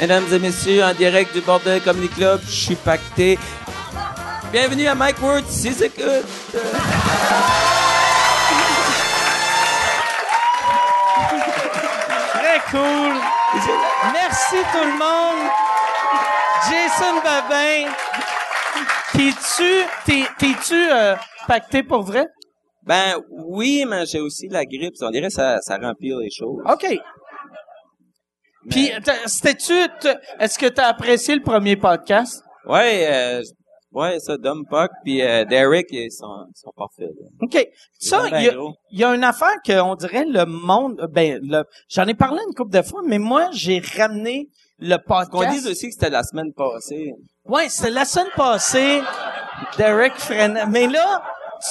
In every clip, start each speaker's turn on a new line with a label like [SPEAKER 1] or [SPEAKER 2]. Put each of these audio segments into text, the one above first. [SPEAKER 1] Mesdames et messieurs, en direct du Bordel Comedy Club, je suis pacté. Bienvenue à Mike Ward, si c'est good.
[SPEAKER 2] Très cool. Merci tout le monde. Jason Babin. T'es-tu, t'es- t'es-tu euh, pacté pour vrai?
[SPEAKER 1] Ben oui, mais j'ai aussi la grippe. On dirait que ça, ça remplit les choses.
[SPEAKER 2] OK. Puis, t'as- c'était-tu, t'as- est-ce que t'as apprécié le premier podcast?
[SPEAKER 1] Ouais, euh, ouais, ça, Dom Puck puis euh, Derek, ils sont, ils sont parfaits. là.
[SPEAKER 2] OK. Ça,
[SPEAKER 1] Ils sont ben
[SPEAKER 2] il y, a-
[SPEAKER 1] gros.
[SPEAKER 2] il y a une affaire qu'on dirait le monde, ben, le- j'en ai parlé une couple de fois, mais moi, j'ai ramené le
[SPEAKER 1] Qu'on
[SPEAKER 2] podcast.
[SPEAKER 1] dise aussi que c'était la semaine passée.
[SPEAKER 2] Ouais, c'était la semaine passée, Derek Frenette. Mais là,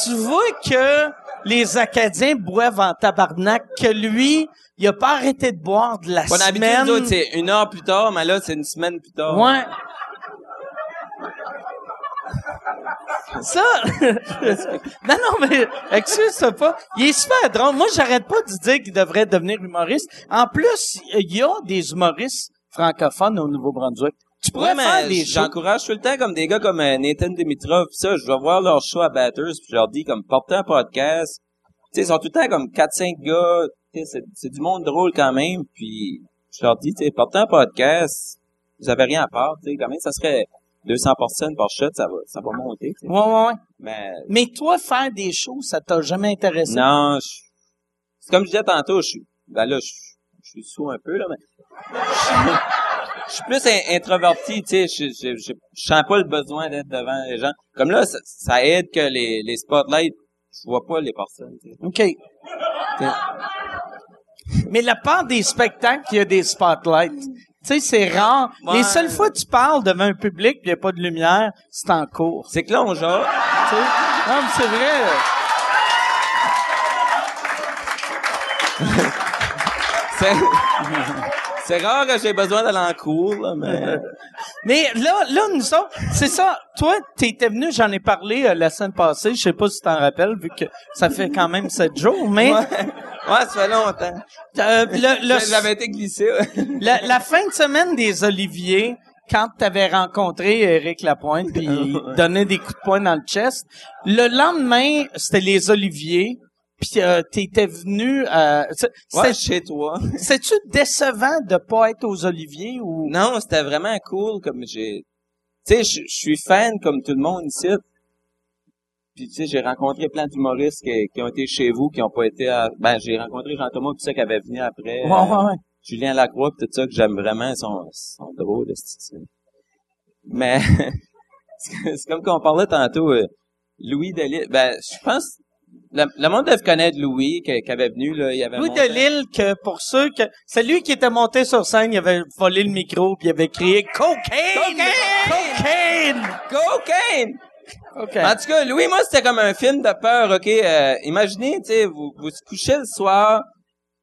[SPEAKER 2] tu vois que les Acadiens boivent en tabarnak, que lui, il a pas arrêté de boire de la
[SPEAKER 1] Bon,
[SPEAKER 2] semaine.
[SPEAKER 1] d'habitude, nous autres, c'est une heure plus tard, mais là, c'est une semaine plus tard.
[SPEAKER 2] Ouais. Ça, non, non, mais excuse-toi pas. Il est super drôle. Moi, j'arrête pas de dire qu'il devrait devenir humoriste. En plus, il y a des humoristes francophones au Nouveau-Brunswick. Tu pourrais
[SPEAKER 1] Ouais, mais
[SPEAKER 2] faire des shows.
[SPEAKER 1] j'encourage tout le temps comme des gars comme euh, Nathan Dimitrov, pis ça, je vais voir leur show à Batters, puis je leur dis comme portez un podcast. Tu sais, ils sont tout le temps comme 4-5 gars, tu sais, c'est, c'est du monde drôle quand même, puis je leur dis, tu sais, portez un podcast, vous avez rien à part, tu sais, quand même, ça serait 200 personnes par shot, ça va, ça va monter, tu sais.
[SPEAKER 2] Ouais, ouais, ouais.
[SPEAKER 1] Mais
[SPEAKER 2] Mais toi, faire des shows, ça t'a jamais intéressé?
[SPEAKER 1] non, je- c'est comme je disais tantôt, je suis, ben là, je, je suis sous un peu, là, mais je suis plus in- introverti, tu sais, je, je, je, je sens pas le besoin d'être devant les gens. Comme là, ça, ça aide que les, les spotlights, je vois pas les personnes, tu sais.
[SPEAKER 2] OK. Mais la part des spectacles, il y a des spotlights. Tu sais, c'est rare.
[SPEAKER 1] Ouais.
[SPEAKER 2] Les seules fois que tu parles devant un public puis il n'y a pas de lumière, c'est en cours.
[SPEAKER 1] C'est que là, on genre,
[SPEAKER 2] Tu sais? Non, mais c'est vrai. là.
[SPEAKER 1] c'est, c'est rare que j'ai besoin d'aller en cours, là, mais...
[SPEAKER 2] Mais là, là, nous autres, c'est ça. Toi, t'étais venu, j'en ai parlé euh, la semaine passée. Je sais pas si t'en rappelles, vu que ça fait quand même sept jours, mais
[SPEAKER 1] Ouais, ouais, ça fait longtemps.
[SPEAKER 2] euh, le, le-
[SPEAKER 1] J'avais été glissé, ouais.
[SPEAKER 2] La, la fin de semaine des Oliviers, quand tu avais rencontré Éric Lapointe, puis il donnait des coups de poing dans le chest, le lendemain, c'était les Oliviers, puis euh, t'étais venu... Euh, c'est-
[SPEAKER 1] Ouais,
[SPEAKER 2] c'est-
[SPEAKER 1] chez toi.
[SPEAKER 2] C'est-tu décevant de pas être aux Oliviers ou...
[SPEAKER 1] Non, c'était vraiment cool comme j'ai tu sais je je suis fan comme tout le monde ici. Puis tu sais j'ai rencontré plein d'humoristes qui, qui ont été chez vous qui ont pas été à... ben j'ai rencontré Jean-Thomas tout ça qui avait venu après. euh,
[SPEAKER 2] Ouais, ouais, ouais.
[SPEAKER 1] Julien Lacroix pis tout ça que j'aime vraiment ils sont, ils sont drôles ce style. Mais c'est c'est comme qu'on parlait tantôt euh, Louis Delisle ben je pense le, le monde devait connaître Louis qui, qui avait venu là il avait
[SPEAKER 2] Louis
[SPEAKER 1] monté-
[SPEAKER 2] Delisle, que pour ceux que... C'est lui qui était monté sur scène, il avait volé le micro, puis il avait crié « Cocaine!
[SPEAKER 1] Cocaine!
[SPEAKER 2] Cocaine!
[SPEAKER 1] Cocaine!
[SPEAKER 2] Cocaine!
[SPEAKER 1] En tout cas, Louis, moi, c'était comme un film de peur, OK? Euh, imaginez, tu sais, vous, vous se couchez le soir,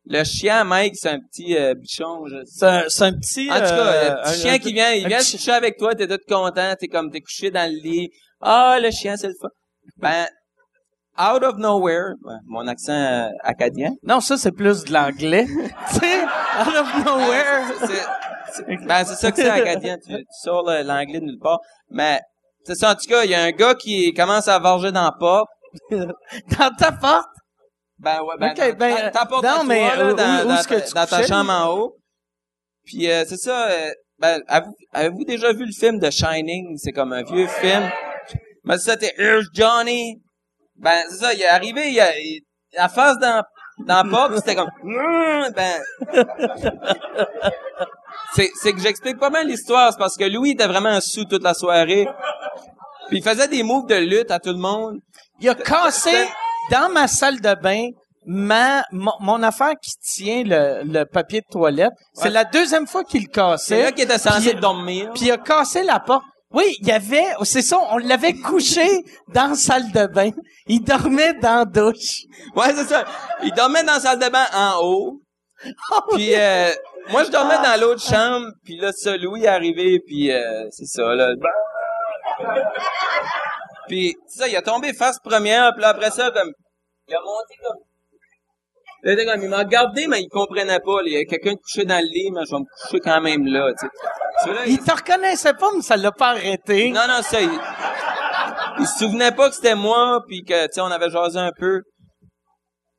[SPEAKER 1] le chien, Mike, c'est un petit euh, bichon, je sais.
[SPEAKER 2] C'est un, c'est un petit...
[SPEAKER 1] En tout cas, le
[SPEAKER 2] euh,
[SPEAKER 1] petit
[SPEAKER 2] un-
[SPEAKER 1] chien
[SPEAKER 2] un-
[SPEAKER 1] qui vient, il
[SPEAKER 2] un
[SPEAKER 1] vient
[SPEAKER 2] petit-
[SPEAKER 1] se coucher avec toi, t'es tout content, t'es comme, t'es couché dans le lit. Ah, le chien, c'est le fun. Ben, out of nowhere, ben, mon accent euh, acadien.
[SPEAKER 2] Non, ça, c'est plus de l'anglais. tu sais, out of nowhere.
[SPEAKER 1] Ah, C'est- c'est- c'est- ben, c'est ça que c'est acadien. Tu, tu sors le- l'anglais de nulle part. Mais, c'est ça, en tout cas, il y a un gars qui commence à varger dans la porte.
[SPEAKER 2] dans ta porte.
[SPEAKER 1] Ben ouais, ben,
[SPEAKER 2] Ok,
[SPEAKER 1] dans-
[SPEAKER 2] ben,
[SPEAKER 1] ta- t'apportes
[SPEAKER 2] non,
[SPEAKER 1] à toi,
[SPEAKER 2] mais
[SPEAKER 1] là,
[SPEAKER 2] où-
[SPEAKER 1] dans,
[SPEAKER 2] où
[SPEAKER 1] dans
[SPEAKER 2] est-ce que
[SPEAKER 1] ta-
[SPEAKER 2] tu
[SPEAKER 1] dans ta
[SPEAKER 2] couchais?
[SPEAKER 1] chambre en haut. Puis euh, c'est ça, euh, ben, avez-vous avez-vous déjà vu le film de Shining? C'est comme un vieux film. Ben c'est ça, t'es « Here's Johnny ». Ben c'est ça, il est arrivé, il a, il- la face dans, dans la porte, c'était comme « Hum, Ben... C'est c'est que j'explique pas mal l'histoire, c'est parce que Louis était vraiment sous toute la soirée. Puis il faisait des moves de lutte à tout le monde.
[SPEAKER 2] Il a cassé dans ma salle de bain ma, mon, mon affaire qui tient le, le papier de toilette. C'est
[SPEAKER 1] Ouais.
[SPEAKER 2] la deuxième fois qu'il le
[SPEAKER 1] C'est
[SPEAKER 2] cassait.
[SPEAKER 1] là qu'il était
[SPEAKER 2] Puis-
[SPEAKER 1] censé dormir.
[SPEAKER 2] Puis il a cassé la porte. Oui, il y avait, c'est ça, on l'avait couché dans la salle de bain. Il dormait dans la douche.
[SPEAKER 1] Ouais, c'est ça. Il dormait dans la salle de bain en haut. Puis euh, moi, je dormais dans l'autre chambre. Puis là, ça, Louis est arrivé. Puis euh, c'est ça, là. Puis c'est ça, il a tombé face première. Puis là, après ça, comme... Il a monté comme... Là, j'étais comme, il m'a regardé, mais il comprenait pas. là. Il y a quelqu'un de couché dans le lit, mais je vais me coucher quand même là, tu sais. Celui-là, il-
[SPEAKER 2] Il te reconnaissait pas, mais ça l'a pas arrêté.
[SPEAKER 1] Non, non, ça, il... il se souvenait pas que c'était moi, puis que, tu sais, on avait jasé un peu.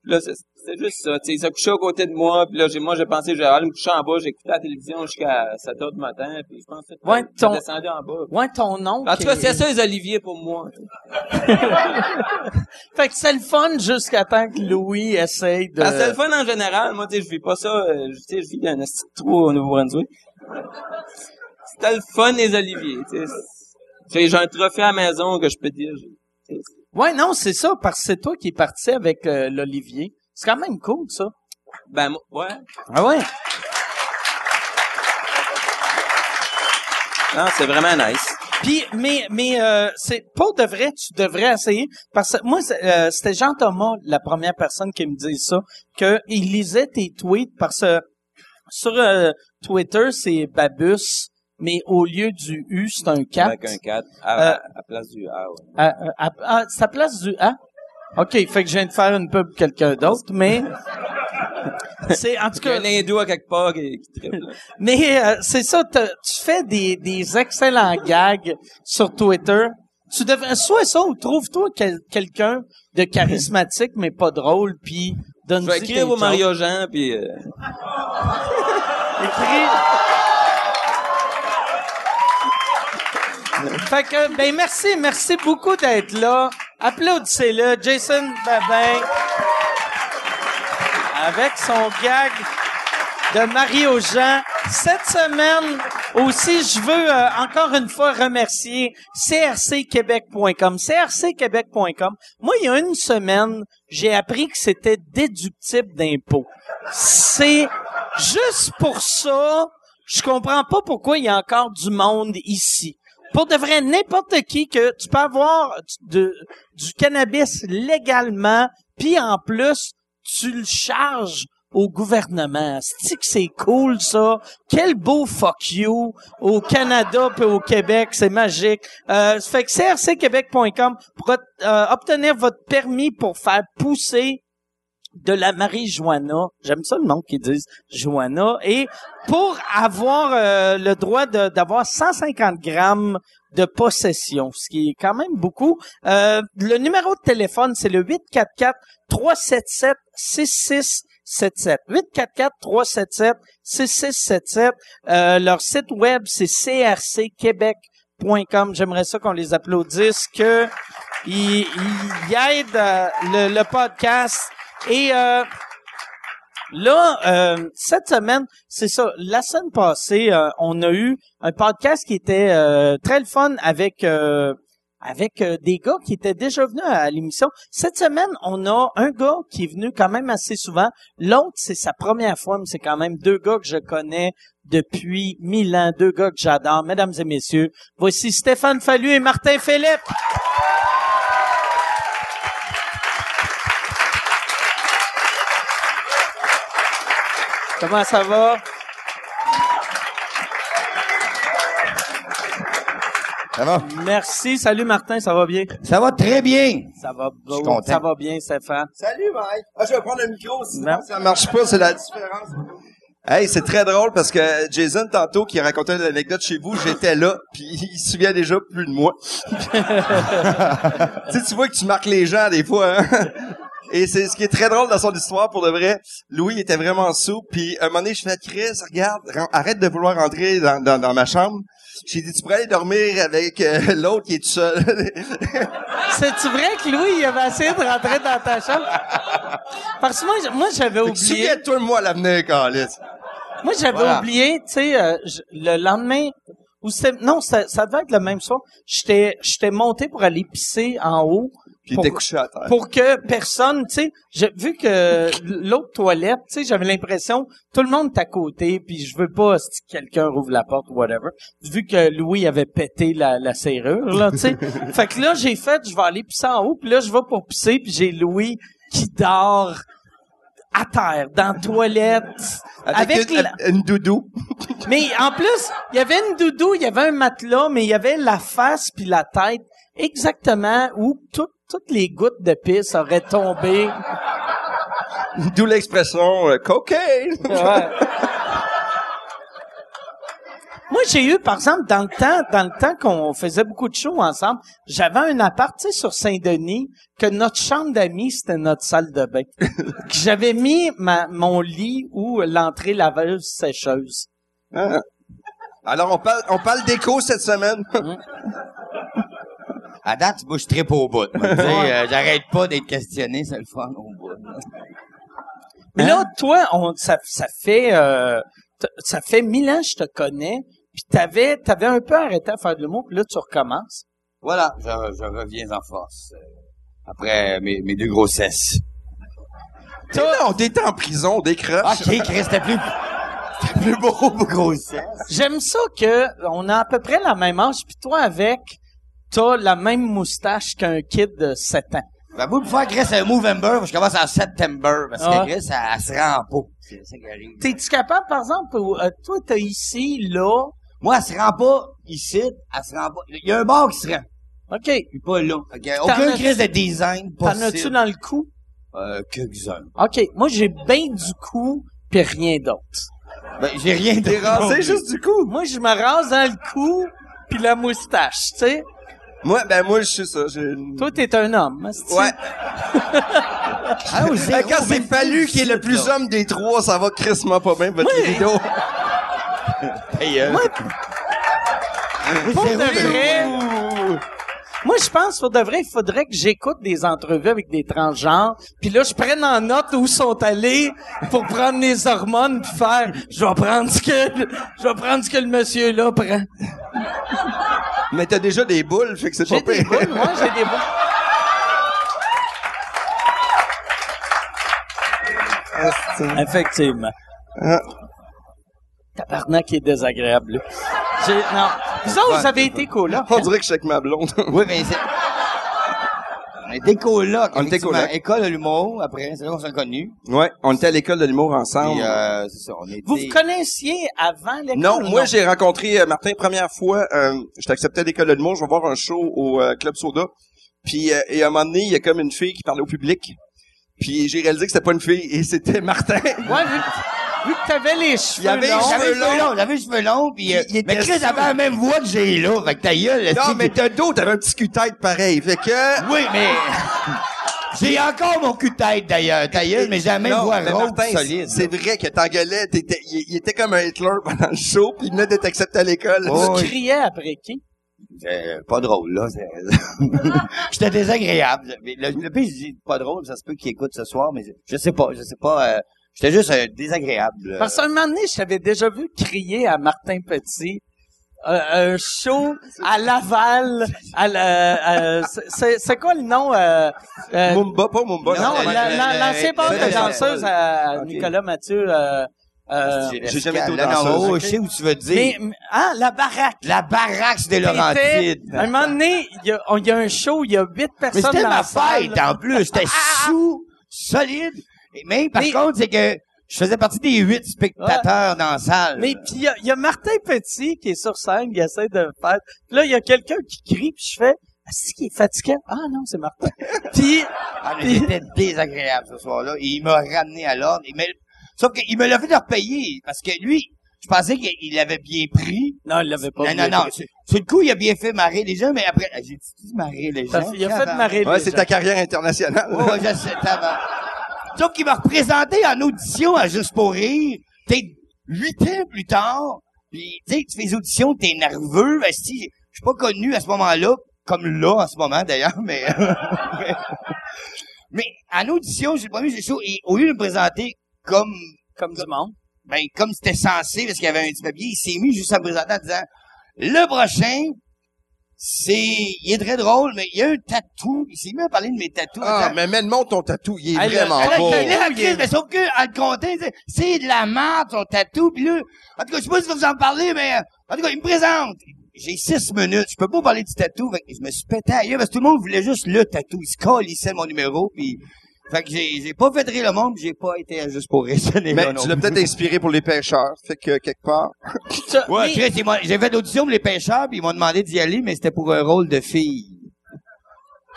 [SPEAKER 1] Puis Là, c'est- c'était juste ça, tu sais, il s'est couché à côté de moi, puis là, j'ai, moi, j'ai pensé, j'allais aller me coucher en bas, j'ai écouté la télévision jusqu'à 7 heures du matin, puis je pense que
[SPEAKER 2] Ouais,
[SPEAKER 1] j'ai
[SPEAKER 2] ton-
[SPEAKER 1] descendu en bas.
[SPEAKER 2] Ouais, ton oncle.
[SPEAKER 1] En tout cas,
[SPEAKER 2] il-
[SPEAKER 1] c'est ça les oliviers pour moi.
[SPEAKER 2] Euh. Fait que c'est le fun jusqu'à temps que Louis essaye de...
[SPEAKER 1] Parce que le fun en général, moi, tu sais, je vis pas ça, euh, je- tu sais, je vis dans un petit trou au Nouveau-Brunswick. C'était le fun les oliviers, tu sais. J'ai, j'ai un trophée à la maison que je peux dire. j'ai- tu sais,
[SPEAKER 2] Ouais, non, c'est ça, parce que c'est toi qui es parti avec euh, l'Olivier. C'est quand même cool, ça.
[SPEAKER 1] Ben, moi- ouais.
[SPEAKER 2] Ah ouais?
[SPEAKER 1] Non, c'est vraiment nice.
[SPEAKER 2] Puis, mais, mais euh, c'est pour de vrai, tu devrais essayer. Parce que moi, c'est, euh, c'était Jean Thomas, la première personne qui me dit ça, qu'il lisait tes tweets parce que sur euh, Twitter, c'est Babus, mais au lieu du U, c'est un 4.
[SPEAKER 1] Avec un 4. À,
[SPEAKER 2] Euh,
[SPEAKER 1] à place du A, ouais.
[SPEAKER 2] À, à- à- ça place du A. OK, fait que je viens de faire une pub pour quelqu'un d'autre, mais c'est en tout
[SPEAKER 1] Il y a
[SPEAKER 2] cas
[SPEAKER 1] un hindou à quelque part qui, qui triple.
[SPEAKER 2] mais euh, c'est ça t'as- tu fais des, des excellents gags sur Twitter. Tu devrais soit ça ou trouve-toi quel- quelqu'un de charismatique mais pas drôle puis donne
[SPEAKER 1] Je vais écrire au Mario Jean, puis... euh,
[SPEAKER 2] Fait que, ben merci, merci beaucoup d'être là. Applaudissez-le, Jason Babin, avec son gag de Mario Jean. Cette semaine aussi, je veux euh, encore une fois remercier crcquebec.com. crcquebec.com. Moi, il y a une semaine, j'ai appris que c'était déductible d'impôts. C'est juste pour ça, je comprends pas pourquoi il y a encore du monde ici. Pour de vrai, n'importe qui que tu peux avoir du- du cannabis légalement, puis en plus, tu le charges au gouvernement. cest que c'est cool, ça? Quel beau fuck you au Canada puis au Québec. C'est magique. Euh, ça fait que crcquebec.com pour ot- euh, obtenir votre permis pour faire pousser de la marijuana. J'aime ça le nom qu'ils disent, Joanna. Et pour avoir euh, le droit de- d'avoir 150 grammes de possession, ce qui est quand même beaucoup. Euh, le numéro de téléphone, c'est le 844-377-6677. 844-377-6677. Euh, leur site web, c'est crcquebec.com. J'aimerais ça qu'on les applaudisse, que ils, ils aident euh, le, le podcast. Et euh, Là, euh, cette semaine, c'est ça. La semaine passée, euh, on a eu un podcast qui était euh, très le fun avec euh, avec euh, des gars qui étaient déjà venus à l'émission. Cette semaine, on a un gars qui est venu quand même assez souvent. L'autre, c'est sa première fois, mais c'est quand même deux gars que je connais depuis mille ans, deux gars que j'adore. Mesdames et messieurs, voici Stéphane Fallu et Martin Philippe. Comment ça va?
[SPEAKER 3] Ça va?
[SPEAKER 2] Merci. Salut Martin, ça va bien?
[SPEAKER 3] Ça va très bien.
[SPEAKER 2] Ça va,
[SPEAKER 3] Je suis
[SPEAKER 2] beau,
[SPEAKER 3] content.
[SPEAKER 2] ça va bien, Stéphane.
[SPEAKER 3] Salut, Mike. Ah, je vais prendre le micro si
[SPEAKER 2] Non.
[SPEAKER 3] ça marche pas, c'est la différence. Hey, c'est très drôle parce que Jason, tantôt, qui racontait l'anecdote chez vous, j'étais là, puis il se souvient déjà plus de moi. tu sais, tu vois que tu marques les gens des fois, hein? Et c'est ce qui est très drôle dans son histoire, pour de vrai. Louis était vraiment souple, puis un moment donné, je fais « Chris, regarde, ren- arrête de vouloir rentrer dans, dans- dans ma chambre. » J'ai dit « Tu pourrais aller dormir avec euh, l'autre qui est tout seul.
[SPEAKER 2] C'est-tu vrai que Louis, il avait essayé de rentrer dans ta chambre? Parce que moi, j- moi j'avais » oublié.
[SPEAKER 3] Souviens-toi de moi à l'avenir, Carlis.
[SPEAKER 2] Moi, j'avais
[SPEAKER 3] Voilà.
[SPEAKER 2] oublié, tu sais, euh, je- le lendemain, ou c'était, non, ça, ça devait être le même soir. J'étais, j'étais monté pour aller pisser en haut.
[SPEAKER 3] Puis il
[SPEAKER 2] pour-
[SPEAKER 3] était couché à terre.
[SPEAKER 2] pour que personne, tu sais, j'ai vu que l'autre toilette, tu sais, j'avais l'impression tout le monde est à côté, puis je veux pas si quelqu'un rouvre la porte ou whatever. Vu que Louis avait pété la, la serrure là, tu sais. fait que là j'ai fait, je vais aller pisser en haut, puis là je vais pour pisser, puis j'ai Louis qui dort à terre dans la toilette avec,
[SPEAKER 3] une,
[SPEAKER 2] la-
[SPEAKER 3] une doudou.
[SPEAKER 2] mais en plus, il y avait une doudou, il y avait un matelas, mais il y avait la face puis la tête exactement où tout- toutes les gouttes de pisse auraient tombé.
[SPEAKER 3] D'où l'expression euh, cocaine.
[SPEAKER 2] Ouais. Moi, j'ai eu, par exemple, dans le temps, dans le temps qu'on faisait beaucoup de shows ensemble, j'avais un appart, tu sais, sur Saint-Denis, que notre chambre d'amis, c'était notre salle de bain. Que j'avais mis ma- mon lit où l'entrée laveuse sécheuse.
[SPEAKER 3] Hein? Alors, on parle, on parle d'écho cette semaine.
[SPEAKER 4] À date, moi, je trippe au bout. moi. Tu sais, euh, J'arrête pas d'être questionné, c'est le fun au bout.
[SPEAKER 2] Mais
[SPEAKER 3] Hein?
[SPEAKER 2] là, toi, on, ça, ça fait, euh, t- ça fait mille ans que je te connais, puis t'avais, t'avais un peu arrêté à faire de l'humour, puis là, tu recommences.
[SPEAKER 4] Voilà, je, je reviens en force. euh, Après mes, mes deux grossesses.
[SPEAKER 3] Mais non, t'étais en prison, décroche.
[SPEAKER 4] OK, Chris, t'es plus... T'es plus beau pour grossesse.
[SPEAKER 2] J'aime ça que on a à peu près la même âge, puis toi avec, t'as la même moustache qu'un kid de 7 ans.
[SPEAKER 4] Ben, vous, pour faire Chris un Movember, je commence en September, parce
[SPEAKER 2] Ah.
[SPEAKER 4] que Chris, elle, elle se rend pas. C'est ça qui arrive.
[SPEAKER 2] T'es-tu capable, par exemple, ou, euh, toi, t'as ici, là,
[SPEAKER 4] Moi, elle se rend pas ici, elle se rend pas... Il y a un bar qui se rend,
[SPEAKER 2] OK,
[SPEAKER 4] puis pas là. Fait que Aucun
[SPEAKER 2] as-
[SPEAKER 4] Chris de design
[SPEAKER 2] t'en as-tu
[SPEAKER 4] possible.
[SPEAKER 2] dans le cou?
[SPEAKER 4] Euh, quelques-uns.
[SPEAKER 2] OK, moi, j'ai bien du cou, puis rien d'autre.
[SPEAKER 4] Ben, j'ai rien de...
[SPEAKER 3] T'es rasé Ah, juste du coup.
[SPEAKER 2] Moi, je me rase dans le cou, puis la moustache, tu sais.
[SPEAKER 3] Moi, ben moi, je suis ça. j'ai une-
[SPEAKER 2] Toi, t'es un homme, asti.
[SPEAKER 3] Ouais.
[SPEAKER 4] Ah, au zéro,
[SPEAKER 3] Ben, quand c'est
[SPEAKER 4] même
[SPEAKER 3] Fallu
[SPEAKER 4] plus,
[SPEAKER 3] qui est le plus
[SPEAKER 4] là.
[SPEAKER 3] homme des trois, ça va crissement pas bien, votre rideau.
[SPEAKER 4] Hey, euh,
[SPEAKER 2] Pour
[SPEAKER 4] c'est
[SPEAKER 2] de
[SPEAKER 4] vrai.
[SPEAKER 2] vrai, moi, je pense, pour de vrai, il faudrait que j'écoute des entrevues avec des transgenres, puis là, je prenne en note où sont allés pour prendre les hormones, puis faire, je vais prendre ce que, le- je vais prendre ce que le monsieur-là prend.
[SPEAKER 3] Mais t'as déjà des boules, fait que c'est
[SPEAKER 2] J'ai
[SPEAKER 3] pas
[SPEAKER 2] des
[SPEAKER 3] pire.
[SPEAKER 2] boules, moi, j'ai des boules. Oh,
[SPEAKER 4] euh,
[SPEAKER 2] Effectivement.
[SPEAKER 3] Ah.
[SPEAKER 2] Tabarnak il est désagréable, là. J'ai- Non. Vous autres, vous avez été cool, là.
[SPEAKER 3] On dirait que je suis avec ma blonde.
[SPEAKER 4] Oui, mais c'est... On était coloc.
[SPEAKER 3] On était
[SPEAKER 4] effectivement.
[SPEAKER 3] coloc.
[SPEAKER 4] École de l'humour, après, c'est là qu'on s'est connus.
[SPEAKER 3] ouais, on était à l'école de l'humour ensemble.
[SPEAKER 4] Puis, euh, c'est ça, on était...
[SPEAKER 2] Ah, Vous vous connaissiez avant l'école?
[SPEAKER 3] Non,
[SPEAKER 2] ou
[SPEAKER 3] moi j'ai rencontré euh, Martin première fois. Euh, je t'acceptais à l'école de l'humour. Je vais voir un show au euh, club Soda. Puis euh, et à un moment donné, il y a comme une fille qui parlait au public. Puis j'ai réalisé que c'était pas une fille et c'était Martin.
[SPEAKER 2] Ouais, vu, que- vu que t'avais les cheveux
[SPEAKER 3] Il y avait
[SPEAKER 2] longs,
[SPEAKER 4] J'avais
[SPEAKER 3] cheveux
[SPEAKER 4] les cheveux
[SPEAKER 3] longs.
[SPEAKER 4] longs, j'avais les cheveux longs, puis... euh,
[SPEAKER 3] Il- il était
[SPEAKER 4] mais Chris
[SPEAKER 3] sûr.
[SPEAKER 4] avait la même voix que j'ai là, fait que ta gueule, est-ce
[SPEAKER 3] non,
[SPEAKER 4] que-
[SPEAKER 3] mais t'as dos, t'avais un petit cul-tête pareil. Fait que
[SPEAKER 4] Oui, mais... j'ai encore mon cul de tête, d'ailleurs, ta gueule, mais j'ai la même
[SPEAKER 3] Non,
[SPEAKER 4] voix
[SPEAKER 3] mais
[SPEAKER 4] rauque,
[SPEAKER 3] Martin,
[SPEAKER 4] solide.
[SPEAKER 3] C'est vrai que t'engueulais, t'étais- il, il était comme un Hitler pendant le show, puis il venait de t'accepter à l'école.
[SPEAKER 4] Oh, oui.
[SPEAKER 2] tu criais après qui?
[SPEAKER 4] Euh, pas drôle, là. c'est- J'étais désagréable. Mais le, le pire, je dis pas drôle, ça se peut qu'il écoute ce soir, mais je, je sais pas, je sais pas. euh, J'étais juste euh, désagréable.
[SPEAKER 2] Parce qu'à un moment donné, je t'avais déjà vu crier à Martin Petit euh, un show à Laval. À la, euh, c'est- c'est, c'est quoi le nom? Euh, euh,
[SPEAKER 3] Mumba, pas Mumba.
[SPEAKER 2] non,
[SPEAKER 4] le-
[SPEAKER 2] la- la-
[SPEAKER 4] le-
[SPEAKER 2] l'ancien
[SPEAKER 4] le-
[SPEAKER 2] bar
[SPEAKER 3] le-
[SPEAKER 2] de danseuse à
[SPEAKER 3] Ok.
[SPEAKER 2] Nicolas Mathieu. Euh, euh,
[SPEAKER 3] j'ai jamais été aux
[SPEAKER 4] là,
[SPEAKER 3] danseuses,
[SPEAKER 4] non, oh,
[SPEAKER 3] ok?
[SPEAKER 4] Je sais où tu veux dire.
[SPEAKER 2] mais, ah, la baraque.
[SPEAKER 4] La baraque
[SPEAKER 2] T'étais-
[SPEAKER 4] des Laurentides.
[SPEAKER 2] À un moment donné, il y, a- on- il y a un show, il y a huit
[SPEAKER 4] Mais
[SPEAKER 2] personnes
[SPEAKER 4] c'était
[SPEAKER 2] dans la
[SPEAKER 4] ma
[SPEAKER 2] salle. Ah,
[SPEAKER 4] fête, en plus. J'étais sous, solide. Et- Mais par
[SPEAKER 2] Mais-
[SPEAKER 4] contre, c'est que je faisais partie des huit spectateurs dans la salle.
[SPEAKER 2] Mais puis il y a- il y, a Martin Petit qui est sur scène, il essaie de faire. Puis là, il y a quelqu'un qui crie, puis je fais Ah, c'est qui est fatigué Ah non, c'est Martin. puis
[SPEAKER 4] Ah, mais c'était désagréable ce soir-là. Et il m'a ramené à l'ordre. Il m'a- Sauf qu'il me l'a fait de repayer. Parce que lui, je pensais qu'il avait bien pris.
[SPEAKER 2] non, il l'avait pas.
[SPEAKER 4] Non,
[SPEAKER 2] vu.
[SPEAKER 4] non, non. Sur, sur le coup, il a bien fait marrer les gens, mais après, Ah, j'ai dit marrer les
[SPEAKER 2] Ça
[SPEAKER 4] gens.
[SPEAKER 2] fait- il a fait de marrer
[SPEAKER 3] Ouais,
[SPEAKER 2] les
[SPEAKER 3] c'est
[SPEAKER 2] gens.
[SPEAKER 3] ta carrière internationale.
[SPEAKER 4] Oh, ouais, je sais, tabarnak. Sauf qu'il m'a représenté en audition à Juste pour rire. T'es huit ans plus tard. Puis, tu sais, tu fais des auditions, t'es nerveux. Ben, si, je suis pas connu à ce moment-là, comme là en ce moment d'ailleurs, mais... mais en audition, j'ai le premier j'ai chaud. Et au lieu de me présenter comme
[SPEAKER 2] Comme du monde.
[SPEAKER 4] ben, comme c'était censé, parce qu'il y avait un petit papier, il s'est mis juste à me présenter en disant, le prochain, c'est, il est très drôle, mais il y a un tatou. Il s'est mis à parler de mes tatous. en
[SPEAKER 3] Ah,
[SPEAKER 4] disant,
[SPEAKER 3] mais mène mon ton tatou, il est
[SPEAKER 2] Hey, le-
[SPEAKER 3] vraiment
[SPEAKER 2] hey,
[SPEAKER 3] beau.
[SPEAKER 2] le-
[SPEAKER 4] il est là,
[SPEAKER 2] Oh, il
[SPEAKER 4] Chris,
[SPEAKER 2] est-
[SPEAKER 4] mais sauf que, à le compter, c'est- c'est de la merde, son tatou, pis là, en tout cas, je sais pas si vous en parlez, mais, euh, en tout cas, il me présente. J'ai six minutes, je peux pas parler du tatou, fait que je me suis pété ailleurs, parce que tout le monde voulait juste le tatou. Il se colissait mon numéro, puis fait que j'ai j'ai pas fait rire le monde, pis j'ai pas été à juste pour raisonner.
[SPEAKER 3] Mais tu l'as peut-être inspiré pour les pêcheurs, fait que quelque part.
[SPEAKER 2] Ça,
[SPEAKER 4] Ouais,
[SPEAKER 2] mais-
[SPEAKER 4] Chris, ils m'ont- j'ai fait l'audition pour les pêcheurs, puis ils m'ont demandé d'y aller, mais c'était pour un rôle de fille.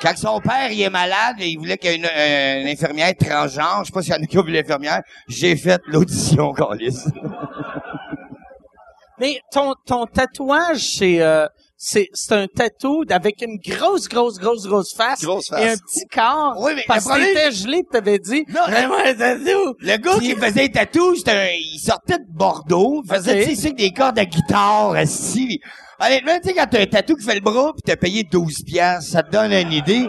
[SPEAKER 4] Quand son père, il est malade, et il voulait qu'il y ait une, euh, une infirmière transgenre, je sais pas s'il y en a qui ont vu l'infirmière, j'ai fait l'audition, Carlis.
[SPEAKER 2] Mais ton, ton tatouage, c'est, euh, c'est, c'est un tatou avec une grosse, grosse, grosse, grosse face.
[SPEAKER 3] Grosse face.
[SPEAKER 2] Et un petit corps.
[SPEAKER 4] Oui, mais
[SPEAKER 2] Parce
[SPEAKER 4] le
[SPEAKER 2] que
[SPEAKER 4] problème-
[SPEAKER 2] t'étais gelé pis t'avais dit,
[SPEAKER 4] Non,
[SPEAKER 2] vraiment un tatou.
[SPEAKER 4] Le gars qui faisait les tatous, c'était un- il sortait de Bordeaux, il faisait,
[SPEAKER 2] Ok.
[SPEAKER 4] tu sais, c'est que des cordes à guitare, assis. Honnêtement, tu sais, quand t'as un tatou qui fait le bras pis t'as payé 12 piastres, ça te donne une idée.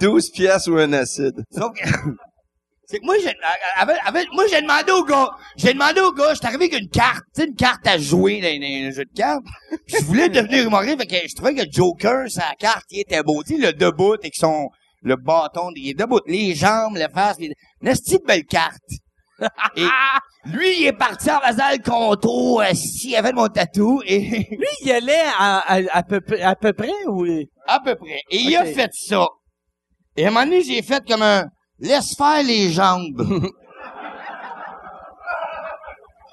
[SPEAKER 3] 12 pièces ou un acide.
[SPEAKER 4] Sauf que- c'est que moi, j'ai, à- à- avec- avec- moi, j'ai demandé au gars, j'ai demandé au gars, j'étais arrivé avec une carte, tu sais, une carte à jouer dans, dans un jeu de cartes. Je voulais devenir humoriste, fait que je trouvais que le Joker, sa carte, il était beau, tu sais, le debout, et que son, le bâton, il est debout, les jambes, le face, les, une esti de belle carte. Et lui, il est parti en faisant le contour, euh, assis, avec mon tatou, et
[SPEAKER 2] Lui, il allait à, à, à peu, près- à peu près, oui.
[SPEAKER 4] À peu près. Et il a
[SPEAKER 2] Ok.
[SPEAKER 4] fait ça. Et à un moment donné, j'ai fait comme un laisse faire les jambes.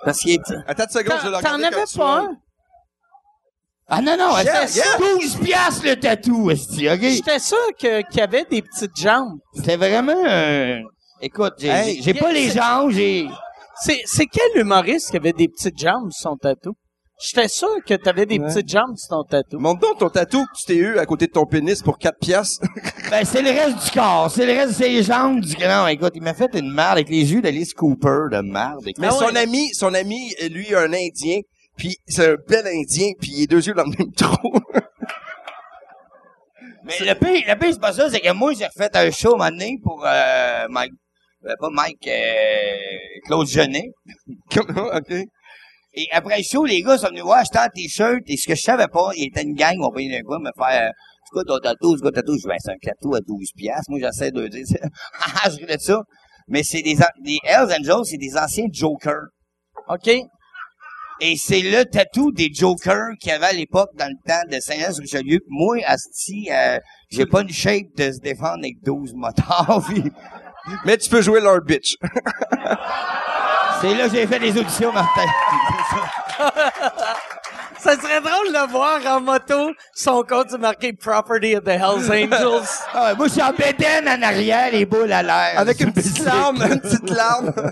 [SPEAKER 4] Parce qu'il est.
[SPEAKER 3] Attends une seconde, je vais
[SPEAKER 2] T'en
[SPEAKER 3] le
[SPEAKER 2] t'en
[SPEAKER 3] regarder
[SPEAKER 2] avais
[SPEAKER 3] comme tu
[SPEAKER 2] pas
[SPEAKER 3] veux.
[SPEAKER 2] un?
[SPEAKER 4] Ah non, non, elle
[SPEAKER 3] Yeah,
[SPEAKER 4] fait
[SPEAKER 3] yeah.
[SPEAKER 4] 12 piastres le tatou, esti, OK?
[SPEAKER 2] J'étais sûr que- qu'il y avait des petites jambes.
[SPEAKER 4] C'était vraiment euh, Écoute, j'ai
[SPEAKER 3] Hey,
[SPEAKER 4] j'ai- j'ai
[SPEAKER 2] y a-
[SPEAKER 4] pas les
[SPEAKER 2] c'est-
[SPEAKER 4] jambes, j'ai.
[SPEAKER 2] C'est, c'est quel humoriste qui avait des petites jambes sur son tatou? J'étais sûr que t'avais des petites jambes sur ton tatou.
[SPEAKER 3] Montre donc ton tatou que tu t'es eu à côté de ton pénis pour 4 piastres.
[SPEAKER 2] Ah
[SPEAKER 4] Ben, c'est le reste du corps, c'est le reste, c'est les jambes du grand. Écoute, il m'a fait une merde avec les yeux d'Alice Cooper, de merde. écoute.
[SPEAKER 3] Mais son ami, son ami, lui, un Indien, puis c'est un bel Indien, puis il est deux yeux dans le même trou.
[SPEAKER 4] Mais le pire, le pire, c'est pas ça, c'est que moi, j'ai refait un show, un moment donné, pour euh, Mike, euh, pas Mike, euh, Claude Genet.
[SPEAKER 3] Comme- ok.
[SPEAKER 4] Et après le show, les gars sont venus voir, j'étais en t-shirt, et ce que je savais pas, il était une gang, on payait d'un coup, me faire, euh, c'est quoi ton tatou, c'est quoi ton tatou? Je vais, c'est un tatou à 12 piastres. Moi, j'essaie de dire, ça. Ah, je ris de ça. Mais c'est des, an- des Hells Angels, c'est des anciens Jokers.
[SPEAKER 2] OK?
[SPEAKER 4] Et c'est le tatou des Jokers qu'il y avait à l'époque dans le temps de Saint-Jean-Richelieu. Moi, Asti, euh, j'ai pas une shape de se défendre avec 12 motards. puis
[SPEAKER 3] Mais tu peux jouer leur bitch.
[SPEAKER 4] c'est là que j'ai fait les auditions, Martin.
[SPEAKER 2] Ça serait drôle de le voir en moto. Son compte est marqué Property of the Hells Angels.
[SPEAKER 4] Ah ouais, moi, je suis en bédaine en arrière, les boules à l'air.
[SPEAKER 3] Avec une petite larme, une petite larme.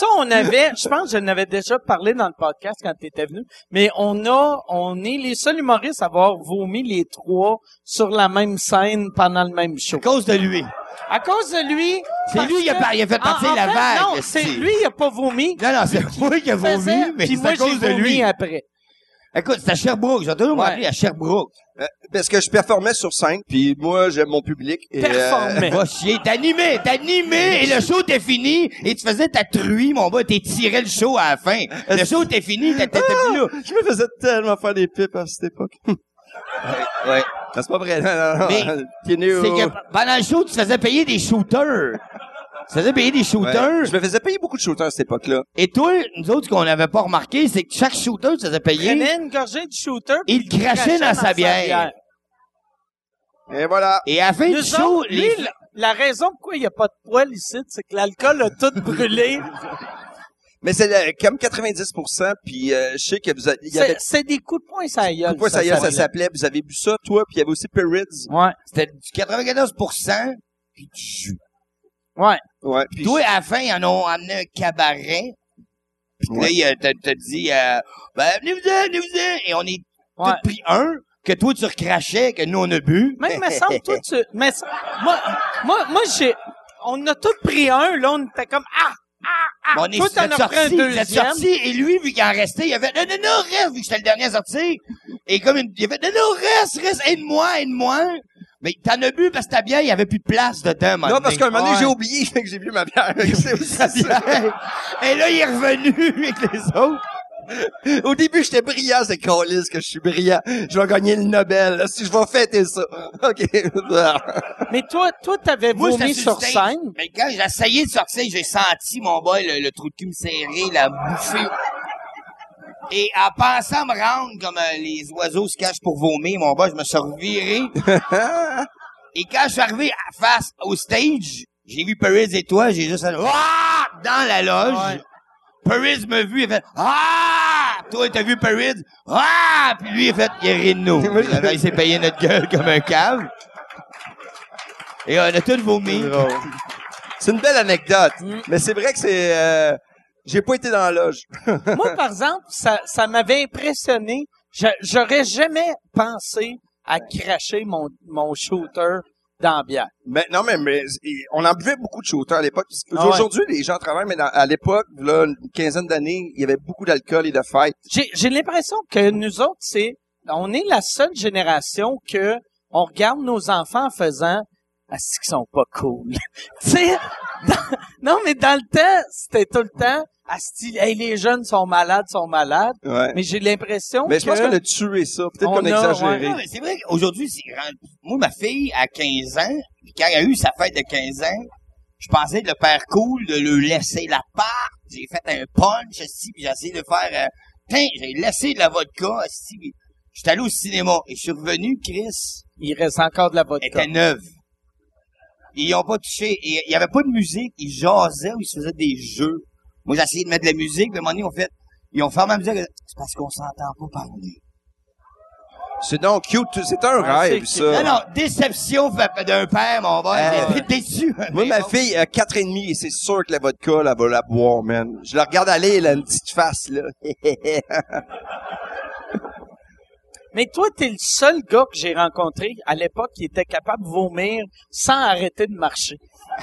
[SPEAKER 2] Ça, on avait, je pense que je n'avais déjà parlé dans le podcast quand tu étais venu, mais on a, on est les seuls humoristes à avoir vomi les trois sur la même scène pendant le même show.
[SPEAKER 4] À cause de lui.
[SPEAKER 2] À cause de lui.
[SPEAKER 4] C'est
[SPEAKER 2] parce
[SPEAKER 4] lui qui a
[SPEAKER 2] que-
[SPEAKER 4] par- il a fait partir
[SPEAKER 2] en- en
[SPEAKER 4] la
[SPEAKER 2] fait,
[SPEAKER 4] vague,
[SPEAKER 2] Non,
[SPEAKER 4] esti.
[SPEAKER 2] c'est lui qui a pas vomi.
[SPEAKER 4] Non, non, c'est moi qui ai vomi,
[SPEAKER 2] Faisait,
[SPEAKER 4] mais
[SPEAKER 2] puis
[SPEAKER 4] c'est
[SPEAKER 2] moi,
[SPEAKER 4] à
[SPEAKER 2] j'ai
[SPEAKER 4] cause de
[SPEAKER 2] vomi
[SPEAKER 4] lui.
[SPEAKER 2] après.
[SPEAKER 4] Écoute, c'est à Sherbrooke. J'ai toujours
[SPEAKER 2] Ouais.
[SPEAKER 4] appelé à Sherbrooke.
[SPEAKER 3] Euh, Parce que je performais sur scène, puis moi, j'aime mon public. Et, euh,
[SPEAKER 2] Performait.
[SPEAKER 4] Va chier. T'es animé, t'es animé, et le show t'es fini, et tu faisais ta truie, mon gars, t'es tiré le show à la fin. Le show t'es fini, t'es t'es- t'es
[SPEAKER 2] Ah!
[SPEAKER 4] plus là.
[SPEAKER 3] je me faisais tellement faire des pipes à cette époque.
[SPEAKER 4] Ouais.
[SPEAKER 3] Non, c'est pas vrai. Non, non, non.
[SPEAKER 4] Mais
[SPEAKER 3] T'es né
[SPEAKER 4] C'est
[SPEAKER 3] au-
[SPEAKER 4] que pendant le show, tu faisais payer des shooters. Tu faisais payer des
[SPEAKER 3] Ouais.
[SPEAKER 4] shooters.
[SPEAKER 3] Je me faisais payer beaucoup de shooters à cette époque-là.
[SPEAKER 4] Et toi, nous autres, ce qu'on n'avait pas remarqué, c'est que chaque shooter, tu faisais
[SPEAKER 2] Il
[SPEAKER 4] payer.
[SPEAKER 2] prenait une gorgée de shooter. puis
[SPEAKER 4] Il crachait dans sa bière.
[SPEAKER 3] Et voilà.
[SPEAKER 4] Et à la fin du
[SPEAKER 2] Nous
[SPEAKER 4] show,
[SPEAKER 2] autres,
[SPEAKER 4] les...
[SPEAKER 2] lui, la, la raison pourquoi il n'y a pas de poils ici, c'est que l'alcool a tout brûlé.
[SPEAKER 3] Mais c'est euh, comme 90%, puis euh, je sais que vous avez... il y
[SPEAKER 2] C'est
[SPEAKER 3] avait-
[SPEAKER 2] c'est des coups de poing, ça aïeul.
[SPEAKER 3] Pourquoi ça, y est, ça
[SPEAKER 2] s'appelle.
[SPEAKER 3] s'appelait? Vous avez bu ça, toi, puis il y avait aussi Pirids.
[SPEAKER 2] Ouais,
[SPEAKER 4] c'était du 94%, puis tu joues.
[SPEAKER 2] ouais.
[SPEAKER 3] Ouais. Puis
[SPEAKER 4] Toi, à la fin, ils en ont amené un cabaret. Puis
[SPEAKER 3] Ouais.
[SPEAKER 4] là, il euh, t'a- t'a dit, euh, ben, venez-vous-en, venez-vous-en. Et on est tous
[SPEAKER 2] Ouais.
[SPEAKER 4] pris un que toi, tu recrachais, que nous, on a bu.
[SPEAKER 2] Même, me semble, toi, tu... Mais, ça- moi, moi, moi j'ai... On a tous pris un, là, on était comme... Ah! Ah! Ah!
[SPEAKER 4] Mais on est
[SPEAKER 2] toi,
[SPEAKER 4] vous
[SPEAKER 2] t'en
[SPEAKER 4] êtes
[SPEAKER 2] as pris un
[SPEAKER 4] sortis, vous êtes
[SPEAKER 2] deuxième.
[SPEAKER 4] sortis. Et lui, vu qu'il en restait, il a fait, non, non, non, reste, vu que j'étais le dernier à sortir. Et comme il, il a fait, non, non, reste, reste, aide-moi, aide-moi. Mais t'en as bu parce que ta bière, il y avait plus de place dedans,
[SPEAKER 3] Non, parce qu'à un moment donné,
[SPEAKER 4] Ouais.
[SPEAKER 3] j'ai oublié fait que j'ai bu ma bière. C'est aussi ça.
[SPEAKER 4] Et là, il est revenu avec les autres.
[SPEAKER 3] Au début, j'étais brillant, c'est calice que je suis brillant. Je vais gagner le Nobel, là, si je vais fêter ça. OK. Ah.
[SPEAKER 2] Mais toi, toi, t'avais
[SPEAKER 4] Moi, j'étais
[SPEAKER 2] vomi sur
[SPEAKER 4] le stage,
[SPEAKER 2] scène.
[SPEAKER 4] Mais quand j'ai essayé de sortir, j'ai senti, mon boy, le, le trou de cul me serrer, la bouffée. Et en pensant me rendre comme euh, les oiseaux se cachent pour vomir, mon boy, je me suis reviré. et quand je suis arrivé à- face au stage, j'ai vu Perez et toi, j'ai juste fait « Ah! » dans la loge.
[SPEAKER 2] Ouais.
[SPEAKER 4] Perez me vu, il a fait « Ah! » Toi, t'as vu Parade? Ah! Puis lui, il a fait, il a ri de nous. Finalement, il s'est payé notre gueule comme un cave. Et on a tous vomi.
[SPEAKER 3] C'est drôle. C'est une belle anecdote,
[SPEAKER 4] Mm.
[SPEAKER 3] mais c'est vrai que c'est... euh, j'ai pas été dans la loge.
[SPEAKER 2] Moi, par exemple, ça, ça m'avait impressionné. Je- J'aurais jamais pensé à cracher mon, mon shooter dans la bière.
[SPEAKER 3] Mais non, mais, mais et on en buvait beaucoup de shooters à l'époque. Parce que
[SPEAKER 2] Ah ouais.
[SPEAKER 3] Aujourd'hui, les gens travaillent, mais dans- à l'époque, là, une quinzaine d'années, il y avait beaucoup d'alcool et de fêtes.
[SPEAKER 2] J'ai j'ai l'impression que nous autres, c'est on est la seule génération que on regarde nos enfants en faisant Ah, c'est qu'ils sont pas cool. tu sais, dans- non, mais dans le temps, c'était tout le temps à style Hey, les jeunes sont malades, sont malades.
[SPEAKER 3] Ouais. Mais,
[SPEAKER 2] Mais j'ai l'impression
[SPEAKER 3] je pense qu'on a tué ça. Peut-être
[SPEAKER 2] On
[SPEAKER 3] qu'on a
[SPEAKER 2] a,
[SPEAKER 3] exagéré.
[SPEAKER 4] Oh Non, mais c'est vrai qu'aujourd'hui, c'est grand. Moi, ma fille, à 15 ans, puis quand elle a eu sa fête de 15 ans, je pensais de le faire cool, de le laisser la part. J'ai fait un punch, aussi, puis j'ai essayé de faire... euh, Tiens, j'ai laissé de la vodka, aussi, puis J'étais allé au cinéma et je suis revenu, Chris,
[SPEAKER 2] il reste encore de la
[SPEAKER 4] elle
[SPEAKER 2] vodka.
[SPEAKER 4] était neuve. Ils ont pas touché. Et Il y avait pas de musique. Ils jasaient ou ils se faisaient des jeux. Moi, j'ai essayé de mettre de la musique, mais à un moment donné, ils ont fait... Ils ont fermé la musique. C'est parce qu'on s'entend pas parler.
[SPEAKER 3] C'est donc cute. C'est un
[SPEAKER 2] Ah,
[SPEAKER 3] rêve,
[SPEAKER 2] c'est-
[SPEAKER 3] ça.
[SPEAKER 4] Non, non, déception fa- d'un père, mon boy.
[SPEAKER 3] Ah,
[SPEAKER 4] J'ai été déçu.
[SPEAKER 3] Moi,
[SPEAKER 4] Mais
[SPEAKER 3] ma
[SPEAKER 4] bon.
[SPEAKER 3] fille a quatre et demi et c'est sûr que la vodka, là, va la boire, man. Je la regarde aller, elle a une petite face, là.
[SPEAKER 2] Mais toi, t'es le seul gars que j'ai rencontré à l'époque qui était capable de vomir sans arrêter de marcher.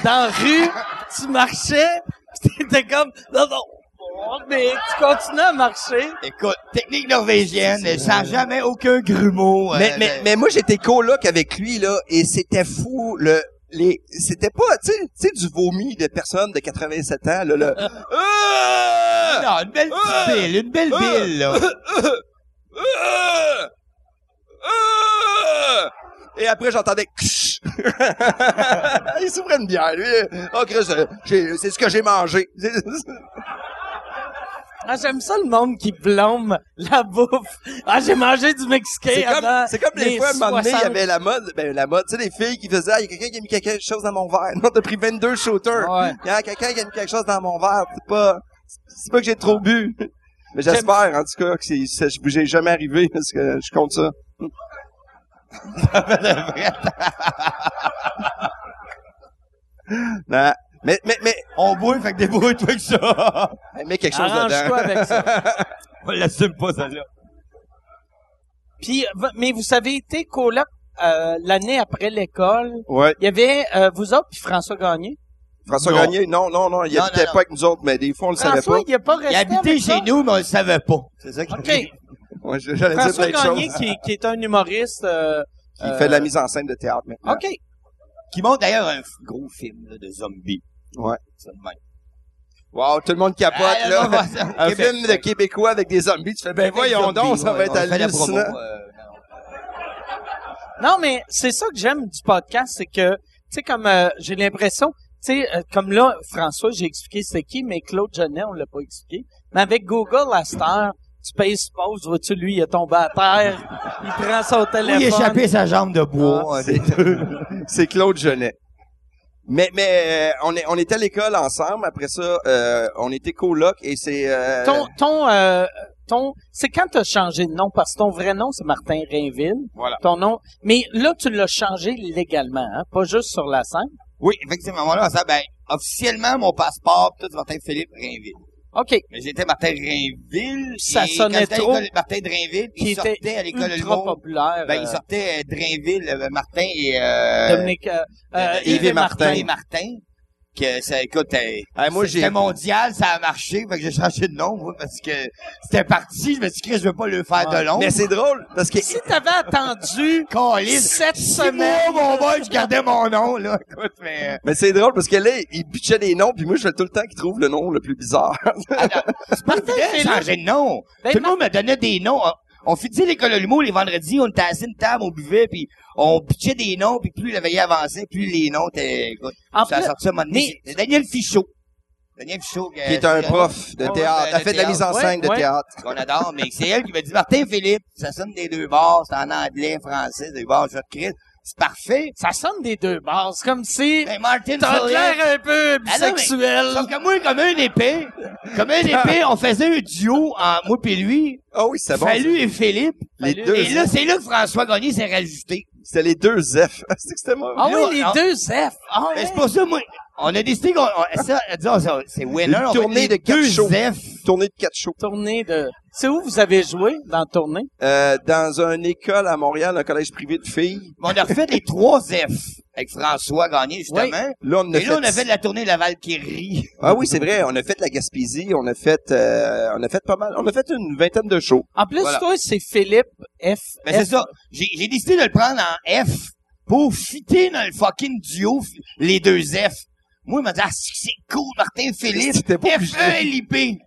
[SPEAKER 2] Dans la rue, tu marchais, pis t'étais comme, non, non, oh, mais tu continues à marcher.
[SPEAKER 4] Écoute, technique norvégienne, sans jamais aucun grumeau. euh,
[SPEAKER 3] mais, mais,
[SPEAKER 4] de-
[SPEAKER 3] mais moi, j'étais coloc avec lui, là, et c'était fou, le, les, c'était pas, tu sais, tu sais, du vomi de personnes de 87 ans, là, là. Ah!
[SPEAKER 4] Non, une belle petite
[SPEAKER 3] Euh,
[SPEAKER 4] bille, une belle
[SPEAKER 3] euh,
[SPEAKER 4] bille, là.
[SPEAKER 3] Ah! Ah! Et après, j'entendais Ksh! Il s'ouvrait une bière, lui. Oh, Chris, euh, j'ai- c'est ce que j'ai mangé.
[SPEAKER 2] Ah, j'aime ça le monde qui blâme la bouffe. Ah, j'ai mangé du Mexicain
[SPEAKER 3] C'est comme,
[SPEAKER 2] avant
[SPEAKER 3] c'est comme les
[SPEAKER 2] mes
[SPEAKER 3] fois, à un moment donné, il y
[SPEAKER 2] 60.
[SPEAKER 3] avait la mode, ben, la mode, tu sais, les filles qui faisaient, ah, il y a quelqu'un qui a mis quelque chose dans mon verre. Non, t'as pris 22 shooters.
[SPEAKER 2] Ouais.
[SPEAKER 3] Il y a quelqu'un qui a mis quelque chose dans mon verre. C'est pas, c'est pas que j'ai trop bu. Mais j'espère, en tout cas, que c'est, ça- j'ai jamais arrivé, parce que je compte ça. Non. Mais, mais, mais,
[SPEAKER 4] On boit, fait que débrouille-toi avec ça.
[SPEAKER 3] mets quelque chose
[SPEAKER 2] Arrange-toi
[SPEAKER 3] dedans.
[SPEAKER 2] avec ça.
[SPEAKER 4] On l'assume pas, ça, là.
[SPEAKER 2] Puis, v- mais vous avez été coloc euh, l'année après l'école.
[SPEAKER 3] Ouais.
[SPEAKER 2] Il y avait euh, vous autres puis François Gagné.
[SPEAKER 3] François
[SPEAKER 4] Non.
[SPEAKER 3] Gagné, non, non, non, il
[SPEAKER 4] Non,
[SPEAKER 3] habitait
[SPEAKER 4] non, non.
[SPEAKER 3] pas avec nous autres, mais des fois, on le savait
[SPEAKER 2] François,
[SPEAKER 3] pas.
[SPEAKER 2] il a pas resté
[SPEAKER 4] Il habitait
[SPEAKER 2] avec
[SPEAKER 4] chez
[SPEAKER 2] toi?
[SPEAKER 4] nous, mais on le savait pas. C'est ça qui
[SPEAKER 2] OK.
[SPEAKER 3] Ouais, J'allais dire
[SPEAKER 2] François
[SPEAKER 3] plein de
[SPEAKER 2] Gagné,
[SPEAKER 3] choses.
[SPEAKER 2] qui, qui est un humoriste. euh,
[SPEAKER 3] Qui
[SPEAKER 2] euh,
[SPEAKER 3] fait de la mise en scène de théâtre maintenant.
[SPEAKER 2] OK.
[SPEAKER 4] Qui montre d'ailleurs un f- gros film, là, de zombies.
[SPEAKER 3] Ouais.
[SPEAKER 4] Ça de même.
[SPEAKER 3] Wow, tout le monde capote,
[SPEAKER 4] Ah,
[SPEAKER 3] là.
[SPEAKER 4] non, non, ça,
[SPEAKER 3] Un
[SPEAKER 4] Québec.
[SPEAKER 3] film de Québécois avec des zombies. Tu fais, ben voyons donc, ça va être
[SPEAKER 4] à la promo.
[SPEAKER 3] hallucinant.
[SPEAKER 4] euh,
[SPEAKER 2] Non, mais c'est ça que j'aime du podcast, c'est que, tu sais, comme euh, j'ai l'impression, tu sais, euh, comme là, François, j'ai expliqué c'est qui, mais Claude Genet, on l'a pas expliqué. Mais avec Google à cette heure, tu payes pause, vois-tu, lui, il est tombé à terre, il prend son téléphone.
[SPEAKER 4] Oui, échapper sa jambe de bois. hein,
[SPEAKER 3] C'est- C'est Claude Genet. Mais, mais euh, on, est, on était à l'école ensemble. Après ça, euh, on était coloc et c'est... euh,
[SPEAKER 2] Ton, ton, euh, ton, c'est quand t'as changé de nom, parce que ton vrai nom, c'est Martin Rainville.
[SPEAKER 3] Voilà.
[SPEAKER 2] Ton nom, mais là, tu l'as changé légalement, hein, pas juste sur la scène.
[SPEAKER 4] Oui, effectivement, moi, là, ça, ben, officiellement, mon passeport, tout, c'est Martin Philippe Rainville.
[SPEAKER 2] OK.
[SPEAKER 4] Mais j'étais Martin Rainville.
[SPEAKER 2] Ça
[SPEAKER 4] et
[SPEAKER 2] sonnait
[SPEAKER 4] quand j'étais à
[SPEAKER 2] trop.
[SPEAKER 4] l'école Martin Drainville,
[SPEAKER 2] Qui
[SPEAKER 4] il
[SPEAKER 2] était
[SPEAKER 4] sortait à l'école Le
[SPEAKER 2] ultra
[SPEAKER 4] Monde.
[SPEAKER 2] populaire.
[SPEAKER 4] Ben,
[SPEAKER 2] euh,
[SPEAKER 4] il sortait euh, Drainville, euh, Martin et, euh,
[SPEAKER 2] Dominique, euh, euh,
[SPEAKER 4] euh,
[SPEAKER 2] Yves et Martin.
[SPEAKER 4] et Martin. Que ça, écoute, euh,
[SPEAKER 3] Ah, moi, j'ai-
[SPEAKER 4] c'était mondial, ça a marché, fait que j'ai changé de nom, moi, parce que c'était parti, je me suis dit, Chris, je veux pas le faire
[SPEAKER 2] Ouais.
[SPEAKER 4] de long.
[SPEAKER 3] Mais c'est drôle parce que...
[SPEAKER 2] Si t'avais attendu
[SPEAKER 4] Caliste.
[SPEAKER 2] sept
[SPEAKER 4] Six mois,
[SPEAKER 2] semaines,
[SPEAKER 4] mon boy, je gardais mon nom, là, écoute, mais... euh,
[SPEAKER 3] Mais c'est drôle parce que là, il pitchait des noms, puis moi, je fais tout le temps qu'il trouve le nom le plus bizarre.
[SPEAKER 2] Martin
[SPEAKER 4] J'ai
[SPEAKER 2] Philippe,
[SPEAKER 4] changé de nom.
[SPEAKER 2] Ben,
[SPEAKER 4] Tout le monde me donnait des noms. On- On finissait l'école de l'humour les vendredis, on était assis à une table, on buvait, puis on pitchait des noms, puis plus la veillée avançait, plus les noms étaient... écoute,
[SPEAKER 2] En
[SPEAKER 4] ça a
[SPEAKER 2] plus-
[SPEAKER 4] sorti un moment donné. C'est Daniel Fichot. Daniel euh, Fichot.
[SPEAKER 3] qui est un prof de
[SPEAKER 4] Ouais,
[SPEAKER 3] théâtre.
[SPEAKER 4] de-
[SPEAKER 3] Elle fait de la
[SPEAKER 4] théâtre.
[SPEAKER 3] mise en
[SPEAKER 2] Ouais,
[SPEAKER 3] scène de
[SPEAKER 2] ouais.
[SPEAKER 3] théâtre.
[SPEAKER 4] Qu'on adore, mais c'est elle qui m'a dit, Martin Philippe, ça sonne des deux bars, c'est en anglais, français, des bars, je te crie. C'est parfait.
[SPEAKER 2] ça sonne des deux bases, comme si
[SPEAKER 4] Ben, Martin
[SPEAKER 2] t'as
[SPEAKER 4] Philippe.
[SPEAKER 2] l'air un peu
[SPEAKER 4] Ah non, mais-
[SPEAKER 2] bisexuel.
[SPEAKER 4] Sauf que moi, comme un épée, Comme un épée, on faisait un duo en moi et lui.
[SPEAKER 3] Ah oui, c'était bon.
[SPEAKER 4] Fallu et Philippe.
[SPEAKER 3] Les
[SPEAKER 2] Fallu.
[SPEAKER 3] deux,
[SPEAKER 4] Et là, c'est là que François Gagné s'est rajouté.
[SPEAKER 3] c'était les deux F. c'est que c'était moi.
[SPEAKER 2] Ah oui,
[SPEAKER 4] Non,
[SPEAKER 2] les
[SPEAKER 4] non.
[SPEAKER 2] deux F. Ah
[SPEAKER 4] Mais Ben, c'est
[SPEAKER 2] oui.
[SPEAKER 4] pour ça, moi, on a décidé qu'on, on- ça, disons, ça, c'est winner.
[SPEAKER 3] Une
[SPEAKER 4] on fait
[SPEAKER 3] tournée
[SPEAKER 4] des
[SPEAKER 3] de quatre
[SPEAKER 4] deux
[SPEAKER 3] shows.
[SPEAKER 4] F.
[SPEAKER 3] Tournée de quatre shows.
[SPEAKER 2] Tournée de... C'est où vous avez joué dans la tournée?
[SPEAKER 3] Euh, dans une école à Montréal, un collège privé de filles.
[SPEAKER 4] Mais on a refait les trois F avec François Gagné, justement.
[SPEAKER 3] Là, on a
[SPEAKER 4] Et là,
[SPEAKER 3] fait...
[SPEAKER 4] on a fait de la tournée de la Valkyrie.
[SPEAKER 3] Ah oui, c'est vrai. On a fait la Gaspésie. On a fait, euh, on a fait pas mal. On a fait une vingtaine de shows.
[SPEAKER 2] En plus,
[SPEAKER 4] Voilà.
[SPEAKER 2] toi, c'est Philippe F.
[SPEAKER 4] Mais Ben, c'est
[SPEAKER 2] F.
[SPEAKER 4] ça. J'ai j'ai décidé de le prendre en F pour fitter dans le fucking duo f- les deux F. Moi, il m'a dit, ah, c'est c'est cool, Martin Philippe.
[SPEAKER 3] C'était pas
[SPEAKER 4] f e l i p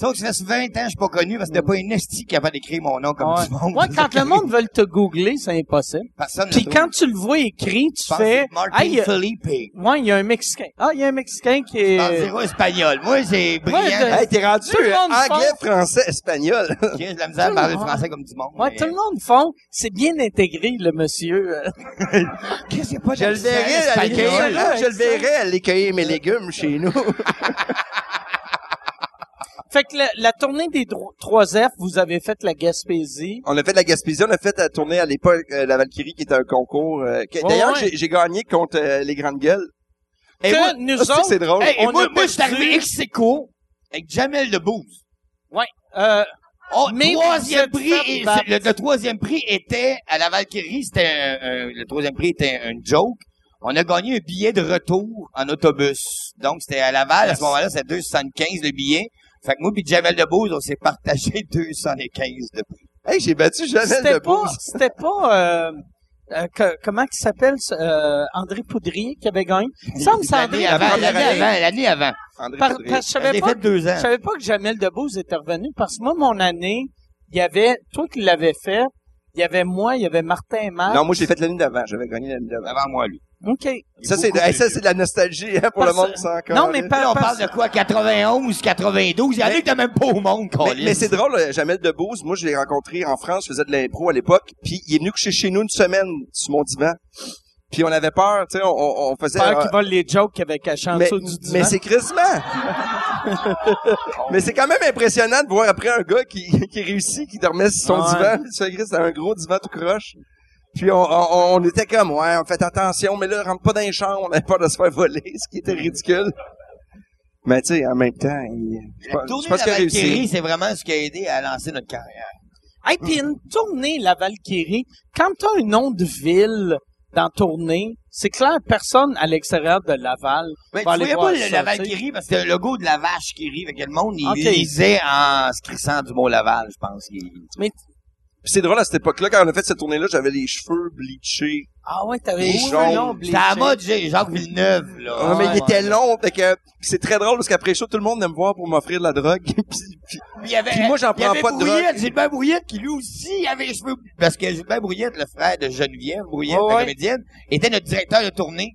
[SPEAKER 4] Sauf que ça fait 20 ans que je suis pas connu parce que c'était pas une esti capable d'écrire mon nom comme
[SPEAKER 2] Ouais.
[SPEAKER 4] du monde.
[SPEAKER 2] Moi, quand le monde veut te googler, c'est impossible.
[SPEAKER 4] Personne
[SPEAKER 2] Puis
[SPEAKER 4] ne
[SPEAKER 2] quand tu le vois écrit, tu
[SPEAKER 4] trouve.
[SPEAKER 2] fais...
[SPEAKER 4] Je pense que c'est
[SPEAKER 2] Ah, il y
[SPEAKER 4] Martin
[SPEAKER 2] a-
[SPEAKER 4] Philippe.
[SPEAKER 2] Ouais, il y a un Mexicain. Ah, il y a un Mexicain qui est...
[SPEAKER 4] Dans zéro espagnol. Moi, c'est brillant.
[SPEAKER 2] Ouais, de-
[SPEAKER 4] Hey,
[SPEAKER 3] Hey, t'es rendu
[SPEAKER 2] Tout le monde
[SPEAKER 3] euh, anglais,
[SPEAKER 2] pense-
[SPEAKER 3] français, espagnol.
[SPEAKER 4] J'ai de la misère à
[SPEAKER 2] tout
[SPEAKER 4] parler
[SPEAKER 2] le monde-
[SPEAKER 4] français comme du monde.
[SPEAKER 2] Ouais,
[SPEAKER 4] mais-
[SPEAKER 2] tout le monde font. C'est bien intégré, le monsieur. euh.
[SPEAKER 4] Qu'est-ce qu'il y a pas
[SPEAKER 3] Je le verrai à
[SPEAKER 2] Espagnol,
[SPEAKER 3] l'écueil.
[SPEAKER 2] là,
[SPEAKER 3] hein? Je le verrai aller cueillir mes légumes chez nous.
[SPEAKER 2] Fait que la, la tournée des dro- trois F, vous avez fait la Gaspésie.
[SPEAKER 3] On a fait de la Gaspésie, on a fait la tournée à l'époque euh, la Valkyrie qui était un concours. euh, que-
[SPEAKER 2] Ouais,
[SPEAKER 3] D'ailleurs,
[SPEAKER 2] ouais.
[SPEAKER 3] j'ai- j'ai gagné contre euh, les grandes gueules.
[SPEAKER 2] Que
[SPEAKER 4] Et moi,
[SPEAKER 2] nous
[SPEAKER 3] Ça,
[SPEAKER 2] autres,
[SPEAKER 3] c'est drôle.
[SPEAKER 4] hey, et
[SPEAKER 2] on
[SPEAKER 4] moi,
[SPEAKER 2] a
[SPEAKER 4] moi, je suis
[SPEAKER 2] perdu-
[SPEAKER 4] arrivé ex aequo avec Jamel Debbouze.
[SPEAKER 2] euh,
[SPEAKER 4] Oh,
[SPEAKER 2] Mais
[SPEAKER 4] troisième
[SPEAKER 2] vous êtes
[SPEAKER 4] prix, et-
[SPEAKER 2] fait
[SPEAKER 4] le, le troisième prix était à la Valkyrie, c'était un- un- le troisième prix était un joke. On a gagné un billet de retour en autobus. Donc c'était à Laval à ce moment-là, c'était 275 le billet. Fait que moi puis Jamel Debbouze, on s'est partagé 215 de prix.
[SPEAKER 3] Hey, j'ai battu Jamel
[SPEAKER 2] c'était pas,
[SPEAKER 3] Debbouze.
[SPEAKER 2] c'était pas, euh, euh, que- comment il s'appelle, ce- euh, André Poudrier qui avait gagné. Il me semble que c'est André
[SPEAKER 4] L'année
[SPEAKER 3] la
[SPEAKER 4] avant,
[SPEAKER 3] première
[SPEAKER 4] l'année
[SPEAKER 3] année.
[SPEAKER 4] avant, l'année avant.
[SPEAKER 3] André
[SPEAKER 2] Par-
[SPEAKER 3] Poudrier.
[SPEAKER 2] parce que je savais
[SPEAKER 4] J'ai
[SPEAKER 2] pas,
[SPEAKER 4] fait deux
[SPEAKER 2] je
[SPEAKER 4] ans.
[SPEAKER 2] savais pas que Jamel Debbouze était revenu parce que moi, mon année, il y avait, toi qui l'avais fait, il y avait moi, il y avait Martin et Marc.
[SPEAKER 3] Non, moi, j'ai fait l'année d'avant. J'avais gagné l'année d'avant.
[SPEAKER 4] Avant moi, lui.
[SPEAKER 2] OK.
[SPEAKER 3] Ça, c'est hey, ça, c'est de la nostalgie hein, pour
[SPEAKER 2] Parce-
[SPEAKER 3] le monde qui s'en
[SPEAKER 2] Non, mais
[SPEAKER 3] calait.
[SPEAKER 2] par-
[SPEAKER 4] Là, on
[SPEAKER 2] par-
[SPEAKER 4] parle de quoi? 91, 92? Il y en a qui étaient même pas au monde,
[SPEAKER 3] Mais,
[SPEAKER 4] Colin.
[SPEAKER 3] mais c'est drôle, euh, Jamel Debbouze, moi je l'ai rencontré en France, je faisais de l'impro à l'époque, puis il est venu coucher chez nous une semaine sur mon divan. Puis on avait peur, tu sais, on- on, on faisait...
[SPEAKER 2] peur
[SPEAKER 3] euh,
[SPEAKER 2] qu'il vole les jokes avec la en
[SPEAKER 3] mais
[SPEAKER 2] dessous du divan.
[SPEAKER 3] mais c'est crissement! mais c'est quand même impressionnant de voir après un gars qui, qui réussit, qui dormait sur son
[SPEAKER 2] Ouais.
[SPEAKER 3] divan, puis tu fais, Chris, c'est un gros divan tout croche. Puis on, on, on était comme, ouais, on fait attention, mais là, rentre pas dans les chambres, on avait peur de se faire voler, ce qui était ridicule. Mais tu sais, en même temps, il- je
[SPEAKER 4] La
[SPEAKER 3] pense, je
[SPEAKER 4] tournée
[SPEAKER 3] pense
[SPEAKER 4] de
[SPEAKER 3] qu'il a
[SPEAKER 4] la
[SPEAKER 3] réussi.
[SPEAKER 4] Valkyrie, c'est vraiment ce qui a aidé à lancer notre carrière.
[SPEAKER 2] Hey, puis une tournée, la Valkyrie, quand t'as un nom de ville dans tournée, c'est clair, personne à l'extérieur de Laval va
[SPEAKER 4] Ben, tu
[SPEAKER 2] aller
[SPEAKER 4] voyais
[SPEAKER 2] voir
[SPEAKER 4] pas
[SPEAKER 2] ça,
[SPEAKER 4] le Laval
[SPEAKER 2] tu sais.
[SPEAKER 4] qui rit parce que le logo de la vache qui rit, fait que le monde, il
[SPEAKER 3] Ah,
[SPEAKER 2] Ok.
[SPEAKER 4] lisait en se crissant du mot Laval, je pense. Il-
[SPEAKER 3] Puis c'est drôle à cette époque-là, quand on a fait cette tournée-là, j'avais les cheveux bleachés.
[SPEAKER 2] Ah ouais, t'avais
[SPEAKER 3] Les
[SPEAKER 2] les cheveux
[SPEAKER 3] jaunes.
[SPEAKER 2] longs,
[SPEAKER 4] C'était à la
[SPEAKER 2] bleachés.
[SPEAKER 4] mode J- Jacques Villeneuve, là.
[SPEAKER 3] Ah, mais
[SPEAKER 2] ouais.
[SPEAKER 3] il était long, fait que puis c'est très drôle parce qu'après le show, tout le monde venait me voir pour m'offrir de la drogue. Puis- puis-
[SPEAKER 4] Il y avait,
[SPEAKER 3] Puis moi, j'en
[SPEAKER 4] il y
[SPEAKER 3] prends
[SPEAKER 4] avait
[SPEAKER 3] pas de
[SPEAKER 4] Brouillette,
[SPEAKER 3] drogue.
[SPEAKER 4] Gilbert Brouillette, qui lui aussi avait les cheveux... Parce que Gilbert Brouillette, le frère de Geneviève Brouillette,
[SPEAKER 2] Ouais,
[SPEAKER 4] la
[SPEAKER 2] ouais.
[SPEAKER 4] comédienne, était notre directeur de tournée.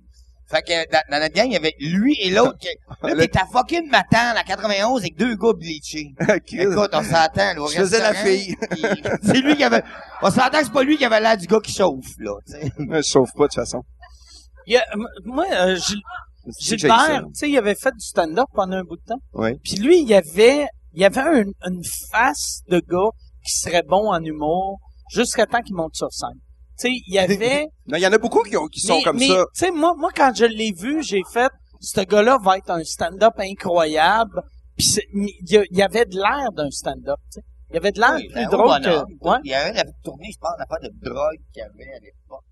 [SPEAKER 4] Fait que dans, dans notre gang, il y avait lui et l'autre. qui- Là,
[SPEAKER 3] Le-
[SPEAKER 4] t'es à fucking Matane, à 91, avec deux gars bleachés.
[SPEAKER 3] ah, Chris.
[SPEAKER 4] Écoute, on s'entend, là. au
[SPEAKER 3] Je faisais la
[SPEAKER 4] restaurant,
[SPEAKER 3] fille.
[SPEAKER 4] puis C'est lui qui avait. On s'entend que c'est pas lui qui avait l'air du gars qui chauffe, là, tu sais.
[SPEAKER 3] je chauffe pas de toute façon.
[SPEAKER 2] Il y a- m- moi, euh, Gil-
[SPEAKER 3] C'est que Ah, j'ai ça.
[SPEAKER 2] Gilbert, tu sais, il avait fait du stand-up pendant un bout de temps.
[SPEAKER 3] Oui.
[SPEAKER 2] Puis lui, il y avait, il y avait un- une face de gars qui serait bon en humour jusqu'à temps qu'il monte sur scène. Tu sais, il y avait...
[SPEAKER 3] Non, il y en a beaucoup qui, ont- qui sont comme
[SPEAKER 2] mais,
[SPEAKER 3] ça.
[SPEAKER 2] Tu sais, moi, moi, quand je l'ai vu, j'ai fait, ce gars-là va être un stand-up incroyable. Puis c'est- mais il y, a- il y avait de l'air d'un stand-up, tu sais. Il y avait de l'air
[SPEAKER 4] Oui,
[SPEAKER 2] plus
[SPEAKER 4] ben,
[SPEAKER 2] Ah, drôle
[SPEAKER 4] au
[SPEAKER 2] que...
[SPEAKER 4] bonhomme.
[SPEAKER 2] Ouais.
[SPEAKER 4] Il y avait la tournée, je pense, la part de drogue qu'il y avait à l'époque.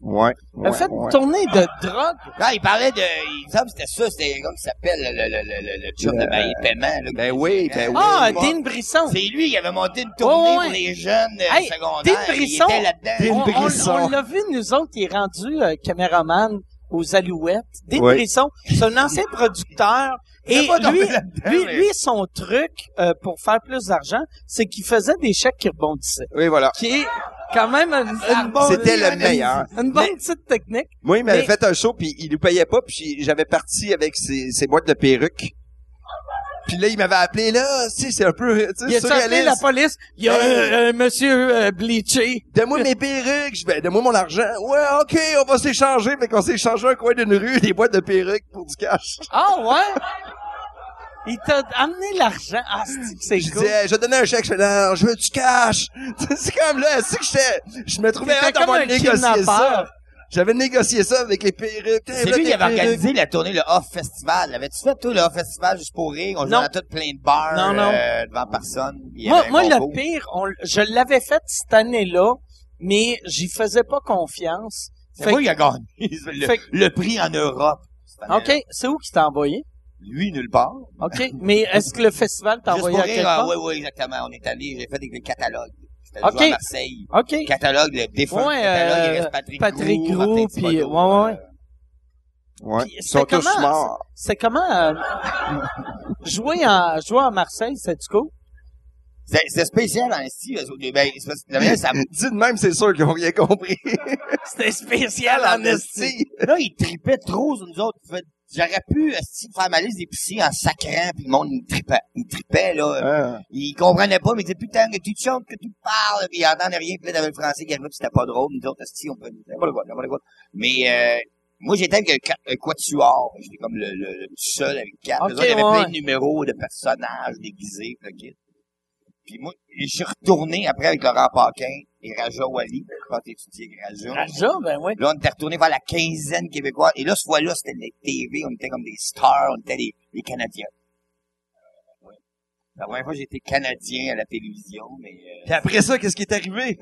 [SPEAKER 3] Ouais.
[SPEAKER 2] Il a
[SPEAKER 3] ouais,
[SPEAKER 2] fait
[SPEAKER 3] ouais.
[SPEAKER 2] une tournée de drogue.
[SPEAKER 4] Non, il parlait de. Il me semble que c'était ça, c'était comme ça s'appelle le, le, le, le, le chum de
[SPEAKER 3] Le-
[SPEAKER 4] Maillé Paiement, là.
[SPEAKER 3] Ben oui, ben oui.
[SPEAKER 2] Ah,
[SPEAKER 4] bon.
[SPEAKER 2] Dean Brisson.
[SPEAKER 4] C'est lui qui avait monté une tournée
[SPEAKER 2] Ouais, ouais.
[SPEAKER 4] pour les jeunes euh,
[SPEAKER 2] Hey,
[SPEAKER 4] secondaires.
[SPEAKER 2] Dean Brisson.
[SPEAKER 4] Il était là-dedans.
[SPEAKER 2] On,
[SPEAKER 3] Dean
[SPEAKER 2] on-
[SPEAKER 3] Brisson.
[SPEAKER 2] on l'a vu, nous autres, il est rendu euh, caméraman aux Alouettes. Dean
[SPEAKER 3] Oui.
[SPEAKER 2] Brisson, c'est un ancien producteur. Et
[SPEAKER 4] pas tombé
[SPEAKER 2] lui,
[SPEAKER 4] là-dedans,
[SPEAKER 2] lui,
[SPEAKER 4] mais-
[SPEAKER 2] lui, son truc euh, pour faire plus d'argent, c'est qu'il faisait des chèques qui rebondissaient.
[SPEAKER 3] Oui, voilà.
[SPEAKER 2] Qui est quand même une, une bonne...
[SPEAKER 3] C'était le
[SPEAKER 2] une-
[SPEAKER 3] meilleur.
[SPEAKER 2] Une bonne petite technique.
[SPEAKER 3] Moi, il m'avait
[SPEAKER 2] Mais-
[SPEAKER 3] fait un show, puis il nous payait pas, puis j'avais parti avec ses, ses boîtes de perruques. Puis là, il m'avait appelé, là, tu sais, c'est un peu, tu
[SPEAKER 2] Il
[SPEAKER 3] sais,
[SPEAKER 2] a appelé
[SPEAKER 3] surréaliste.
[SPEAKER 2] la police. Il y a
[SPEAKER 3] Hey.
[SPEAKER 2] euh, un monsieur euh, bleaché.
[SPEAKER 3] Donne-moi mes perruques, je vais, donne-moi mon argent. Ouais, ok, on va s'échanger, fait qu'on s'est échangé un coin d'une rue, des boîtes de perruques pour du cash.
[SPEAKER 2] Ah ouais? Il t'a amené l'argent. Ah, c'est que c'est
[SPEAKER 3] Je
[SPEAKER 2] cool.
[SPEAKER 3] disais, je donnais un chèque, je fais, non, je veux du cash. c'est comme là, c'est que j'étais, je me trouvais
[SPEAKER 2] T'étais
[SPEAKER 3] hâte d'avoir
[SPEAKER 2] comme un
[SPEAKER 3] négocié ça.
[SPEAKER 2] kidnappeur.
[SPEAKER 3] J'avais négocié ça avec les perruques. Putain,
[SPEAKER 4] C'est
[SPEAKER 3] là,
[SPEAKER 4] lui qui
[SPEAKER 3] tes
[SPEAKER 4] avait
[SPEAKER 3] perruques.
[SPEAKER 4] organisé la tournée, le Off Festival. L'avais-tu fait, toi, le Off Festival, juste pour rire? On jouait
[SPEAKER 2] Non.
[SPEAKER 4] à tout plein de bars,
[SPEAKER 2] Non, non.
[SPEAKER 4] euh, devant personne. puis il y
[SPEAKER 2] Moi,
[SPEAKER 4] avait un
[SPEAKER 2] moi
[SPEAKER 4] concours.
[SPEAKER 2] le pire, on l- je l'avais fait cette année-là, mais j'y faisais pas confiance.
[SPEAKER 4] C'est
[SPEAKER 2] Fait
[SPEAKER 4] moi qui a gagné le,
[SPEAKER 2] fait que-
[SPEAKER 4] le prix en Europe. cette année.
[SPEAKER 2] OK, c'est où qui t'a envoyé?
[SPEAKER 4] Lui, nulle part.
[SPEAKER 2] OK, mais est-ce que le festival t'a
[SPEAKER 4] Juste
[SPEAKER 2] envoyé
[SPEAKER 4] pour
[SPEAKER 2] à quelque
[SPEAKER 4] rire, ah,
[SPEAKER 2] part?
[SPEAKER 4] oui, oui, exactement. On est allé, j'ai fait avec le catalogue. C'était
[SPEAKER 2] Ok.
[SPEAKER 4] joué à Marseille.
[SPEAKER 2] OK.
[SPEAKER 4] Le catalogue, le défunt
[SPEAKER 2] Ouais,
[SPEAKER 4] catalogue, il
[SPEAKER 2] euh,
[SPEAKER 4] reste Patrick,
[SPEAKER 2] Patrick
[SPEAKER 4] Groux,
[SPEAKER 2] Groux,
[SPEAKER 4] Martin
[SPEAKER 2] puis-
[SPEAKER 4] Thibodeau,
[SPEAKER 2] ouais, ouais.
[SPEAKER 4] euh,
[SPEAKER 3] Ouais.
[SPEAKER 2] Puis
[SPEAKER 3] Ils sont
[SPEAKER 2] c'était
[SPEAKER 3] tous
[SPEAKER 2] comment,
[SPEAKER 3] morts.
[SPEAKER 2] C'est comment euh, jouer en jouer à Marseille, c'est du coup?
[SPEAKER 4] C'est c'est spécial, hein, si, eux autres, ben, c'est parce que la manière, ça
[SPEAKER 3] Dis de même, c'est sûr qu'ils ont rien compris.
[SPEAKER 2] C'était spécial en esti.
[SPEAKER 4] Là, il tripait trop sur nous autres. Fait- J'aurais pu euh, si, faire ma liste d'épiciers en sacrant, puis le monde, il me tripait. Il me tripait, là.
[SPEAKER 3] Ah.
[SPEAKER 4] Il comprenait pas, mais il disait, putain, que tu chantes, que tu parles, puis il entendait rien. Puis là, t'avais le français qui arrivait, puis c'était pas drôle. Nous autres, si, on peut... N'importe quoi, n'importe quoi. Mais, euh, moi, j'étais avec un, qua- un quatuor. J'étais comme le, le, le seul avec quatre.
[SPEAKER 2] Ok,
[SPEAKER 4] Les autres, il y avait
[SPEAKER 2] ouais.
[SPEAKER 4] plein de numéros de personnages déguisés, puis le kit. Puis moi, je suis retourné après avec Laurent Paquin et Raja Wali. Quand t'étudiais avec Raja.
[SPEAKER 2] Raja, ben oui.
[SPEAKER 4] Là, on était retourné vers la quinzaine québécoise. Et là, ce fois-là, c'était les TV. On était comme des stars. On était des, des Canadiens. Ouais. La première fois, j'étais Canadien à la télévision, mais... euh,
[SPEAKER 3] Puis après ça, qu'est-ce qui est arrivé?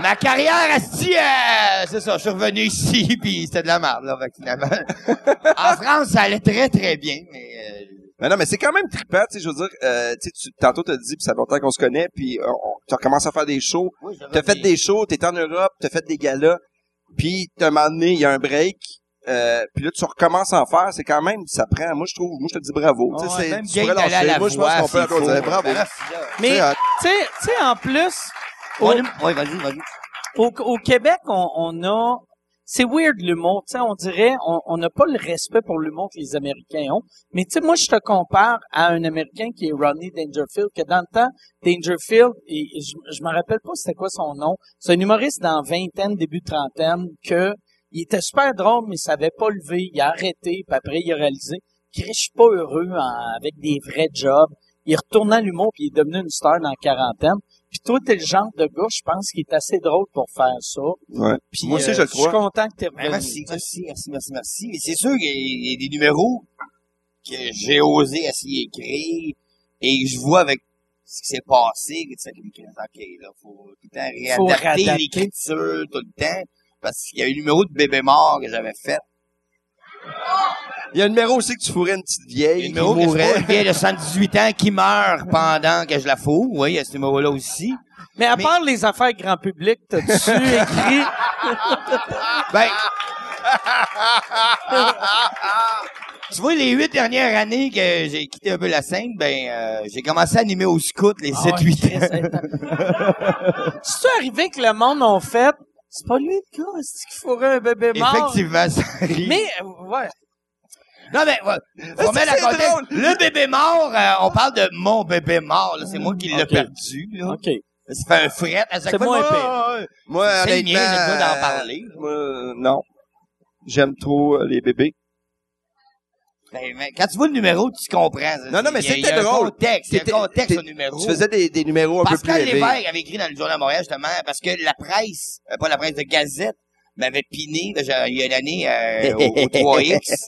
[SPEAKER 4] Ma carrière, asti, euh, c'est ça. Je suis revenu ici, puis c'était de la merde, là, fait que finalement. en France, ça allait très, très bien, mais... euh,
[SPEAKER 3] Mais non, mais c'est quand même trippant, tu sais, je veux dire, euh, tu sais, tu- tantôt t'as dit, puis ça fait longtemps qu'on se connaît, puis euh, on- t'as commencé à faire des shows,
[SPEAKER 4] oui, j'avais
[SPEAKER 3] t'as fait des shows, t'es en Europe, t'as fait des galas, puis t'as un moment donné, il y a un break, euh, puis là, tu recommences à en faire, c'est quand même, ça prend, moi, je trouve, moi, je te dis bravo, tu sais,
[SPEAKER 2] Ouais,
[SPEAKER 3] c'est,
[SPEAKER 4] Ah Même
[SPEAKER 3] tu
[SPEAKER 4] gang
[SPEAKER 3] pourrais
[SPEAKER 4] d'aller à
[SPEAKER 3] lâcher.
[SPEAKER 4] la
[SPEAKER 3] moi, je
[SPEAKER 4] voix,
[SPEAKER 3] pense qu'on peut
[SPEAKER 4] c'est Ah, faux.
[SPEAKER 3] applaudir, bravo.
[SPEAKER 4] Bref, là.
[SPEAKER 2] Mais,
[SPEAKER 3] C'est hot.
[SPEAKER 2] tu sais, tu sais, en plus,
[SPEAKER 4] On
[SPEAKER 2] au,
[SPEAKER 4] est- Ouais, vas-y, vas-y.
[SPEAKER 2] au, au Québec, on, on a... C'est weird l'humour, tu sais, on dirait, on on n'a pas le respect pour l'humour que les Américains ont. Mais tu sais, moi, je te compare à un Américain qui est Rodney Dangerfield, que dans le temps, Dangerfield, et, et je, je me rappelle pas c'était quoi son nom, c'est un humoriste dans vingtaine, début trentaine, que il était super drôle, mais il savait pas lever, il a arrêté, puis après, il a réalisé qu'il je suis pas heureux en- avec des vrais jobs. Il est retourné à l'humour, puis il est devenu une star dans la quarantaine. Puis toi, t'es le genre de gars, je pense, qui est assez drôle pour faire ça.
[SPEAKER 3] Ouais.
[SPEAKER 2] Puis,
[SPEAKER 3] Moi aussi,
[SPEAKER 2] euh,
[SPEAKER 3] je le
[SPEAKER 2] Je suis
[SPEAKER 3] crois.
[SPEAKER 2] content que t'es
[SPEAKER 4] Ben,
[SPEAKER 2] revenu.
[SPEAKER 4] merci, merci, merci, merci, merci. Mais c'est sûr qu'il y a des numéros que j'ai osé essayer d'écrire et que je vois avec ce qui s'est passé, que tu sais, comme, OK, là, faut tout le temps
[SPEAKER 2] Faut
[SPEAKER 4] réadapter
[SPEAKER 2] réadapter.
[SPEAKER 4] l'écriture tout le temps. Parce qu'il y a un numéro de bébé mort que j'avais fait.
[SPEAKER 3] Il y a un numéro aussi que tu fourrais une petite
[SPEAKER 4] Il y a un
[SPEAKER 3] vieille qui
[SPEAKER 4] numéro que je vois,
[SPEAKER 3] mourait.
[SPEAKER 4] une vieille de 118 ans qui meurt pendant que je la fous. Oui, il y a ce numéro-là aussi.
[SPEAKER 2] Mais à
[SPEAKER 4] Mais-
[SPEAKER 2] part les affaires grand public, t'as-tu écrit...
[SPEAKER 4] Ben. tu vois, les huit dernières années que j'ai quitté un peu la scène, ben, euh, j'ai commencé à animer au scout les
[SPEAKER 2] Ah ouais,
[SPEAKER 4] 7-8 ans.
[SPEAKER 2] Chris, attends. C'est-tu arrivé que le monde ont fait, c'est pas lui le gars, c'est qu'il fourrait un bébé mort?
[SPEAKER 4] Effectivement, ça arrive.
[SPEAKER 2] Mais, euh, ouais.
[SPEAKER 4] Non, mais, ouais, faut
[SPEAKER 3] Ça,
[SPEAKER 4] mettre la
[SPEAKER 3] c'est
[SPEAKER 4] contexte.
[SPEAKER 3] drôle.
[SPEAKER 4] Le bébé mort, euh, on parle de mon bébé mort, là. C'est moi qui l'ai
[SPEAKER 2] ok.
[SPEAKER 4] perdu, là.
[SPEAKER 2] OK.
[SPEAKER 4] Ça fait un fret à chaque
[SPEAKER 2] C'est moins
[SPEAKER 4] fois. Ouais, ouais.
[SPEAKER 3] Moi,
[SPEAKER 4] C'est le
[SPEAKER 3] honnêtement,
[SPEAKER 4] mien, j'ai le droit d'en
[SPEAKER 3] euh,
[SPEAKER 4] parler.
[SPEAKER 3] moi, euh, non. J'aime trop euh, les bébés.
[SPEAKER 4] Ben, ben, quand tu vois le numéro, tu comprends. ça.
[SPEAKER 3] Non, non, mais
[SPEAKER 4] Il y a-
[SPEAKER 3] c'était
[SPEAKER 4] il y a un
[SPEAKER 3] drôle.
[SPEAKER 4] contexte, il y a
[SPEAKER 3] T'étais-
[SPEAKER 4] un contexte au
[SPEAKER 3] t'es-
[SPEAKER 4] numéro.
[SPEAKER 3] Tu faisais des, des numéros un peu
[SPEAKER 4] Pascal
[SPEAKER 3] plus élevés.
[SPEAKER 4] Lévesque avait écrit dans le Journal de Montréal, justement, parce que la presse, euh, pas la presse de Gazette, m'avait piné, là, j'ai- il y a une année, euh, au, au 3X.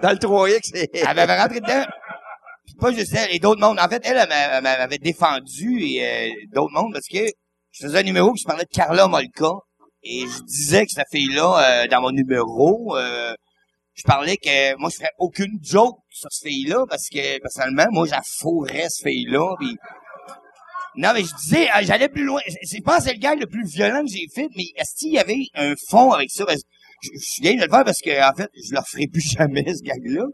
[SPEAKER 3] Dans le 3X, c'est-
[SPEAKER 4] Elle m'avait rentré dedans. Puis pas juste elle, et d'autres mondes. En fait, elle, elle m'a- elle m'avait défendu, et euh, d'autres mondes, parce que je faisais un numéro qui je parlais de Carla Molka. Et je disais que cette fille-là, euh, dans mon numéro, euh, je parlais que moi, je ferais aucune joke sur cette fille-là, parce que, personnellement, moi, je la fourrais, cette fille-là, puis Non, mais je disais, euh, j'allais plus loin. C'est- C'est pas c'est le gars le plus violent que j'ai fait, mais est-ce qu'il y avait un fond avec ça? Parce que je, je suis bien de le faire parce que, en fait, je le ferai plus jamais, ce gag-là.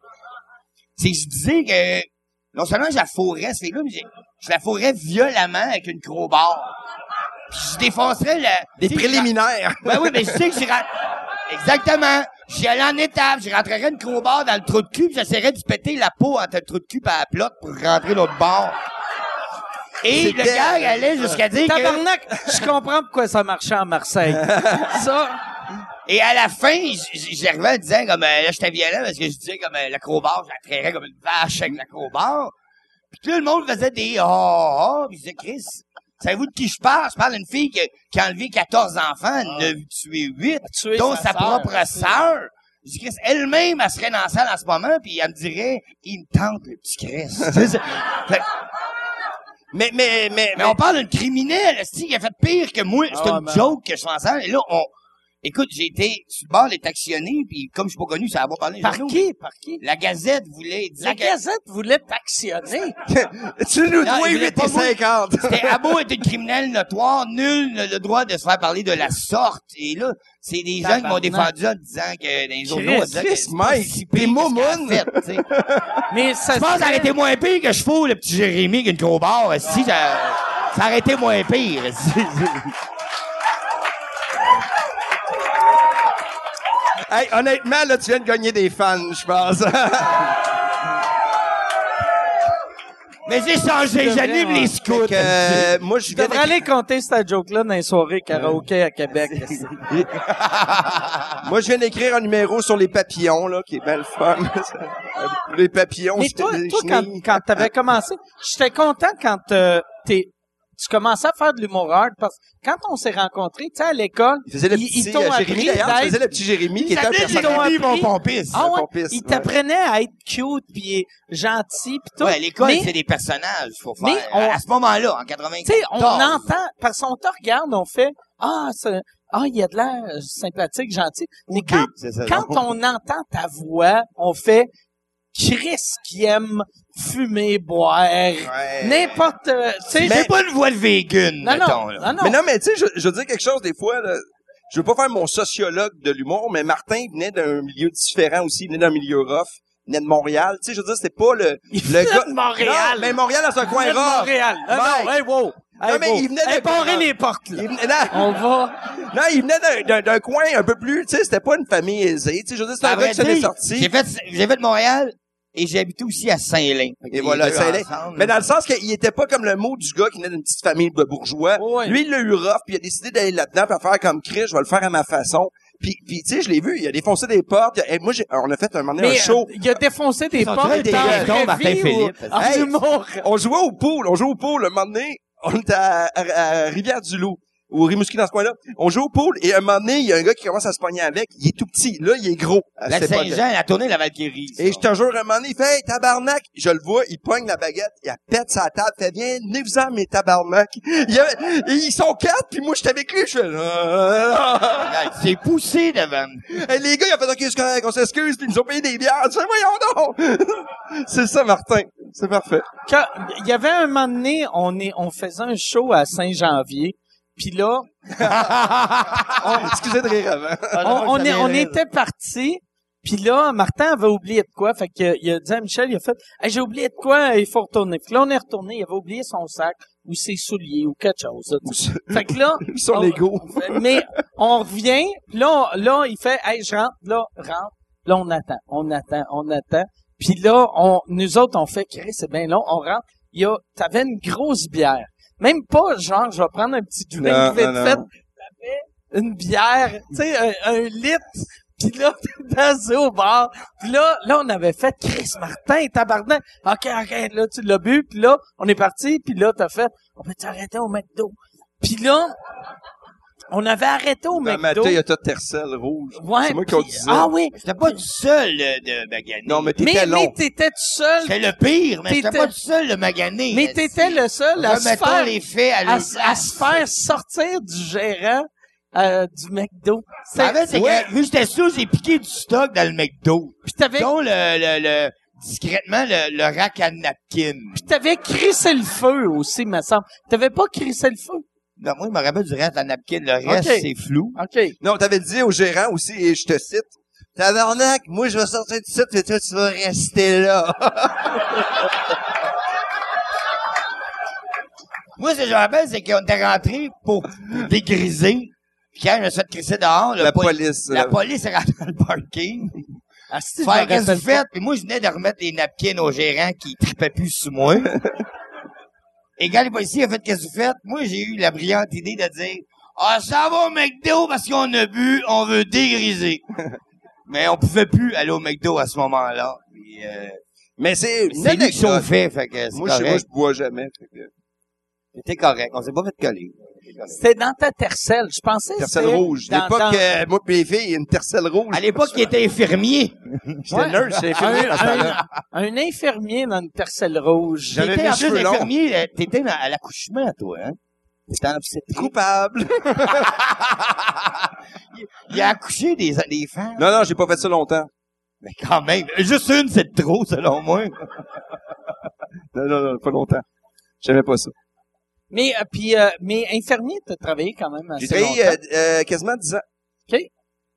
[SPEAKER 4] C'est que je disais que, non seulement je la fourrais, ce fille-là, mais je, je la fourrais violemment avec une crowbar. Puis je défoncerais la...
[SPEAKER 3] des
[SPEAKER 4] tu sais, je la-
[SPEAKER 3] préliminaires.
[SPEAKER 4] ben oui, mais je sais que j'y rentre. Exactement. J'y allais en étape, je rentrerais une gros barre dans le trou de cul, puis j'essaierais de péter la peau entre le trou de cul et la plotte pour rentrer l'autre bord. Et le
[SPEAKER 3] C'était-
[SPEAKER 4] gars allait jusqu'à dire que...
[SPEAKER 2] Tabarnak, je comprends pourquoi ça marchait à Marseille. ça,
[SPEAKER 4] Et à la fin, j- j- j'arrivais en disant comme euh, là j'étais violent parce que je disais comme euh, l'acrobat, je la trairais comme une vache avec l'acrobat. Puis tout le monde faisait des oh oh, puis je disais Chris, savez-vous de qui je parle Je parle d'une fille qui, qui a enlevé 14 enfants, elle en a tué 8,
[SPEAKER 2] tué
[SPEAKER 4] dont
[SPEAKER 2] sa
[SPEAKER 4] sa,
[SPEAKER 2] sœur.
[SPEAKER 4] propre
[SPEAKER 2] C'est-
[SPEAKER 4] sœur. Je dis, Chris, elle-même, elle serait dans la salle en ce moment, puis elle me dirait, il me tente, le petit Chris. Tu sais, fait-
[SPEAKER 3] Mais, mais, mais,
[SPEAKER 4] mais on parle d'une criminelle, esti, qui a fait pire que moi. C'était
[SPEAKER 2] Ah,
[SPEAKER 4] une
[SPEAKER 2] man.
[SPEAKER 4] joke que je suis ensemble. Et là, on... Écoute, j'ai été sur le bord d'être actionné, puis comme je suis pas connu, ça a pas parlé.
[SPEAKER 2] Par
[SPEAKER 4] journaux.
[SPEAKER 2] qui? Par qui?
[SPEAKER 4] La Gazette voulait dire
[SPEAKER 2] La
[SPEAKER 4] que
[SPEAKER 2] Gazette voulait t'actionner.
[SPEAKER 3] tu nous dois
[SPEAKER 4] il voulait
[SPEAKER 3] 8
[SPEAKER 4] pas
[SPEAKER 3] et
[SPEAKER 4] moi.
[SPEAKER 3] 50.
[SPEAKER 4] c'était Abo était une criminelle notoire, nul n'a le droit de se faire parler de la sorte. Et là, c'est des gens qui m'ont
[SPEAKER 2] Tabarnak.
[SPEAKER 4] défendu en disant que dans les
[SPEAKER 2] Chris,
[SPEAKER 4] journaux, on disait que
[SPEAKER 3] Chris, Mike, t'es moumoune.
[SPEAKER 4] Je
[SPEAKER 2] Mais ça
[SPEAKER 4] pense
[SPEAKER 2] serait-
[SPEAKER 4] arrêter moins pire que je fous le petit Jérémy qu'une gros barre, si ça ça aurait été moins pire. esti.
[SPEAKER 3] Hey, honnêtement, là, tu viens de gagner des fans, je pense. hein,
[SPEAKER 4] Mais j'ai changé,
[SPEAKER 2] devrais,
[SPEAKER 4] j'anime
[SPEAKER 2] ouais.
[SPEAKER 4] les scouts.
[SPEAKER 3] Fait que, euh, moi, je
[SPEAKER 2] Tu
[SPEAKER 3] viens
[SPEAKER 2] devrais aller compter cette joke-là dans les soirées karaoké à Québec.
[SPEAKER 3] Moi, je viens d'écrire un numéro sur les papillons, là, qui est belle fun. les papillons,
[SPEAKER 2] Mais
[SPEAKER 3] c'était
[SPEAKER 2] toi,
[SPEAKER 3] des
[SPEAKER 2] toi quand,
[SPEAKER 3] chenilles.
[SPEAKER 2] quand t'avais commencé, j'étais content quand euh, t'es- tu commençais à faire de l'humour hard parce que quand on s'est rencontrés, tu sais, à l'école,
[SPEAKER 3] Il faisait le
[SPEAKER 2] ils-
[SPEAKER 3] petit
[SPEAKER 2] ils t'ont
[SPEAKER 3] euh,
[SPEAKER 2] appris
[SPEAKER 3] Jérémy, d'ailleurs.
[SPEAKER 2] d'être-
[SPEAKER 3] Je faisais le petit Jérémy qui était un
[SPEAKER 4] appelaient
[SPEAKER 2] Ils t'ont
[SPEAKER 3] personnage.
[SPEAKER 4] Jérémy.
[SPEAKER 2] appris-
[SPEAKER 4] mon pompiste.
[SPEAKER 2] Ah ouais,
[SPEAKER 3] Mon pompiste,
[SPEAKER 2] ils
[SPEAKER 3] ouais.
[SPEAKER 2] t'apprenaient à être cute puis gentil puis tout.
[SPEAKER 4] Ouais, l'école,
[SPEAKER 2] Mais-
[SPEAKER 4] c'est des personnages, faut faire.
[SPEAKER 2] Mais on-
[SPEAKER 4] à, à ce moment-là, en
[SPEAKER 2] Tu sais, on
[SPEAKER 4] 94.
[SPEAKER 2] entend, parce qu'on te regarde, on fait Ah, ça- ah, il a de l'air euh, sympathique, gentil. Mais
[SPEAKER 4] Ok,
[SPEAKER 2] quand,
[SPEAKER 4] c'est ça,
[SPEAKER 3] euh,
[SPEAKER 2] quand
[SPEAKER 4] non.
[SPEAKER 2] on entend ta voix, on fait Chris qui aime fumer, boire, n'importe. euh, Tu sais,
[SPEAKER 4] J'ai pas une voix de vegan,
[SPEAKER 2] non,
[SPEAKER 4] mettons,
[SPEAKER 2] non,
[SPEAKER 4] là.
[SPEAKER 2] non, non.
[SPEAKER 3] Mais non, mais tu sais, je, je veux dire quelque chose des fois, là. Je veux pas faire mon sociologue de l'humour, mais Martin venait d'un milieu différent aussi. Il venait d'un milieu rough. Il venait de Montréal. Tu sais, je veux dire, c'était pas le,
[SPEAKER 2] Il
[SPEAKER 3] le
[SPEAKER 2] venait
[SPEAKER 3] gars.
[SPEAKER 2] de Montréal.
[SPEAKER 3] Non, mais Montréal, dans un coin
[SPEAKER 2] Venez de
[SPEAKER 3] rough.
[SPEAKER 2] Montréal. Non, non,
[SPEAKER 3] Mike.
[SPEAKER 2] hey, wow. Hey,
[SPEAKER 3] Non, mais
[SPEAKER 2] wow.
[SPEAKER 3] il venait de-
[SPEAKER 2] Hey, barrez les portes, là.
[SPEAKER 3] Il venait- non,
[SPEAKER 2] On va.
[SPEAKER 3] non, il venait d'un- d'un- d'un coin un peu plus, tu sais, c'était pas une famille aisée, tu sais, je veux dire, c'était
[SPEAKER 4] À
[SPEAKER 3] un gars
[SPEAKER 4] vrai
[SPEAKER 3] qui s'en est
[SPEAKER 4] dire,
[SPEAKER 3] sorti.
[SPEAKER 4] J'ai fait, j'ai fait Montréal et j'ai habité aussi à Saint-Lin. Fait que
[SPEAKER 3] Et
[SPEAKER 4] les
[SPEAKER 3] voilà,
[SPEAKER 4] deux
[SPEAKER 3] ça allait.
[SPEAKER 4] ensemble.
[SPEAKER 3] Mais dans le sens qu'il était pas comme le mot du gars qui venait d'une petite famille de bourgeois.
[SPEAKER 2] Oh, Ouais.
[SPEAKER 3] Lui, il l'a eu rough, puis il a décidé d'aller là-dedans, puis à faire comme Chris, je vais le faire à ma façon. Puis, puis tu sais, je l'ai vu, il a défoncé des portes. Et moi, j'ai, on a fait un, moment donné, un
[SPEAKER 2] Mais,
[SPEAKER 3] show.
[SPEAKER 2] euh, il a défoncé des
[SPEAKER 4] sont
[SPEAKER 2] portes.
[SPEAKER 4] très
[SPEAKER 2] en
[SPEAKER 4] raisons,
[SPEAKER 2] vraie
[SPEAKER 4] Martin
[SPEAKER 2] vie
[SPEAKER 4] Philippe.
[SPEAKER 2] ou En
[SPEAKER 3] Hey.
[SPEAKER 2] humour.
[SPEAKER 3] On jouait au pool, on jouait au pool, un moment donné, on était à, à- à Rivière-du-Loup, ou Rimouski dans ce coin-là. On jouait au pool, et un moment donné, il y a un gars qui commence à se pogner avec, il est tout petit, là, il est gros. à
[SPEAKER 4] La
[SPEAKER 3] cette époque-là.
[SPEAKER 4] Saint-Jean, la tournée de la Valkyrie. ça.
[SPEAKER 3] Et je te jure, un moment donné, il fait, hey, tabarnak! Je le vois, il pogne la baguette, il la pète sa table, fait, viens, venez-vous-en, mes tabarnak! Il y avait- et ils sont quatre, puis moi, j'étais avec lui, je fais, Ah!
[SPEAKER 4] Regarde, C'est poussé devant.
[SPEAKER 3] Et les gars, ils ont fait, ok, c'est correct, on s'excuse, puis ils nous ont payé des bières, je fais, voyons donc! c'est ça, Martin. C'est parfait.
[SPEAKER 2] Quand- il y avait un moment donné, on, est, on faisait un show à Saint-Janvier. Puis là,
[SPEAKER 4] Ah.
[SPEAKER 3] Excusez de rire avant.
[SPEAKER 2] on, on est- on était parti. Puis là, Martin avait oublié de quoi. Fait que, il a dit à Michel, il a fait, Hey, j'ai oublié de quoi, il faut retourner. Puis là, on est retourné, il avait oublié son sac ou ses souliers ou quelque chose. là, tu sais. Fait que là,
[SPEAKER 3] Son
[SPEAKER 2] on-
[SPEAKER 3] ego.
[SPEAKER 2] mais on revient, puis là, on- là, il fait, hey, je rentre, là, rentre. Là, on attend, on attend, on attend. Puis là, on, nous autres, on fait, Chris, c'est bien long, on rentre. Il y a, t'avais une grosse bière. Même pas, genre, je vais prendre un petit drink
[SPEAKER 3] Non,
[SPEAKER 2] vite
[SPEAKER 3] non, non.
[SPEAKER 2] fait. T'avais une bière, tu sais, un, un litre. Puis là, t'es dansé au bar. Puis là, là, on avait fait Chris Martin, tabarnak. OK, OK, là, tu l'as bu. Puis là, on est parti. Puis là, t'as fait, on peut t'arrêter au McDo. Puis là, on avait arrêté au
[SPEAKER 3] Dans ma
[SPEAKER 2] McDo.
[SPEAKER 3] tête, il y a tout Tercel rouge.
[SPEAKER 2] Ouais,
[SPEAKER 3] C'est moi qui le
[SPEAKER 2] puis-
[SPEAKER 3] disais.
[SPEAKER 2] Ah oui.
[SPEAKER 4] J'étais pas tout seul euh, de maganer.
[SPEAKER 3] Non, mais
[SPEAKER 2] Mais, mais
[SPEAKER 3] t'étais long.
[SPEAKER 2] t'étais tout seul.
[SPEAKER 4] C'était le pire, mais j'étais
[SPEAKER 2] T'étais-
[SPEAKER 4] pas tout seul de maganer.
[SPEAKER 2] Mais t'étais le seul à se
[SPEAKER 4] Remettons
[SPEAKER 2] faire,
[SPEAKER 4] les faits à
[SPEAKER 2] à,
[SPEAKER 4] leur
[SPEAKER 2] s- à se faire sortir du gérant euh, du McDo. C'est-
[SPEAKER 3] Ah,
[SPEAKER 4] En fait, c'est
[SPEAKER 2] Ouais.
[SPEAKER 4] que, vu que j'étais sous, j'ai piqué du stock dans le McDo.
[SPEAKER 2] Puis t'avais,
[SPEAKER 4] Dont le, le, le, discrètement, le, le rack à napkin.
[SPEAKER 2] puis t'avais crissé le feu aussi, me semble. T'avais pas crissé le feu.
[SPEAKER 4] Non, moi, je me rappelle du rack à napkin. Le reste,
[SPEAKER 2] Ok.
[SPEAKER 4] c'est flou.
[SPEAKER 2] OK.
[SPEAKER 3] Non, t'avais dit au gérant aussi, et je te cite, Tabarnak, moi je vais sortir du site, et toi tu vas rester là.
[SPEAKER 4] Moi, ce que je me rappelle, c'est qu'on était rentré pour dégriser. Puis quand je me suis fait crisser dehors, le
[SPEAKER 3] La
[SPEAKER 4] poli-
[SPEAKER 3] police,
[SPEAKER 4] La
[SPEAKER 3] là.
[SPEAKER 4] police est rentrée dans le parking.
[SPEAKER 2] Ah, si, je me
[SPEAKER 4] Faire qu'est-ce que
[SPEAKER 2] rappelle
[SPEAKER 4] vous faites? Puis moi, je venais de remettre les napkins au gérant qui tripait plus sous moi. Et quand les policiers ont fait qu'est-ce que vous faites? Moi, j'ai eu la brillante idée de dire, Ah, ça va au McDo parce qu'on a bu, on veut dégriser. Mais on pouvait plus aller au McDo à ce moment-là. Puis, euh,
[SPEAKER 3] Mais c'est une
[SPEAKER 4] C'est lui qui sont
[SPEAKER 3] anecdote.
[SPEAKER 4] fait, fait que c'est
[SPEAKER 3] Moi, je- moi, je
[SPEAKER 4] correct.
[SPEAKER 3] bois jamais. fait que-
[SPEAKER 4] C'était correct. On s'est pas fait coller.
[SPEAKER 2] C'était dans ta tercelle. Je pensais que
[SPEAKER 3] Tercelle
[SPEAKER 2] c'était
[SPEAKER 3] rouge.
[SPEAKER 2] dans-
[SPEAKER 3] L'époque,
[SPEAKER 2] dans-
[SPEAKER 3] euh, moi pis les filles, il y a une tercelle rouge.
[SPEAKER 4] À l'époque, il était infirmier.
[SPEAKER 3] J'étais nerd, j'étais infirmier à ce
[SPEAKER 2] un,
[SPEAKER 3] temps-là.
[SPEAKER 2] un infirmier dans une tercelle rouge.
[SPEAKER 3] J'avais
[SPEAKER 4] T'étais
[SPEAKER 3] les
[SPEAKER 4] en
[SPEAKER 3] cheveux
[SPEAKER 4] plus
[SPEAKER 3] longs.
[SPEAKER 4] infirmier, euh, t'étais dans- à l'accouchement, toi, hein? T'étais en obstétrique.
[SPEAKER 3] Coupable.
[SPEAKER 4] Il a accouché des, des femmes.
[SPEAKER 3] Non, non, j'ai pas fait ça longtemps.
[SPEAKER 4] Mais quand même, juste une, c'est de trop, selon moi.
[SPEAKER 3] Non, non, non, pas longtemps. J'aimais pas ça.
[SPEAKER 2] Mais, euh, puis, euh, mais infirmier, t'as travaillé quand même assez
[SPEAKER 3] J'ai travaillé
[SPEAKER 2] Ah, longtemps.
[SPEAKER 3] euh, euh, quasiment 10 ans.
[SPEAKER 2] OK.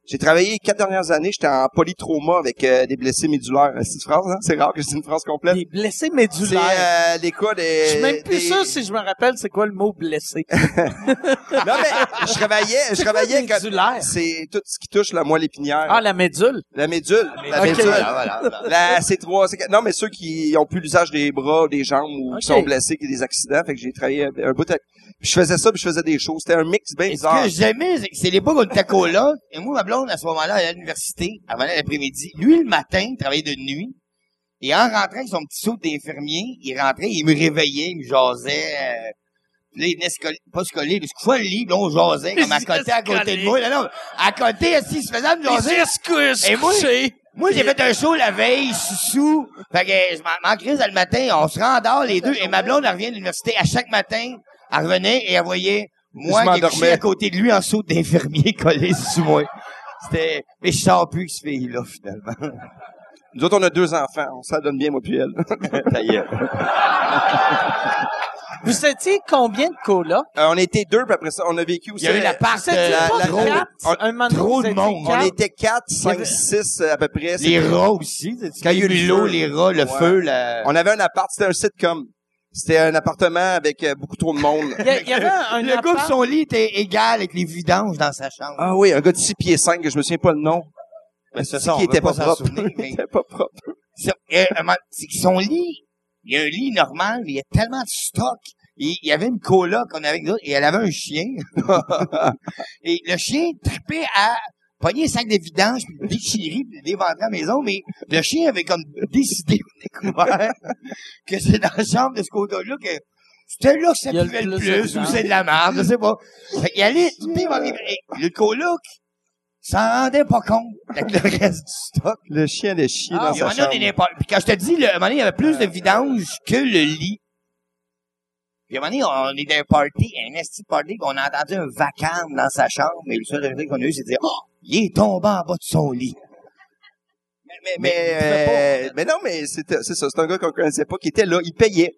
[SPEAKER 3] J'ai travaillé quatre dernières années. J'étais en polytrauma avec euh, des blessés médulaires. C'est une phrase, hein? C'est rare que c'est une phrase complète.
[SPEAKER 2] Des blessés
[SPEAKER 3] euh, C'est
[SPEAKER 2] médulaires.
[SPEAKER 3] euh, les cas des...
[SPEAKER 2] je suis même plus
[SPEAKER 3] des-
[SPEAKER 2] sûr si je me rappelle c'est quoi le mot blessé.
[SPEAKER 3] Non, mais je travaillais, je
[SPEAKER 2] C'est quoi
[SPEAKER 3] travaillais quand...
[SPEAKER 2] médulaire?
[SPEAKER 3] C'est tout ce qui touche la moelle épinière.
[SPEAKER 2] Ah, la médule.
[SPEAKER 3] La médule. La hein,
[SPEAKER 2] Ok.
[SPEAKER 3] médule.
[SPEAKER 4] Voilà, voilà, voilà.
[SPEAKER 3] La C3, C4. Non, mais ceux qui ont plus l'usage des bras, des jambes ou
[SPEAKER 2] Ok.
[SPEAKER 3] qui sont blessés, qui ont des accidents. Fait que j'ai travaillé un bout de... Puis je faisais ça, puis je faisais des choses. C'était un mix bien
[SPEAKER 4] Ce
[SPEAKER 3] bizarre.
[SPEAKER 4] que j'aimais, c'est que c'est l'époque où on était coloc, et moi, ma blonde, à ce moment-là, elle allait à l'université, elle venait l'après-midi. Lui, le matin, il travaillait de nuit, et en rentrant avec son petit saut d'infirmier, il rentrait, il me réveillait, il me jasait, euh, puis là, il venait se coller, pas se coller, il se couchait le lit, puis là, on jasait, comme à
[SPEAKER 2] Il
[SPEAKER 4] côté, à
[SPEAKER 2] se collait.
[SPEAKER 4] côté de moi, là, non, à côté, assis, il se faisait me jaser.
[SPEAKER 2] se
[SPEAKER 4] Et moi-
[SPEAKER 2] coucher.
[SPEAKER 4] Moi, j'ai fait un show la veille, je suis sous. Fait que je m'en- m'en crise le matin, on se rendort les deux. Et ma blonde, elle revient de l'université. À chaque matin, elle revenait et elle voyait moi
[SPEAKER 3] Je
[SPEAKER 4] qui
[SPEAKER 3] m'endormais.
[SPEAKER 4] couchais à côté de lui en saut d'infirmier collé sous moi. C'était... Mais je sors plus que ce pays-là, finalement.
[SPEAKER 3] Nous autres, on a deux enfants. On s'en donne bien, moi puis elle.
[SPEAKER 4] D'ailleurs.
[SPEAKER 2] Vous étiez combien de colas?
[SPEAKER 3] Euh, on était deux, puis après ça, on a vécu aussi...
[SPEAKER 4] Il y a eu la part
[SPEAKER 2] Vous étiez pas
[SPEAKER 3] Ah, euh, la-
[SPEAKER 2] quatre?
[SPEAKER 3] on-
[SPEAKER 2] un moment donné,
[SPEAKER 4] trop
[SPEAKER 2] vous
[SPEAKER 4] de
[SPEAKER 2] étiez
[SPEAKER 4] monde.
[SPEAKER 3] On
[SPEAKER 2] quatre?
[SPEAKER 3] était quatre,
[SPEAKER 2] Il y avait-
[SPEAKER 3] cinq, six euh, à peu près.
[SPEAKER 4] Les
[SPEAKER 3] C'était-
[SPEAKER 4] rats aussi. Quand il y a eu
[SPEAKER 3] le
[SPEAKER 4] l'eau,
[SPEAKER 3] feu.
[SPEAKER 4] les rats, le
[SPEAKER 3] Ouais.
[SPEAKER 4] feu, la...
[SPEAKER 3] On avait un appart, c'était un sitcom. C'était un appartement avec euh, beaucoup trop de monde.
[SPEAKER 2] Il y, a- il y avait un, un
[SPEAKER 4] Le gars de
[SPEAKER 2] appart-
[SPEAKER 4] son lit était égal avec les vidanges dans sa chambre.
[SPEAKER 3] ah oui, un gars de 6 pieds 5, je me souviens pas le nom.
[SPEAKER 4] Mais c'est
[SPEAKER 3] C'est
[SPEAKER 4] ça, on
[SPEAKER 3] qui
[SPEAKER 4] veut
[SPEAKER 3] était
[SPEAKER 4] pas
[SPEAKER 3] pas,
[SPEAKER 4] s'en
[SPEAKER 3] propre.
[SPEAKER 4] souvenir, mais-
[SPEAKER 3] Il était pas propre.
[SPEAKER 4] Ça, euh, un moment- c'est que son lit, il y a un lit normal, mais il y a tellement de stock. Et il y avait une cola qu'on avait avec nous, et elle avait un chien. et le chien tripait à pogner un sac de vidange, puis le déchirer, puis le déventrer à la maison, mais le chien avait comme décidé, on a découvert, que c'est dans la chambre de ce côté-là que c'était là que ça
[SPEAKER 2] Il y a le
[SPEAKER 4] buvait le
[SPEAKER 2] plus de
[SPEAKER 4] plus, ou
[SPEAKER 2] vidange.
[SPEAKER 4] c'est de la merde, je sais pas. Fait qu'il allait, puis il va- et le coloc s'en rendait pas compte avec le reste du stock.
[SPEAKER 3] Le chien allait chier
[SPEAKER 2] Ah,
[SPEAKER 3] dans
[SPEAKER 4] Il y en
[SPEAKER 3] sa
[SPEAKER 4] a
[SPEAKER 3] chambre.
[SPEAKER 4] des n'importe- Puis quand je te dis, le, à un moment donné, il y avait plus de vidange que le lit. Puis à un moment donné, on, on est dans un party, un esti de party, qu'on a entendu un vacarme dans sa chambre, et le seul résultat qu'on a eu, c'est de dire, oh, il est tombé en bas de son lit.
[SPEAKER 3] Mais, mais, euh, mais non, mais c'était- c'est ça, c'est un gars qu'on connaissait pas, qui était là, il payait.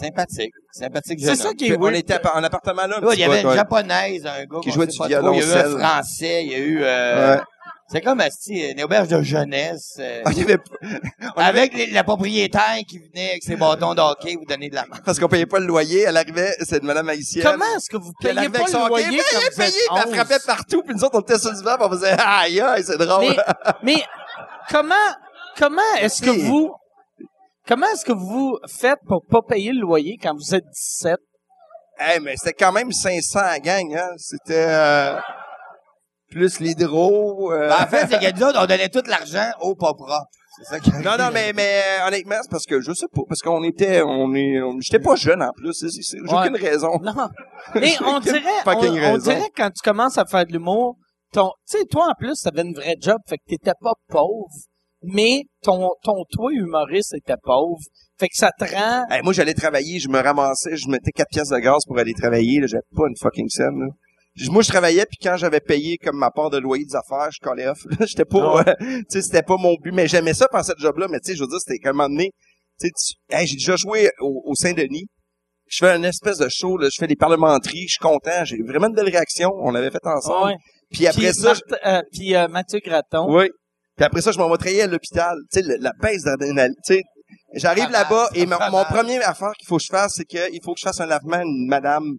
[SPEAKER 4] Sympathique. Sympathique,
[SPEAKER 2] C'est ça qui est
[SPEAKER 3] on
[SPEAKER 2] weird.
[SPEAKER 3] était appa- en appartement là, un
[SPEAKER 4] Ouais,
[SPEAKER 3] petit
[SPEAKER 4] il y avait
[SPEAKER 3] peu,
[SPEAKER 4] une
[SPEAKER 3] quoi.
[SPEAKER 4] japonaise, un gars
[SPEAKER 3] Qui
[SPEAKER 4] qu'on
[SPEAKER 3] jouait
[SPEAKER 4] sait
[SPEAKER 3] du
[SPEAKER 4] pas trop. Il y a eu un
[SPEAKER 3] violoncelle.
[SPEAKER 4] français, il y a eu... euh,
[SPEAKER 3] Ouais.
[SPEAKER 4] C'est comme esti, une auberge de jeunesse. euh,
[SPEAKER 3] Ah, il y avait pas-
[SPEAKER 4] avec les- la propriétaire qui venait avec ses bâtons d'hockey vous donner de la main.
[SPEAKER 3] parce qu'on payait pas le loyer, elle arrivait, c'est de madame haïtienne.
[SPEAKER 2] Comment est-ce que vous
[SPEAKER 3] Puis elle
[SPEAKER 2] payez
[SPEAKER 3] arrivait
[SPEAKER 2] pas
[SPEAKER 3] avec son
[SPEAKER 2] le loyer
[SPEAKER 3] hockey, payez,
[SPEAKER 2] quand vous
[SPEAKER 3] payez,
[SPEAKER 2] êtes
[SPEAKER 3] puis elle
[SPEAKER 2] 11?
[SPEAKER 3] frappait partout, puis nous autres, on était sur du banc, puis on faisait, aïe, aïe, c'est
[SPEAKER 2] Mais,
[SPEAKER 3] drôle.
[SPEAKER 2] mais comment, comment est-ce que
[SPEAKER 3] Merci.
[SPEAKER 2] vous, comment est-ce que vous faites pour pas payer le loyer quand vous êtes 17?
[SPEAKER 3] Hey, mais c'était quand même 500 à gang, hein. C'était, euh, plus l'hydro, euh,
[SPEAKER 4] Ben, en fait, c'est que nous autres, on donnait tout l'argent au pas propre. C'est ça qui
[SPEAKER 3] Non, non, mais, mais euh, honnêtement, c'est parce que je sais pas, parce qu'on était, on est, on- j'étais pas jeune en plus, c'est- c'est- j'ai
[SPEAKER 2] Ouais.
[SPEAKER 3] aucune raison.
[SPEAKER 2] Non. Mais on
[SPEAKER 3] J'ai
[SPEAKER 2] dirait, on,
[SPEAKER 3] fucking
[SPEAKER 2] on
[SPEAKER 3] raison.
[SPEAKER 2] dirait quand tu commences à faire de l'humour, ton, tu sais, toi en plus, t'avais une vraie job, fait que t'étais pas pauvre, mais ton, ton toi humoriste était pauvre, fait que ça te rend,
[SPEAKER 3] Hey, moi, j'allais travailler, je me ramassais, je mettais quatre pièces de gaz pour aller travailler, là, j'avais pas une fucking scène, là. Je- Moi, je travaillais, puis quand j'avais payé comme ma part de loyer des affaires, je collais off. J'étais pas,
[SPEAKER 2] Ah
[SPEAKER 3] euh, tu sais, c'était pas mon but, mais j'aimais ça faire cette job-là, mais tu sais, je veux dire, c'était qu'à un moment donné, tu sais, tu- hey, j'ai déjà joué au, au Saint-Denis. Je fais une espèce de show, là, je fais des parlementeries, je suis content, j'ai eu vraiment une belle réaction, on l'avait fait ensemble.
[SPEAKER 2] Ah Ouais.
[SPEAKER 3] Puis Oh, après
[SPEAKER 2] Puis
[SPEAKER 3] ça, je-
[SPEAKER 2] Marthe- euh, puis euh, Mathieu Graton.
[SPEAKER 3] Oui. Puis après ça, je m'en vais travailler à l'hôpital. Tu sais, le- la baisse d'adrénaline. Tu sais, j'arrive
[SPEAKER 4] Malade,
[SPEAKER 3] là-bas et mon,
[SPEAKER 4] malade.
[SPEAKER 3] mon premier affaire qu'il faut que je fasse, c'est qu'il faut que je fasse un lavement à une madame.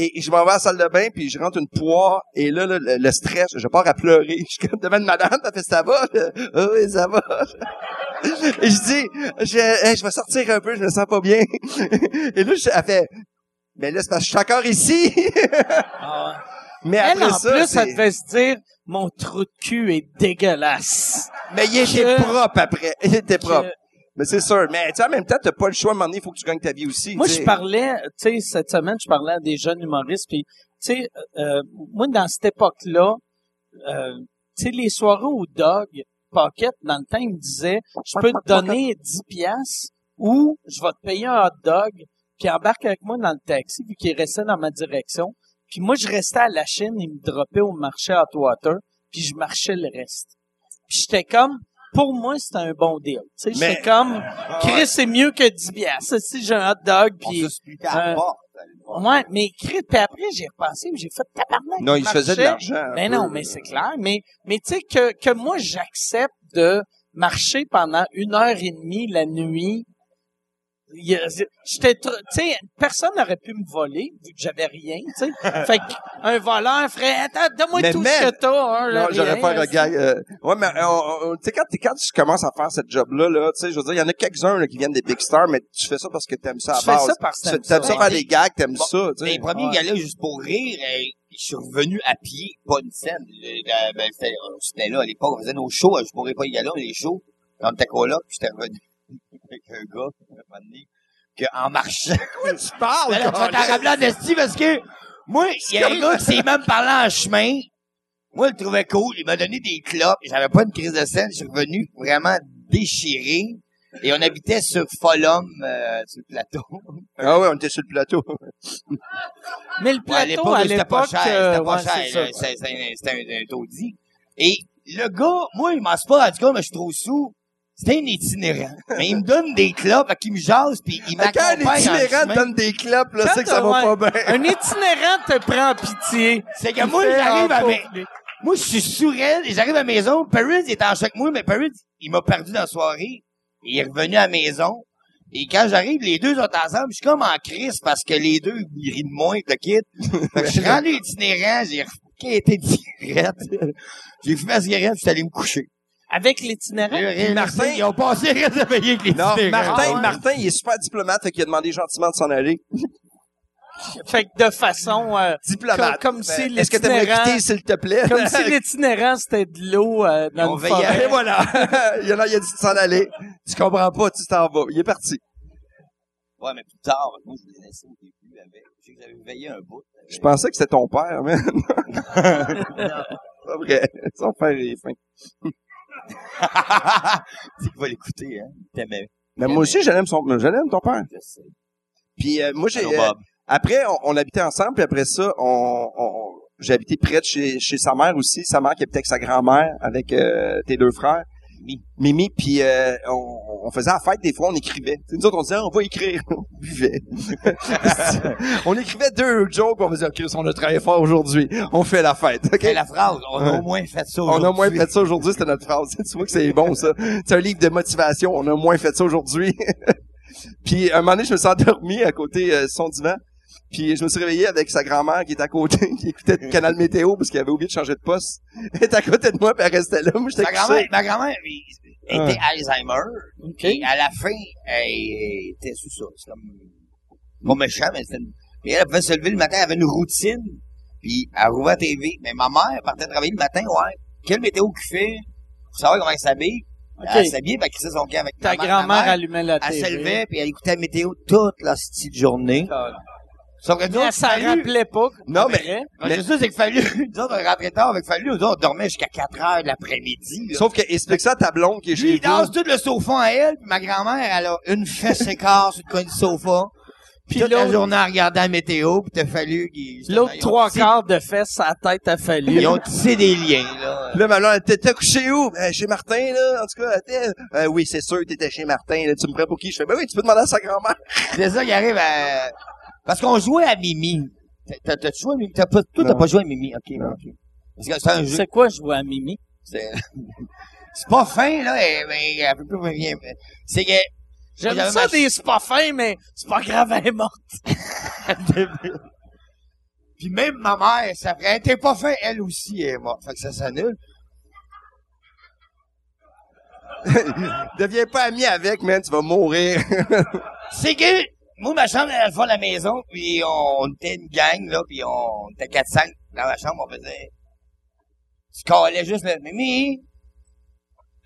[SPEAKER 3] Et je m'en vais à la salle de bain, puis je rentre une poire, et là, là, le, le stress, je pars à pleurer. Je suis comme devant une madame, elle fait ça va? Ah oui, ça va. Et je dis, je, hey, je vais sortir un peu, je me sens pas bien. et là, je, elle fait, Mais là, c'est parce que je suis encore ici. Mais
[SPEAKER 2] Ah. Elle,
[SPEAKER 3] après
[SPEAKER 2] en
[SPEAKER 3] ça,
[SPEAKER 2] plus,
[SPEAKER 3] c'est-
[SPEAKER 2] elle devait se dire, mon trou de cul est dégueulasse.
[SPEAKER 3] mais il était
[SPEAKER 2] que-
[SPEAKER 3] propre après. Il était propre.
[SPEAKER 2] que-
[SPEAKER 3] Mais c'est sûr. Mais tu sais, en même temps, t'as pas le choix. À un moment donné, il faut que tu gagnes ta vie aussi.
[SPEAKER 2] Moi,
[SPEAKER 3] tu
[SPEAKER 2] je
[SPEAKER 3] sais.
[SPEAKER 2] parlais, tu sais, cette semaine, je parlais à des jeunes humoristes, puis, tu sais, euh, moi, dans cette époque-là, euh, tu sais, les soirées au Dog Pocket, dans le temps, ils me disaient, je peux te donner 10 piastres ou je vais te payer un hot dog, puis embarque avec moi dans le taxi, vu qu'il restait dans ma direction. Puis moi, je restais à la Chine, ils me droppaient au marché à Water, puis je marchais le reste. Puis j'étais comme, pour moi, c'était un bon deal. Tu sais,
[SPEAKER 3] Mais-
[SPEAKER 2] j'étais comme, Chris, c'est mieux que 10 piastres. Si j'ai un hot dog,
[SPEAKER 4] On
[SPEAKER 2] puis...
[SPEAKER 4] se split à
[SPEAKER 2] euh,
[SPEAKER 4] part.
[SPEAKER 2] Ouais, mais Chris, puis après, j'ai repensé, j'ai fait tabarnak.
[SPEAKER 3] Non, il se
[SPEAKER 2] marchait.
[SPEAKER 3] faisait de l'argent.
[SPEAKER 2] Ben non, mais c'est clair. Mais, mais tu sais, que, que moi, j'accepte de marcher pendant une heure et demie la nuit. Il y a- J'étais, tr- tu sais, personne n'aurait pu me voler, vu que j'avais rien, tu sais. fait qu'un voleur ferait, attends, donne-moi
[SPEAKER 3] Mais
[SPEAKER 2] tout
[SPEAKER 3] même-
[SPEAKER 2] ce que t'as, hein,
[SPEAKER 3] Non,
[SPEAKER 2] rien,
[SPEAKER 3] j'aurais pas
[SPEAKER 2] là,
[SPEAKER 3] le gars. euh, ouais, mais euh, on- on- tu sais, quand, t'es- quand tu commences à faire cette job-là, là, tu sais, je veux dire, il y en a quelques-uns là, qui viennent des big stars, mais tu fais ça parce que t'aimes ça à
[SPEAKER 2] Tu fais
[SPEAKER 3] base.
[SPEAKER 2] ça parce que
[SPEAKER 3] Tu fais-
[SPEAKER 2] t'aimes
[SPEAKER 3] t'aimes ça
[SPEAKER 2] ça.
[SPEAKER 3] faire des gags, t'aimes
[SPEAKER 4] Bon,
[SPEAKER 3] ça, tu sais.
[SPEAKER 4] Les premiers
[SPEAKER 2] Ouais.
[SPEAKER 4] gars-là, juste pour rire, euh, je suis revenu à pied, pas une scène. Le- la- ben, c'était- euh, c'était là à l'époque, on faisait nos shows, euh, je pourrais pas y aller, les shows, dans le tacola, puis j'étais revenu avec un gars, un moment donné, que en marchant. Ben
[SPEAKER 3] tu parles,
[SPEAKER 4] Là, là, tu vas t'en rappeler en esti parce que moi, il y a un gars qui s'est même parlé en chemin. Moi, je le trouvais cool. Il m'a donné des clopes. J'avais pas une crise de scène. Je suis revenu vraiment déchiré. Et on habitait sur Folum, euh, sur le plateau.
[SPEAKER 3] Ah ouais, on était sur le plateau.
[SPEAKER 2] Mais le
[SPEAKER 4] Ouais, à
[SPEAKER 2] plateau, à
[SPEAKER 4] c'était pas
[SPEAKER 2] l'époque,
[SPEAKER 4] cher,
[SPEAKER 2] euh,
[SPEAKER 4] c'était pas
[SPEAKER 2] ouais,
[SPEAKER 4] cher.
[SPEAKER 2] c'est ça.
[SPEAKER 4] là. C'est- c'est un- C'était un, un taudis. Et le gars, moi, il m'en suis pas rendu compte, mais je suis trop sous. C'était un itinérant. Mais il me donne des clopes, à qui me jase, puis il
[SPEAKER 3] Mais quand
[SPEAKER 4] m'accompagne.
[SPEAKER 3] les
[SPEAKER 4] en
[SPEAKER 3] itinérants te
[SPEAKER 4] chemin.
[SPEAKER 3] donnent des clopes, là,
[SPEAKER 2] hein, Quand
[SPEAKER 3] c'est que ça va
[SPEAKER 2] t'as-
[SPEAKER 3] pas bien.
[SPEAKER 2] Un itinérant te prend en pitié.
[SPEAKER 4] C'est que
[SPEAKER 2] Il
[SPEAKER 4] moi,
[SPEAKER 2] fait
[SPEAKER 4] j'arrive
[SPEAKER 2] en
[SPEAKER 4] à mes-
[SPEAKER 2] pauvre.
[SPEAKER 4] Moi, je suis sourd, j'arrive à la maison. Perrin il est en choc avec moi, mais Perrin, il m'a perdu dans la soirée. Il est revenu à la maison. Et quand j'arrive, les deux sont ensemble. Je suis comme en crise parce que les deux, ils rient de moi, ils le quittent. Fait que je suis rendu itinérant, j'ai été de cigarette. J'ai fumé la cigarette, je suis allé me coucher.
[SPEAKER 2] Avec l'itinérant?
[SPEAKER 4] Puis Martin, ils ont passé le reste de la veillée avec les
[SPEAKER 3] Non,
[SPEAKER 4] itinérants.
[SPEAKER 3] Martin,
[SPEAKER 4] Ah ouais.
[SPEAKER 3] Martin, il est super diplomate, fait qu'il a demandé gentiment de s'en aller.
[SPEAKER 2] Fait que de façon... euh,
[SPEAKER 3] Diplomate.
[SPEAKER 2] Comme- comme si
[SPEAKER 3] Ben, Est-ce que t'aimerais
[SPEAKER 2] l'itinérant-
[SPEAKER 3] quitter, s'il te plaît?
[SPEAKER 2] Comme si l'itinérant, c'était de l'eau euh, dans
[SPEAKER 4] On
[SPEAKER 2] une
[SPEAKER 4] veillait.
[SPEAKER 2] forêt.
[SPEAKER 3] Et voilà. il, y en a, il a dit de s'en aller. Tu comprends pas, tu t'en vas. Il est parti.
[SPEAKER 4] Ouais, mais plus tard, moi, je les ai laissés au début avec. Je sais que j'avais veillé un bout.
[SPEAKER 3] Je pensais que c'était ton père, mais... C'est vrai. Son père est fin.
[SPEAKER 4] Tu vas l'écouter, hein. Il t'aimait.
[SPEAKER 3] Mais moi aussi, je l'aime son, je l'aime ton père.
[SPEAKER 4] Je sais.
[SPEAKER 3] Puis euh, moi, j'ai,
[SPEAKER 4] Allô,
[SPEAKER 3] euh,
[SPEAKER 4] Bob.
[SPEAKER 3] après, on, on habitait ensemble, puis après ça, on, on- on- j'ai habité près de chez, chez sa mère aussi, sa mère qui habitait avec sa grand-mère, avec euh, tes deux frères. Mimi. Mimi, puis euh, on, on faisait la fête, des fois, on écrivait. Tu sais, nous autres, on disait, Ah, on va écrire. On buvait. on écrivait deux jokes, on faisait, OK, on a travaillé fort aujourd'hui, on fait la fête. OK?
[SPEAKER 4] C'est la phrase. On a au moins fait ça
[SPEAKER 3] On a moins
[SPEAKER 4] aujourd'hui.
[SPEAKER 3] fait ça aujourd'hui, c'était notre phrase. tu vois que c'est bon, ça. C'est un livre de motivation. On a moins fait ça aujourd'hui. puis, un moment donné, je me suis endormi à côté euh, de son divan. Puis, je me suis réveillé avec sa grand-mère qui était à côté, qui écoutait le Canal Météo parce qu'elle avait oublié de changer de poste. Elle était à côté de moi, puis elle restait là. Moi, j'étais
[SPEAKER 4] Ma grand-mère,
[SPEAKER 3] couché.
[SPEAKER 4] ma grand-mère elle était Alzheimer.
[SPEAKER 2] OK.
[SPEAKER 4] Et à la fin, elle était sous ça. C'est comme pas méchant, mais c'était une... Et elle pouvait se lever le matin, elle avait une routine. Puis elle rouvrait la TV. Mais ma mère partait travailler le matin, ouais. Quelle météo qu'il fait? Faut savoir comment elle s'habille. Elle s'habillait, puis elle crissait son camp avec
[SPEAKER 2] Ta
[SPEAKER 4] ma mère.
[SPEAKER 2] grand-mère
[SPEAKER 4] Ma mère,
[SPEAKER 2] allumait la
[SPEAKER 4] elle
[SPEAKER 2] télé.
[SPEAKER 4] se levait, puis elle écoutait la météo toute la petite journée. Sauf que nous,
[SPEAKER 2] Mais
[SPEAKER 4] autres,
[SPEAKER 2] elle s'en
[SPEAKER 4] fallu-
[SPEAKER 2] rappelait pas.
[SPEAKER 3] Non,
[SPEAKER 4] Ah,
[SPEAKER 3] mais-
[SPEAKER 2] Après.
[SPEAKER 4] Mais c'est ça, c'est que fallu, nous autres, on rentrait tard, avec fallu, nous autres, on dormait jusqu'à 4 heures de l'après-midi, ben, là.
[SPEAKER 3] Sauf que, explique ça à ta blonde qui est
[SPEAKER 4] Puis
[SPEAKER 3] chez
[SPEAKER 4] il danse
[SPEAKER 3] vous.
[SPEAKER 4] tout le sofa à elle, puis ma grand-mère, elle a une fesse et quart sur le coin du sofa. Puis
[SPEAKER 2] Puis
[SPEAKER 4] toute la
[SPEAKER 2] l'autre,
[SPEAKER 4] journée, elle regardait la météo, puis t'as fallu qu'ils...
[SPEAKER 2] l'autre
[SPEAKER 4] ils ont
[SPEAKER 2] trois
[SPEAKER 4] tissé-
[SPEAKER 2] quarts de fesses à la tête a fallu.
[SPEAKER 4] Ils ont tissé des liens, là.
[SPEAKER 3] Là, ma blonde, elle était couché où? Ben, chez Martin, là. En tout cas, elle était, Euh, oui, c'est sûr, t'étais chez Martin, là. Tu me prends pour qui? Je fais, ben oui, tu peux demander à sa grand-mère.
[SPEAKER 4] C'est ça qui arrive à... Parce qu'on jouait à Mimi. T'as, t'as joué à Mimi? T'as pas, toi, t'as
[SPEAKER 3] Non.
[SPEAKER 4] pas joué à Mimi? OK, OK. Parce que c'est un jeu...
[SPEAKER 2] C'est quoi, je vois à Mimi?
[SPEAKER 4] C'est, c'est pas fin, là, eh, mais elle peut plus rien. C'est que...
[SPEAKER 2] J'aime
[SPEAKER 4] J'avais
[SPEAKER 2] ça
[SPEAKER 4] ma-
[SPEAKER 2] des c'est pas fin, mais c'est pas grave, elle est morte.
[SPEAKER 4] Puis même ma mère, ça ferait, elle était pas fin, elle aussi, elle est morte. Fait que ça s'annule.
[SPEAKER 3] Deviens pas ami avec, man, tu vas mourir.
[SPEAKER 4] C'est que moi, ma chambre, elle fois la maison, puis on, on était une gang, là, puis on, on était 4-5 dans la chambre, on faisait... Tu collais juste le « Mimi! »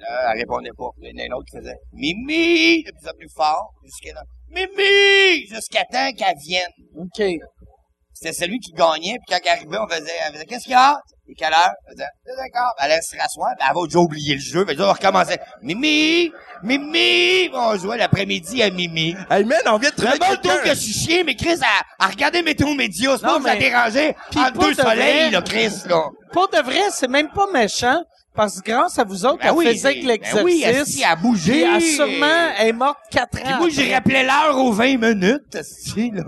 [SPEAKER 4] Là, elle répondait pas. Puis Il y en a un autre qui faisait « Mimi! » de plus en plus fort, jusqu'à là, « Mimi! » jusqu'à temps qu'elle vienne.
[SPEAKER 2] OK.
[SPEAKER 4] C'était celui qui gagnait, puis quand elle arrivait, on faisait, elle faisait Qu'est-ce qu'il y a Et quelle heure Elle faisait C'est d'accord. Elle allait se rasseoir, puis elle avait déjà oublié le jeu, mais là, on recommençait Mimi Mimi Puis On jouait l'après-midi à Mimi.
[SPEAKER 3] Hey, man, on vient de trouver
[SPEAKER 4] Le monde trouve que je
[SPEAKER 3] quelqu'un.
[SPEAKER 4] suis chier, mais Chris, à, à regarder Météo Média, c'est
[SPEAKER 2] Non,
[SPEAKER 4] pas que ça
[SPEAKER 2] mais-
[SPEAKER 4] dérangeait
[SPEAKER 2] Puis
[SPEAKER 4] entre
[SPEAKER 2] pour
[SPEAKER 4] deux
[SPEAKER 2] de vrai-
[SPEAKER 4] soleils, là, Chris, là.
[SPEAKER 2] Pour de vrai, c'est même pas méchant, parce que grâce à vous autres,
[SPEAKER 4] Ben
[SPEAKER 2] on
[SPEAKER 4] oui,
[SPEAKER 2] faisait que
[SPEAKER 4] ben oui,
[SPEAKER 2] l'exercice.
[SPEAKER 4] esti, elle a bougé.
[SPEAKER 2] Puis elle, sûrement, elle est morte quatre ans.
[SPEAKER 4] Puis moi, j'ai rappelé l'heure aux 20 minutes, esti, là.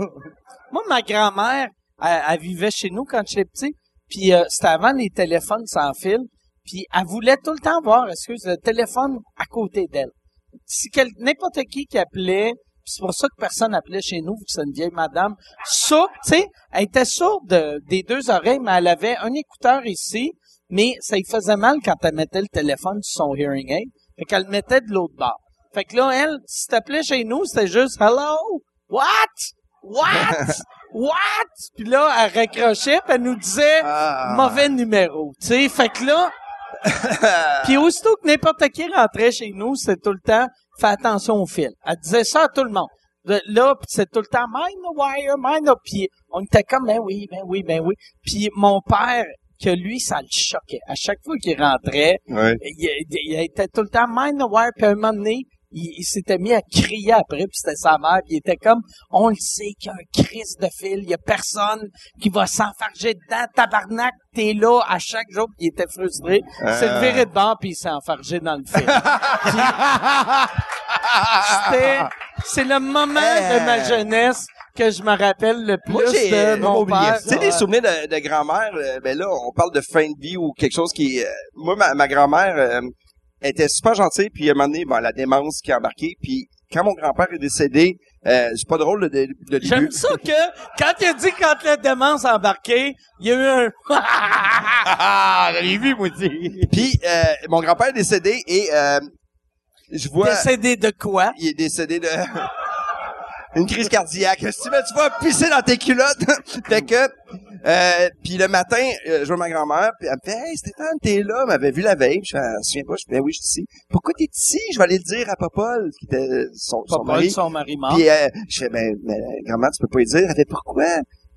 [SPEAKER 2] Moi, ma grand-mère, elle, elle vivait chez nous quand j'étais petit, puis euh, c'était avant les téléphones sans fil, puis elle voulait tout le temps voir, excuse, le téléphone à côté d'elle. Si quel- n'importe qui qui appelait, puis c'est pour ça que personne appelait chez nous, vu que c'est une vieille madame, sourde, tu sais, elle était sourde euh, des deux oreilles, mais elle avait un écouteur ici, mais ça lui faisait mal quand elle mettait le téléphone sur son hearing aid, fait qu'elle le mettait de l'autre bord. Fait que là, elle, si t'appelais chez nous, c'était juste « Hello? What? What? What? » Puis là, elle raccrochait, puis elle nous disait
[SPEAKER 3] Ah.
[SPEAKER 2] mauvais numéro », tu sais. Fait que là... puis aussitôt que n'importe qui rentrait chez nous, c'était tout le temps « Fais attention au fil ». Elle disait ça à tout le monde. De- Là, puis c'est tout le temps « Mind the wire, mind the... » Puis on était comme « Ben oui, ben oui, ben oui ». Puis mon père, que lui, ça le choquait. À chaque fois qu'il rentrait,
[SPEAKER 3] Ouais.
[SPEAKER 2] il, il- il était tout le temps mind aware, puis à un moment donné, il, il s'était mis à crier après, puis c'était sa mère, puis il était comme, on le sait qu'il y a un crise de fil, il y a personne qui va s'enfarger dedans, tabarnak, t'es là à chaque jour, puis il était frustré. Il s'est
[SPEAKER 3] Euh.
[SPEAKER 2] levé de bord, puis il s'est enfargé dans le fil. Puis- c'était, c'est le moment de ma jeunesse que je me rappelle le plus
[SPEAKER 3] Euh. Moi, j'ai
[SPEAKER 2] de
[SPEAKER 3] pas
[SPEAKER 2] mon
[SPEAKER 3] oublié.
[SPEAKER 2] père.
[SPEAKER 3] Tu sais, des souvenirs de, de grand-mère, euh, ben là, on parle de fin de vie ou quelque chose qui... euh, moi, ma, ma grand-mère euh, était super gentille, puis à un moment donné, bon, la démence qui a embarqué, puis quand mon grand-père est décédé, euh, c'est pas drôle de, de
[SPEAKER 2] J'aime
[SPEAKER 3] début.
[SPEAKER 2] ça que, quand il a dit quand la démence a embarqué, il y a eu un...
[SPEAKER 4] Ah, je l'ai vu, moi aussi.
[SPEAKER 3] Puis euh, mon grand-père est décédé et euh, je vois...
[SPEAKER 2] Décédé de quoi?
[SPEAKER 3] Il est décédé de... Une crise cardiaque. Si tu veux, tu vas pisser dans tes culottes. fait que... Euh, puis le matin, euh, je vois ma grand-mère, puis elle me fait « Hey, Stéphane, t'es là? » Elle m'avait vu la veille, puis je fais, Elle se souvient pas. Je fais « Ben oui, je suis ici. »« Pourquoi t'es ici? » Je vais aller le dire à Popol, qui était euh, son, son
[SPEAKER 2] Papa
[SPEAKER 3] mari.
[SPEAKER 2] de son mari mort.
[SPEAKER 3] Puis euh, je fais ben, mais, grand-mère, tu peux pas lui dire. Elle fait pourquoi?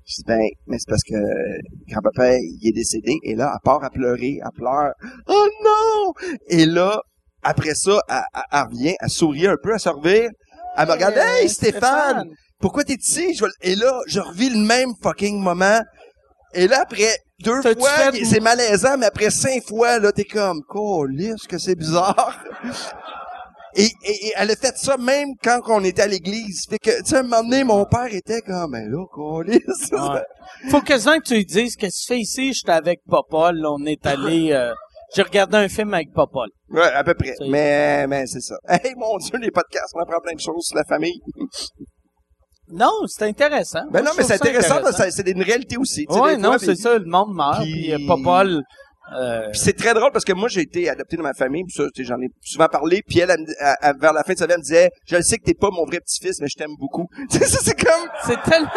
[SPEAKER 3] Je dis ben, mais c'est parce que euh, grand-papa il est décédé et là, elle part à pleurer, elle pleure. Oh non! Et là, après ça, elle, elle- elle revient, elle sourit un peu, elle se revire. Elle me regarde,
[SPEAKER 2] Euh,
[SPEAKER 3] hey Stéphane, pourquoi t'es ici? Je vais le- Et là, je revis le même fucking moment. Et là, après deux
[SPEAKER 2] T'as-tu
[SPEAKER 3] fois,
[SPEAKER 2] fait-
[SPEAKER 3] c'est malaisant, mais après cinq fois, là, t'es comme, ce que c'est bizarre. Et, et- et elle a fait ça même quand on était à l'église. Fait que, tu sais, un moment donné, mon père était comme, ben là, câlisse.
[SPEAKER 2] Ouais. Faut quasiment que tu lui dises qu'est-ce que tu fais ici, j'étais avec Popol, on est allé, euh, j'ai regardé un film avec Popol.
[SPEAKER 3] Ouais, à peu près.
[SPEAKER 2] Ça y est.
[SPEAKER 3] Mais, mais c'est ça. Hey, mon Dieu, les podcasts, on apprend plein de choses sur la famille.
[SPEAKER 2] Non, c'est intéressant. Moi,
[SPEAKER 3] Ben non,
[SPEAKER 2] je
[SPEAKER 3] mais
[SPEAKER 2] trouve
[SPEAKER 3] c'est
[SPEAKER 2] ça
[SPEAKER 3] intéressant, parce que c'est une réalité aussi. tu sais,
[SPEAKER 2] Ouais,
[SPEAKER 3] des
[SPEAKER 2] non,
[SPEAKER 3] fois,
[SPEAKER 2] c'est
[SPEAKER 3] puis-
[SPEAKER 2] ça, le monde meurt,
[SPEAKER 3] Puis-
[SPEAKER 2] puis euh, Popol, euh,
[SPEAKER 3] Puis c'est très drôle parce que moi, j'ai été adopté dans ma famille, puis ça, tu sais, j'en ai souvent parlé, puis elle, elle me- elle- elle, vers la fin de sa vie, elle me disait, je le sais que t'es pas mon vrai petit-fils, mais je t'aime beaucoup. Tu sais, ça, c'est comme,
[SPEAKER 2] c'est tellement...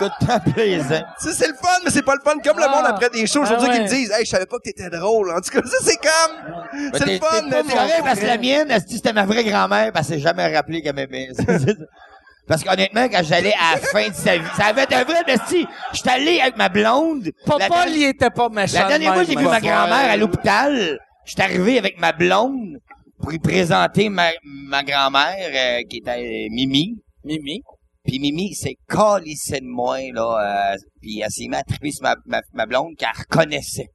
[SPEAKER 4] Écoute, t'as plaisant.
[SPEAKER 3] tu sais, c'est le fun, mais c'est pas le fun. Comme le
[SPEAKER 2] Ah.
[SPEAKER 3] monde après des shows aujourd'hui
[SPEAKER 2] Ah ouais.
[SPEAKER 3] qui me disent, hey, je savais pas que t'étais drôle. En tout cas, ça, c'est comme, c'est le fun, mais
[SPEAKER 4] C'est correct parce que
[SPEAKER 3] t'es-
[SPEAKER 4] la mienne, esti, c'était ma vraie grand-mère, parce qu'elle s'est jamais rappelé qu'elle m'aimait. Parce qu'honnêtement, quand j'allais à la fin de sa vie, ça avait été un vrai bestie. J'étais allé avec ma blonde. La
[SPEAKER 2] Popol,
[SPEAKER 4] dernière-
[SPEAKER 2] il était pas méchant.
[SPEAKER 4] La dernière
[SPEAKER 2] de
[SPEAKER 4] fois que
[SPEAKER 2] même,
[SPEAKER 4] j'ai vu ma
[SPEAKER 2] Popol.
[SPEAKER 4] grand-mère à l'hôpital, j'étais arrivé avec ma blonde pour y présenter ma, ma grand-mère, euh, qui était euh, Mimi.
[SPEAKER 2] Mimi.
[SPEAKER 4] Puis Mimi s'est calissée de moi, là. euh, puis elle s'est mise à triper sur ma, ma, ma blonde qu'elle reconnaissait.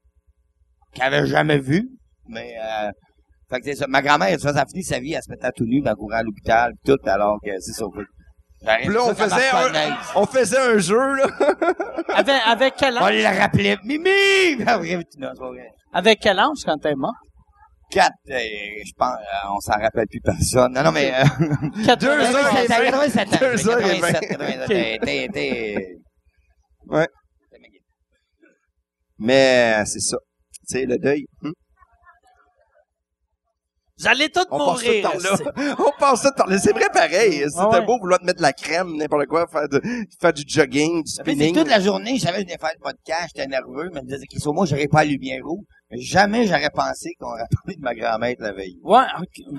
[SPEAKER 4] Qu'elle avait jamais vue. Mais, euh, fait que c'est ça. Ma grand-mère, tu vois, ça a fini sa vie, elle se mettait tout nue, ben, elle courait à l'hôpital, pis tout, alors que c'est ça. J'aurais
[SPEAKER 3] Puis là, on
[SPEAKER 4] aimé ça qu'elle
[SPEAKER 3] faisait,
[SPEAKER 4] me
[SPEAKER 3] un,
[SPEAKER 4] reconnaisse.
[SPEAKER 3] on faisait un jeu, là.
[SPEAKER 2] Avec, avec quel
[SPEAKER 4] On
[SPEAKER 2] âge?
[SPEAKER 4] la rappelait. Mimi! Ah Puis après, non, c'est pas vrai.
[SPEAKER 2] Avec quel âge quand t'es mort?
[SPEAKER 4] Quatre, euh, je pense, euh, on s'en rappelle plus personne. Non, non, mais... euh,
[SPEAKER 2] Quatre-
[SPEAKER 3] Deux heures et
[SPEAKER 4] 87
[SPEAKER 3] vingt.
[SPEAKER 4] ans.
[SPEAKER 3] Deux heures et vingt.
[SPEAKER 4] 87, 87, t'es- t'es- t'es-
[SPEAKER 3] Ouais. Mais, c'est ça. Tu sais, le deuil. Hmm.
[SPEAKER 2] Vous allez tous
[SPEAKER 3] On passe tout
[SPEAKER 2] mourir.
[SPEAKER 3] par
[SPEAKER 2] esti.
[SPEAKER 3] là. On passe tout par là. C'est vrai pareil. C'était
[SPEAKER 2] ouais.
[SPEAKER 3] beau vouloir te mettre de la crème, n'importe quoi, faire, de, faire du jogging, du
[SPEAKER 4] Puis c'est
[SPEAKER 3] spinning.
[SPEAKER 4] toute la journée, je savais que je venais faire le podcast, j'étais nerveux, mais je me disais que sur moi, j'aurais pas la lumière rouge. Mais Jamais j'aurais pensé qu'on aurait parlé de ma grand-mère la veille.
[SPEAKER 2] Ouais, ok.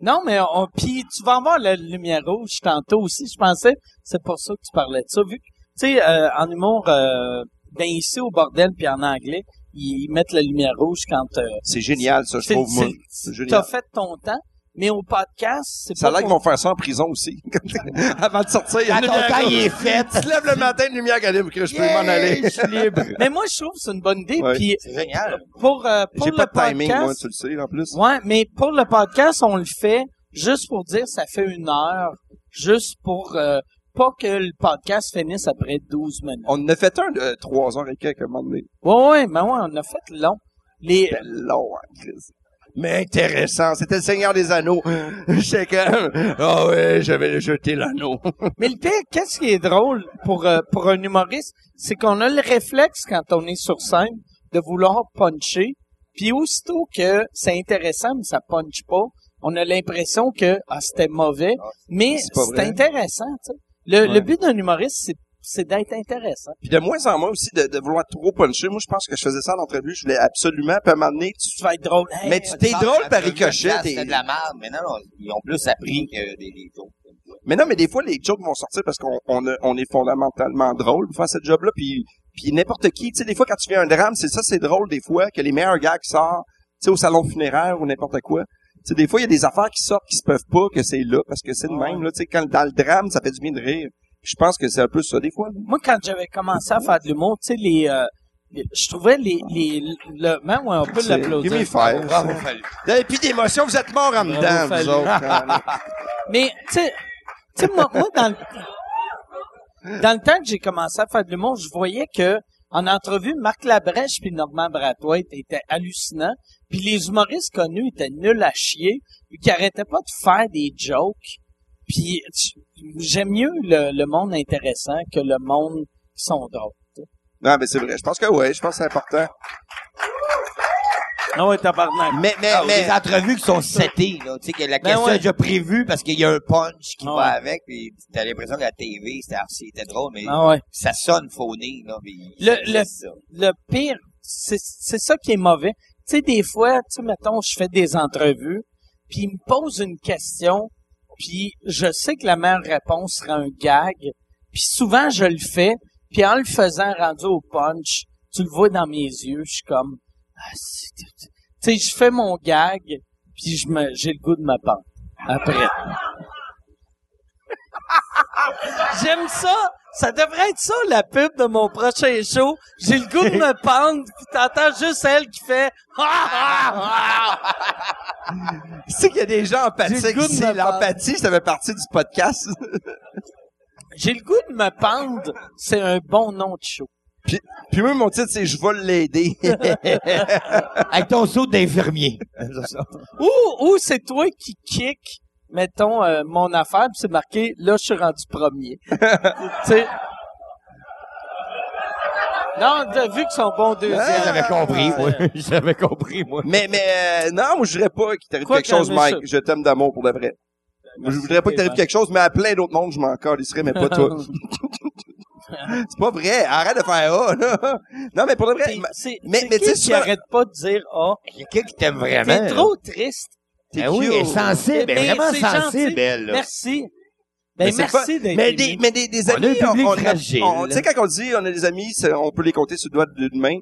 [SPEAKER 2] Non, mais on, puis tu vas avoir la lumière rouge tantôt aussi, je pensais. C'est pour ça que tu parlais de ça. Vu que, tu sais, euh, en humour, euh, ben ici au bordel, puis en anglais, ils mettent la lumière rouge quand euh,
[SPEAKER 3] C'est génial, ça, je
[SPEAKER 2] c'est-
[SPEAKER 3] trouve, moi.
[SPEAKER 2] c'est-
[SPEAKER 3] C'est
[SPEAKER 2] t'as
[SPEAKER 3] génial.
[SPEAKER 2] fait ton temps. Mais au podcast, c'est
[SPEAKER 3] Ça a
[SPEAKER 2] pas
[SPEAKER 3] l'air qu'ils
[SPEAKER 2] qu'on-
[SPEAKER 3] vont faire ça en prison aussi. Avant de sortir, il y a
[SPEAKER 4] Quand
[SPEAKER 3] une
[SPEAKER 4] ton
[SPEAKER 3] lumière
[SPEAKER 4] temps, il est
[SPEAKER 3] rouge.
[SPEAKER 4] fait.
[SPEAKER 3] Tu te lèves le matin, une lumière calibre, que je peux
[SPEAKER 4] Yeah,
[SPEAKER 3] m'en aller.
[SPEAKER 4] Je suis libre.
[SPEAKER 2] Mais moi, je trouve que c'est une bonne idée.
[SPEAKER 3] Ouais.
[SPEAKER 2] Puis
[SPEAKER 4] C'est génial.
[SPEAKER 2] pour, euh, pour
[SPEAKER 3] J'ai
[SPEAKER 2] le
[SPEAKER 3] pas de timing,
[SPEAKER 2] podcast,
[SPEAKER 3] moi, tu le sais, en plus.
[SPEAKER 2] Ouais, mais pour le podcast, on le fait juste pour dire ça fait une heure, juste pour euh, pas que le podcast finisse après 12 minutes.
[SPEAKER 3] On en a fait un de trois heures et quelques, à un moment donné.
[SPEAKER 2] Ouais, ouais, mais ouais, on a fait long. Les,
[SPEAKER 3] C'était long, hein, Chris. Mais intéressant, c'était le Seigneur des Anneaux. J'étais comme, ah ouais, je vais jeter l'anneau.
[SPEAKER 2] mais le pire, qu'est-ce qui est drôle pour, euh, pour un humoriste, c'est qu'on a le réflexe quand on est sur scène de vouloir puncher, puis aussitôt que c'est intéressant, mais ça punche pas, on a l'impression que ah, c'était mauvais, mais
[SPEAKER 3] c'est pas
[SPEAKER 2] c'est
[SPEAKER 3] vrai.
[SPEAKER 2] intéressant. tu sais. Le, le
[SPEAKER 3] Ouais.
[SPEAKER 2] but d'un humoriste, c'est- c'est d'être intéressant.
[SPEAKER 3] Puis de moins en moins aussi de, de vouloir trop puncher. Moi, je pense que je faisais ça en entrevue, je voulais absolument, puis à un moment donné, tu-
[SPEAKER 2] Tu vas être drôle. Hey, euh,
[SPEAKER 3] Mais tu t'es drôle par ricochet. t'es-
[SPEAKER 4] C'était de la merde, mais non, non, ils ont plus appris que des, des autres.
[SPEAKER 3] Mais non, mais des fois, les jokes vont sortir parce qu'on on a- on est fondamentalement drôle pour faire ce job-là. Puis, puis n'importe qui, tu sais, des fois, quand tu fais un drame, c'est ça, c'est drôle des fois, que les meilleurs gars qui sortent, tu sais, au salon funéraire ou n'importe quoi. Tu sais, des fois, il y a des affaires qui sortent qui se peuvent pas, que c'est là, parce que c'est le même, là, tu sais, quand dans le drame, ça fait du bien de rire. Je pense que c'est un peu ça, des fois. là.
[SPEAKER 2] Moi, quand j'avais commencé à faire de l'humour, tu sais, les, euh, les- je trouvais les, les, le, même, ouais, on peut
[SPEAKER 3] C'est-
[SPEAKER 2] l'applaudir.
[SPEAKER 3] give me five. Et puis d'émotion, vous êtes morts en dedans,
[SPEAKER 2] Fallu.
[SPEAKER 3] vous autres. hein.
[SPEAKER 2] Mais, tu sais, tu sais, moi, moi, dans le, dans le temps que j'ai commencé à faire de l'humour, je voyais que, en entrevue, Marc Labrèche puis Normand Brathwaite étaient hallucinants, puis les humoristes connus étaient nuls à chier, puis qui arrêtaient pas de faire des jokes, puis tu- j'aime mieux le, le monde intéressant que le monde qui sont drôles. tu sais.
[SPEAKER 3] non, mais c'est vrai. Je pense que oui, je pense que c'est important.
[SPEAKER 2] Ah ouais, tabarnak.
[SPEAKER 4] Mais, mais,
[SPEAKER 3] mais-
[SPEAKER 4] Ah, Les entrevues qui sont setées, là. Tu sais, que la
[SPEAKER 2] Ben
[SPEAKER 4] question
[SPEAKER 2] ouais.
[SPEAKER 4] est déjà prévue parce qu'il y a un punch qui
[SPEAKER 2] Ah
[SPEAKER 4] va
[SPEAKER 2] ouais.
[SPEAKER 4] avec, puis t'as l'impression que la TV, c'était, c'était drôle, mais
[SPEAKER 2] Ah ouais.
[SPEAKER 4] ça sonne phoné, là. puis-
[SPEAKER 2] Le-
[SPEAKER 4] c'est
[SPEAKER 2] le-
[SPEAKER 4] ça.
[SPEAKER 2] le pire, c'est c'est ça qui est mauvais. Tu sais, des fois, tu sais, mettons, je fais des entrevues, puis ils me posent une question, puis je sais que la meilleure réponse sera un gag, puis souvent, je le fais, puis en le faisant rendu au punch, tu le vois dans mes yeux, je suis comme... Ah, c'est- tu sais, je fais mon gag, puis je me- j'ai le goût de ma pente. Après. J'aime ça. Ça devrait être ça, la pub de mon prochain show. J'ai le goût de me pendre, puis t'entends juste elle qui fait... Ah, ah, ah.
[SPEAKER 3] Tu sais qu'il y a des gens
[SPEAKER 2] J'ai
[SPEAKER 3] empathiques
[SPEAKER 2] le goût de
[SPEAKER 3] ici.
[SPEAKER 2] me battre.
[SPEAKER 3] L'empathie, ça fait partie du podcast.
[SPEAKER 2] J'ai le goût de me pendre. C'est un bon nom de show.
[SPEAKER 3] Puis, puis moi, mon titre, c'est « Je vais l'aider
[SPEAKER 4] Avec ton saut d'infirmier.
[SPEAKER 2] Ou, ou c'est toi qui kick, mettons, euh, mon affaire, puis c'est marqué, là, je suis rendu premier. tu sais. Non, t'as vu qu'ils sont bons deuxième.
[SPEAKER 4] J'avais compris, moi. J'avais compris, moi. ».
[SPEAKER 3] Mais, mais euh, non, moi, je voudrais pas qu'il t'arrive
[SPEAKER 2] Quoi Ben,
[SPEAKER 3] quelque chose,
[SPEAKER 2] qu'il y en ait
[SPEAKER 3] Mike. Je t'aime d'amour, pour de vrai. je voudrais pas que t'arrive quelque chose, mais à plein d'autres mondes, je m'en colle. Il serait, mais pas Ah, toi. c'est pas vrai. Arrête de faire « Ah! » là. Non, mais pour de vrai...
[SPEAKER 2] T'es-
[SPEAKER 3] ma-
[SPEAKER 2] C'est
[SPEAKER 3] mais-
[SPEAKER 2] mais,
[SPEAKER 3] mais tu sais,
[SPEAKER 2] qui qui
[SPEAKER 3] souvent-
[SPEAKER 2] arrête pas de dire ah
[SPEAKER 4] Quelqu'un qui t'aime vraiment.
[SPEAKER 2] t'es trop triste.
[SPEAKER 3] t'es
[SPEAKER 4] Ben oui,
[SPEAKER 3] cute.
[SPEAKER 4] elle est sensible, elle est
[SPEAKER 2] Mais
[SPEAKER 4] vraiment
[SPEAKER 2] c'est
[SPEAKER 4] sensible,
[SPEAKER 2] gentil.
[SPEAKER 4] elle, là.
[SPEAKER 2] Merci. Ben
[SPEAKER 3] Mais c'est
[SPEAKER 2] merci d'être
[SPEAKER 3] Mais
[SPEAKER 2] venu.
[SPEAKER 3] des, mais des, des
[SPEAKER 4] On a
[SPEAKER 3] amis,
[SPEAKER 4] un public
[SPEAKER 3] on- on a-
[SPEAKER 4] fragile.
[SPEAKER 3] on- Tu sais, quand on dit on a des amis, c'est- on peut les compter sur le doigt d'une main.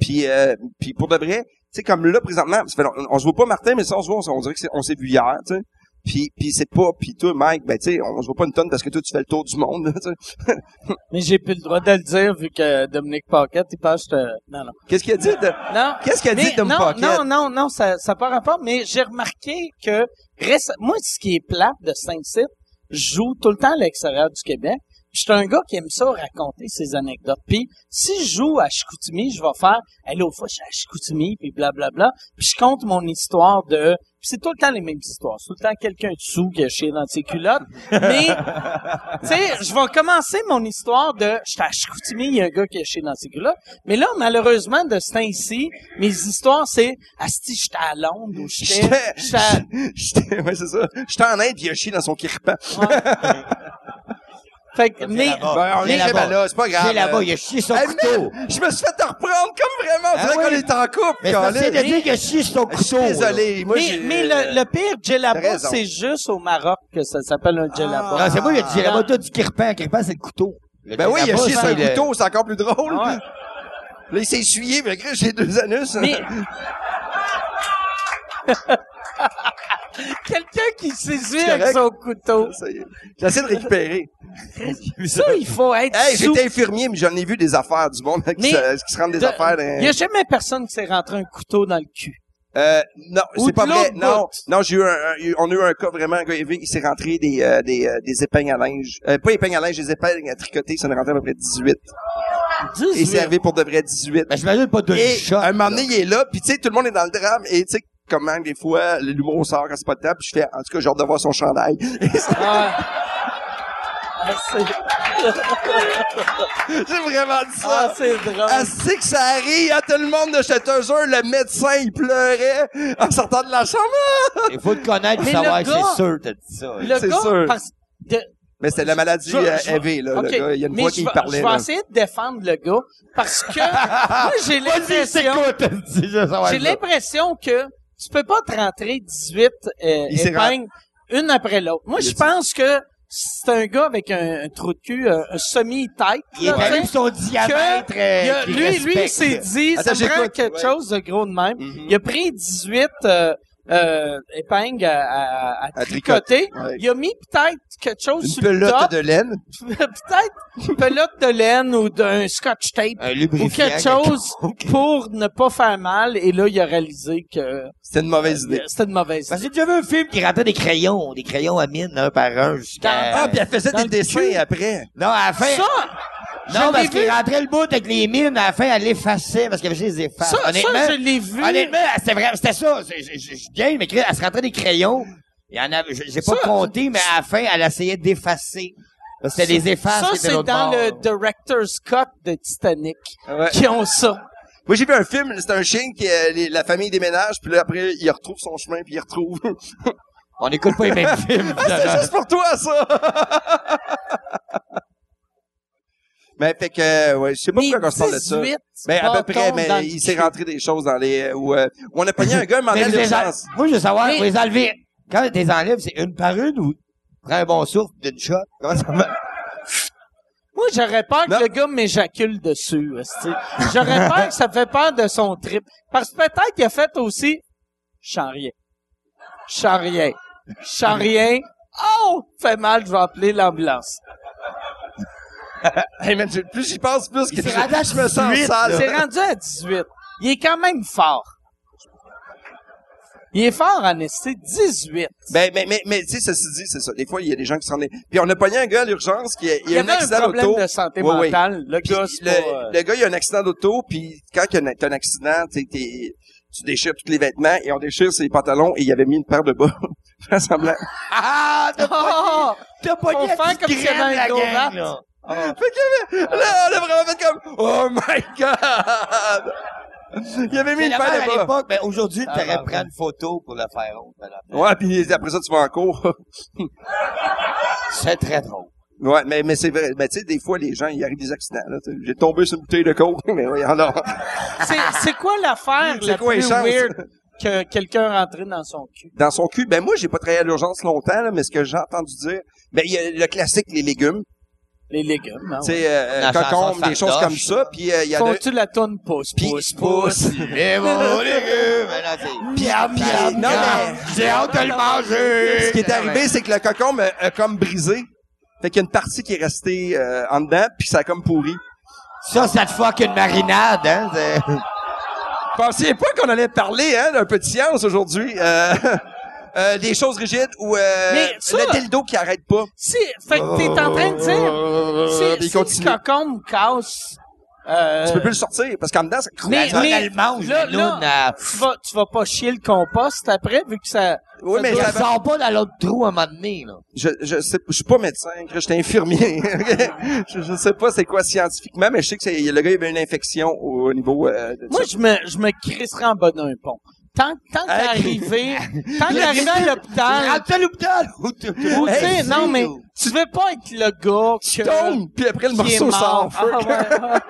[SPEAKER 3] Puis, euh, puis pour de vrai, tu sais, comme là, présentement, ça fait long- on, se voit pas Martin, mais ça, on se voit, on, on dirait qu'on s'est vu hier, tu sais. Puis, puis c'est pas, puis toi, Mike, ben tu sais, on, on se voit pas une tonne parce que toi, tu fais le tour du monde, là, tu sais.
[SPEAKER 2] Mais j'ai plus le droit de le dire vu que Dominique Paquette, il pense que je te- Non, non.
[SPEAKER 3] Qu'est-ce qu'il a dit de...
[SPEAKER 2] Non.
[SPEAKER 3] Qu'est-ce qu'il a dit
[SPEAKER 2] Mais
[SPEAKER 3] de Dom
[SPEAKER 2] non,
[SPEAKER 3] Pocket?
[SPEAKER 2] non, non, non, ça, ça part rapport, mais j'ai remarqué que réce- moi, ce qui est plate de Saint-Cyr, je joue tout le temps à l'extérieur du Québec. Puis je suis un gars qui aime ça raconter ses anecdotes. Puis si je joue à Chicoutimi, je vais faire Allô, faut que je sois à Chicoutimi, puis blablabla. Puis je compte mon histoire de... Puis c'est tout le temps les mêmes histoires. C'est tout le temps quelqu'un de sous qui a chié dans ses culottes. Mais, tu sais, je vais commencer mon histoire de... J'étais à Chicoutimi, il y a un gars qui a chié dans ses culottes. Mais là, malheureusement, de ce temps-ci, mes histoires, c'est Asti, j'étais à Londres ou j'étais...
[SPEAKER 3] J'étais,
[SPEAKER 2] j'étais à-
[SPEAKER 3] j'étais, ouais, c'est ça. J'étais en Inde, puis il a chié dans son kirpan.
[SPEAKER 2] Fait que, mais...
[SPEAKER 4] là-bas.
[SPEAKER 3] Ben, on
[SPEAKER 4] il est
[SPEAKER 3] est
[SPEAKER 4] Ah, là-bas.
[SPEAKER 3] là, c'est pas grave.
[SPEAKER 4] J'ai là-bas,
[SPEAKER 3] Euh,
[SPEAKER 4] il a chié son
[SPEAKER 3] hey,
[SPEAKER 4] couteau.
[SPEAKER 3] man, je me suis fait te reprendre comme vraiment.
[SPEAKER 4] Ah
[SPEAKER 3] C'est vrai qu'on
[SPEAKER 4] oui.
[SPEAKER 3] est en couple,
[SPEAKER 4] Mais
[SPEAKER 3] Colin.
[SPEAKER 4] c'est de dire qu'il a chié son
[SPEAKER 3] Je
[SPEAKER 4] couteau.
[SPEAKER 3] suis désolé. Moi,
[SPEAKER 2] mais,
[SPEAKER 3] j'ai-
[SPEAKER 2] mais le, le pire,
[SPEAKER 3] T'as
[SPEAKER 2] djellaba,
[SPEAKER 3] raison. Ah.
[SPEAKER 2] c'est juste au Maroc que ça s'appelle un djellaba.
[SPEAKER 4] Non, c'est moi, il a dit, j'ai là-bas, toi, du kirpan. Kirpan, c'est le couteau. Ah, Le
[SPEAKER 3] Ben oui, il a
[SPEAKER 4] là-bas,
[SPEAKER 3] chié sur
[SPEAKER 4] c'est
[SPEAKER 3] un
[SPEAKER 4] le- Ah
[SPEAKER 3] couteau, c'est encore plus drôle.
[SPEAKER 2] Ouais.
[SPEAKER 3] Là, il s'est essuyé, mais Chris, j'ai deux anus.
[SPEAKER 2] Mais... Quelqu'un qui s'essuie avec
[SPEAKER 3] correct.
[SPEAKER 2] son couteau.
[SPEAKER 3] Ça y est. J'essaie de récupérer.
[SPEAKER 2] Ça, il faut être
[SPEAKER 3] Hey,
[SPEAKER 2] sous.
[SPEAKER 3] j'étais infirmier, mais j'en ai vu des affaires du monde hein, qui,
[SPEAKER 2] Mais-
[SPEAKER 3] se, qui se rendent des
[SPEAKER 2] de-
[SPEAKER 3] affaires.
[SPEAKER 2] Il
[SPEAKER 3] dans-
[SPEAKER 2] n'y a jamais personne qui s'est rentré un couteau dans le cul.
[SPEAKER 3] Euh, non,
[SPEAKER 2] Ou
[SPEAKER 3] c'est pas
[SPEAKER 2] de
[SPEAKER 3] vrai.
[SPEAKER 2] l'autre
[SPEAKER 3] Non, non, j'ai eu un, un- eu- on a eu un cas vraiment, un gars, il est venu, il s'est rentré des, euh, des, euh, des épingles à linge. Euh, pas épingles à linge, des épingles à tricoter, ça nous rentré à peu près 18. Et il s'est arrivé pour de vrai 18.
[SPEAKER 4] Ben, j'imagine pas de
[SPEAKER 3] Et
[SPEAKER 4] shot.
[SPEAKER 3] un moment donné, il est là, puis tu sais, tout le monde est dans le drame, et tu sais, comment des fois, l'humour sort quand c'est pas le temps, puis je fais, en tout cas, j'ai hâte de voir son chandail.
[SPEAKER 2] Ah. Ah, c'est
[SPEAKER 3] j'ai vraiment dit ça.
[SPEAKER 2] ah, c'est drôle.
[SPEAKER 3] Asti que ça arrive à tout le monde de cette heure, le médecin, il pleurait en sortant de la chambre.
[SPEAKER 4] Il faut te connaître
[SPEAKER 2] Mais
[SPEAKER 4] pour savoir
[SPEAKER 2] le
[SPEAKER 4] que
[SPEAKER 2] gars-
[SPEAKER 4] c'est sûr, t'as dit ça.
[SPEAKER 2] le
[SPEAKER 3] c'est
[SPEAKER 2] gars,
[SPEAKER 3] sûr.
[SPEAKER 2] parce- de-
[SPEAKER 3] Mais c'était la maladie
[SPEAKER 2] Je-
[SPEAKER 3] euh,
[SPEAKER 2] je-
[SPEAKER 3] heavy, là,
[SPEAKER 2] OK,
[SPEAKER 3] le gars. Il y a une
[SPEAKER 2] mais
[SPEAKER 3] voix
[SPEAKER 2] je
[SPEAKER 3] qui
[SPEAKER 2] vais-
[SPEAKER 3] parlait,
[SPEAKER 2] Je vais
[SPEAKER 3] là.
[SPEAKER 2] essayer de défendre le gars parce que moi, j'ai l'impression... J'ai l'impression que tu peux pas te rentrer 18 euh,
[SPEAKER 3] Il s'est
[SPEAKER 2] épingles une après l'autre. Moi, je pense que c'est un gars avec un, un trou de cul, euh, un, un semi-tête.
[SPEAKER 4] Il est
[SPEAKER 2] là,
[SPEAKER 4] allé
[SPEAKER 2] tu
[SPEAKER 4] pour
[SPEAKER 2] sais,
[SPEAKER 4] son
[SPEAKER 2] que
[SPEAKER 4] diamètre. euh,
[SPEAKER 2] il a-
[SPEAKER 4] qu'il
[SPEAKER 2] lui, lui, il
[SPEAKER 4] respecte.
[SPEAKER 2] s'est dit,
[SPEAKER 3] Attends,
[SPEAKER 2] ça me prend
[SPEAKER 3] j'écoute,
[SPEAKER 2] quelque
[SPEAKER 3] ouais.
[SPEAKER 2] chose de gros de même.
[SPEAKER 3] Mhm.
[SPEAKER 2] Il a pris 18 euh, euh, épingles à, à- à
[SPEAKER 3] À
[SPEAKER 2] tricoter.
[SPEAKER 3] ouais.
[SPEAKER 2] Il a mis peut-être quelque chose
[SPEAKER 3] Une
[SPEAKER 2] sur le top.
[SPEAKER 3] pelote de laine.
[SPEAKER 2] peut-être une pelote de laine ou d'un scotch tape
[SPEAKER 4] Un
[SPEAKER 2] ou
[SPEAKER 4] lubrifiant.
[SPEAKER 2] quelque chose pour ne pas faire mal. Et là, il a réalisé que
[SPEAKER 3] C'était une mauvaise idée.
[SPEAKER 2] c'était une mauvaise
[SPEAKER 4] Parce
[SPEAKER 2] idée.
[SPEAKER 4] que j'ai déjà vu un film qui rentrait des crayons, des crayons à mine, un par un, jusqu'à...
[SPEAKER 3] Ah, puis elle faisait
[SPEAKER 2] Dans
[SPEAKER 3] des
[SPEAKER 2] le
[SPEAKER 3] dessins
[SPEAKER 2] cul.
[SPEAKER 3] après.
[SPEAKER 4] Non, à la fin...
[SPEAKER 2] Ça,
[SPEAKER 4] non,
[SPEAKER 2] j'en ai
[SPEAKER 4] parce
[SPEAKER 2] vu.
[SPEAKER 4] qu'il rentrait le bout avec les mines, à la fin, elle l'effaçait, parce qu'il y avait juste les effaces.
[SPEAKER 2] Ça, ça,
[SPEAKER 4] honnêtement,
[SPEAKER 2] je l'ai vu.
[SPEAKER 4] honnêtement, c'était vrai, c'était ça. C'est- Je je- je suis bien, mais elle se rentrait des crayons. Il y en avait, je- j'ai pas
[SPEAKER 2] Ça-
[SPEAKER 4] compté, mais à la fin, elle essayait d'effacer. C'était les
[SPEAKER 2] Ça,
[SPEAKER 4] effaces qui étaient de
[SPEAKER 2] c'est
[SPEAKER 4] l'autre
[SPEAKER 2] dans
[SPEAKER 4] bord.
[SPEAKER 2] le director's cut de Titanic
[SPEAKER 3] Ouais.
[SPEAKER 2] qui ont ça.
[SPEAKER 3] Moi, j'ai vu un film, c'est un chien qui, euh, les- la famille déménage, puis là, après, il retrouve son chemin, puis il retrouve.
[SPEAKER 4] On n'écoute pas les mêmes films.
[SPEAKER 3] Ah, c'est juste pour toi, ça! mais fait que, euh, ouais, je sais pas
[SPEAKER 2] Mais
[SPEAKER 3] pourquoi on se parle de ça.
[SPEAKER 2] 18,
[SPEAKER 3] Mais à peu près,
[SPEAKER 2] bâtons dans
[SPEAKER 3] mais
[SPEAKER 2] le
[SPEAKER 3] il s'est
[SPEAKER 2] cul.
[SPEAKER 3] rentré des choses dans les... euh, Où, euh, où on a pogné un gars, il
[SPEAKER 4] Mais
[SPEAKER 3] demandait
[SPEAKER 4] vous les
[SPEAKER 3] l'urgence.
[SPEAKER 4] en- Moi, je veux savoir,
[SPEAKER 2] Mais-
[SPEAKER 4] vous les enlevez. Quand tu les enlèves, c'est une par une ou prends un bon souffle d'une shot? Comment ça va?
[SPEAKER 2] Moi, j'aurais peur
[SPEAKER 3] Non.
[SPEAKER 2] que le gars m'éjacule dessus. esti. J'aurais peur que ça fait peur de son trip. Parce que peut-être qu'il a fait aussi... Je sens rien. Je sens rien. Je sens rien. Oh! Fait mal, je vais appeler l'ambulance.
[SPEAKER 3] Hey, man, je- plus j'y pense, plus que je,
[SPEAKER 4] s'est rendu à
[SPEAKER 3] je me sens
[SPEAKER 4] 18,
[SPEAKER 3] sale.
[SPEAKER 2] C'est rendu à 18. Il est quand même fort. Il est fort en esti. 18.
[SPEAKER 3] Ben, mais, mais, mais, tu sais, ceci dit, c'est ça. Des fois, il y a des gens qui s'en est. Puis on a pogné un gars à l'urgence qui a, il
[SPEAKER 2] Il
[SPEAKER 3] y
[SPEAKER 2] y
[SPEAKER 3] a un
[SPEAKER 2] avait un
[SPEAKER 3] accident
[SPEAKER 2] problème
[SPEAKER 3] d'auto.
[SPEAKER 2] de santé
[SPEAKER 3] Oui, oui.
[SPEAKER 2] mentale. Le
[SPEAKER 3] Puis
[SPEAKER 2] gars, c'est
[SPEAKER 3] le,
[SPEAKER 2] pas, euh,
[SPEAKER 3] le gars, il y a un accident d'auto, puis quand il y a un, t'as un accident, t'es- t'es- tu déchires tous les vêtements et on déchire ses pantalons et il avait mis une paire de bas. en semblant.
[SPEAKER 4] Ah, t'as
[SPEAKER 2] Ah!
[SPEAKER 4] t'as pas
[SPEAKER 2] Faut
[SPEAKER 4] dit à
[SPEAKER 2] faire
[SPEAKER 4] qui
[SPEAKER 2] comme
[SPEAKER 4] se
[SPEAKER 2] s'il y avait
[SPEAKER 4] graine,
[SPEAKER 2] un
[SPEAKER 4] la
[SPEAKER 2] gros
[SPEAKER 4] gang,
[SPEAKER 2] rat.
[SPEAKER 4] là.
[SPEAKER 3] Fait qu'il avait- là, on a vraiment fait comme, oh my god! Il avait mis
[SPEAKER 4] C'est
[SPEAKER 3] une
[SPEAKER 4] la
[SPEAKER 3] paire
[SPEAKER 4] mère à
[SPEAKER 3] de bas.
[SPEAKER 4] l'époque, mais aujourd'hui,
[SPEAKER 2] Ah,
[SPEAKER 4] t'aurais
[SPEAKER 2] bah,
[SPEAKER 4] pris une photo pour le faire honte. madame.
[SPEAKER 3] Ouais, puis après ça, tu vas en cours.
[SPEAKER 4] C'est très drôle.
[SPEAKER 3] Ouais, mais, mais c'est vrai. Mais tu sais, des fois, les gens, il arrive des accidents. là. T'sais, J'ai tombé sur une bouteille de coke, mais oui, alors.
[SPEAKER 2] c'est, c'est quoi l'affaire
[SPEAKER 3] C'est
[SPEAKER 2] la
[SPEAKER 3] quoi les
[SPEAKER 2] plus
[SPEAKER 3] chances?
[SPEAKER 2] weird que quelqu'un rentré dans son cul?
[SPEAKER 3] Dans son cul, ben moi, j'ai pas travaillé à l'urgence longtemps, là, mais ce que j'ai entendu dire, ben il y a le classique, les légumes.
[SPEAKER 2] Les légumes, non?
[SPEAKER 3] Tu sais, euh,
[SPEAKER 4] La chanson
[SPEAKER 3] concombre,
[SPEAKER 4] de
[SPEAKER 3] des choses
[SPEAKER 4] Fardoche.
[SPEAKER 3] comme ça. Puis euh, il y en a...
[SPEAKER 2] Font-tu la toune pouce,
[SPEAKER 3] Puis-
[SPEAKER 2] pouce, pouce?
[SPEAKER 4] Les bons légumes, mais là, Euh,
[SPEAKER 2] Mm.
[SPEAKER 4] c'est...
[SPEAKER 3] Piam,
[SPEAKER 2] Ah,
[SPEAKER 3] piam,
[SPEAKER 4] Non,
[SPEAKER 3] piam.
[SPEAKER 4] mais... J'ai hâte de le manger!
[SPEAKER 3] Ce qui est arrivé, c'est que le cocombe a, a comme brisé. Fait qu'il y a une partie qui est restée euh, en dedans, puis ça a comme pourri.
[SPEAKER 4] Ça, ça te fuck une marinade, hein? c'est-
[SPEAKER 3] Pensiez pas qu'on allait parler hein, d'un peu de science aujourd'hui. euh, Euh, des choses rigides ou euh,
[SPEAKER 2] Mais ça-
[SPEAKER 3] le dildo qui arrête pas.
[SPEAKER 2] Si, fait que t'es en train de dire,
[SPEAKER 3] Euh,
[SPEAKER 2] si,
[SPEAKER 3] il
[SPEAKER 2] si le
[SPEAKER 3] continue.
[SPEAKER 2] cocon me casse, euh,
[SPEAKER 3] Tu peux plus le sortir parce qu'en dedans, ça...
[SPEAKER 2] Mais-
[SPEAKER 4] Elle
[SPEAKER 2] mais-
[SPEAKER 4] le mange,
[SPEAKER 2] là,
[SPEAKER 4] la lune,
[SPEAKER 2] là,
[SPEAKER 4] elle-
[SPEAKER 2] tu vas, tu vas pas chier le compost après, vu que ça...
[SPEAKER 3] oui, mais
[SPEAKER 4] Elle
[SPEAKER 3] j'avais-
[SPEAKER 4] sort pas dans l'autre trou à un moment donné, là.
[SPEAKER 3] je, je sais, je suis pas médecin, je suis infirmier. je, je sais pas c'est quoi scientifiquement, mais je sais que c'est, le gars il avait une infection au, au niveau. euh, de
[SPEAKER 2] Moi,
[SPEAKER 3] ça.
[SPEAKER 2] je me, je me crisserais en bas d'un pont. Tant, tant qu'à
[SPEAKER 3] Ah,
[SPEAKER 2] arriver, tant qu'à arriver à l'hôpital,
[SPEAKER 4] Rentre à l'hôpital! Ou tu-
[SPEAKER 2] ou tu sais,
[SPEAKER 4] Hey,
[SPEAKER 2] non, mais
[SPEAKER 4] ou-
[SPEAKER 2] tu veux pas être le gars que...
[SPEAKER 3] tombe, puis après le
[SPEAKER 2] qui est
[SPEAKER 3] morceau
[SPEAKER 2] mort.
[SPEAKER 3] sort.
[SPEAKER 2] Ah,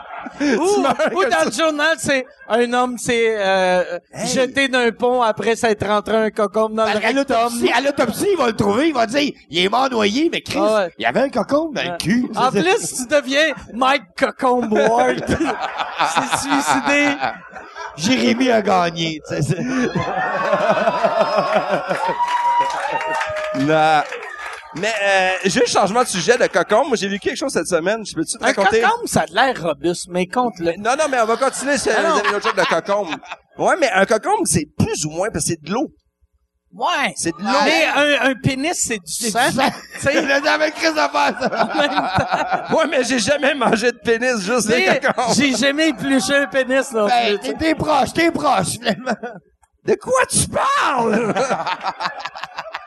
[SPEAKER 2] ouais. ou, ou dans le journal, c'est un homme s'est euh, jeté d'un pont après s'être rentré un cocombe dans le
[SPEAKER 4] À
[SPEAKER 2] Ah, rectum.
[SPEAKER 4] l'autopsie, à l'autopsie, ils vont le trouver, ils vont dire, il est mort noyé, mais Chris,
[SPEAKER 2] Ah ouais.
[SPEAKER 4] il y avait un cocon dans le cul.
[SPEAKER 2] En plus, tu deviens Mike Cocombe Ward. s'est suicidé.
[SPEAKER 4] Jérémy a gagné, tu sais. c'est-
[SPEAKER 3] Non. Mais euh, juste changement de sujet, le cocon. Moi, j'ai vu quelque chose cette semaine. Je peux-tu te
[SPEAKER 2] Un
[SPEAKER 3] raconter?
[SPEAKER 2] cocombe, ça a l'air robuste, mais contre le...
[SPEAKER 3] Non, non, mais on va continuer sur
[SPEAKER 2] Ah, non.
[SPEAKER 3] les anecdotes de cocon. Ouais, mais un cocon, c'est plus ou moins parce que c'est de l'eau.
[SPEAKER 2] Ouais.
[SPEAKER 3] C'est de l'eau.
[SPEAKER 2] Mais un, un pénis, c'est du sang. Tu sais,
[SPEAKER 4] Il a dit avec Chris de faire ça.
[SPEAKER 3] Ouais, mais j'ai jamais mangé de pénis, juste des
[SPEAKER 2] mais
[SPEAKER 3] cocons.
[SPEAKER 2] J'ai jamais épluché un pénis, non
[SPEAKER 4] Ben,
[SPEAKER 2] plus. tu
[SPEAKER 4] t'es-
[SPEAKER 2] sais.
[SPEAKER 4] t'es proche, t'es proche, finalement.
[SPEAKER 3] De quoi tu parles?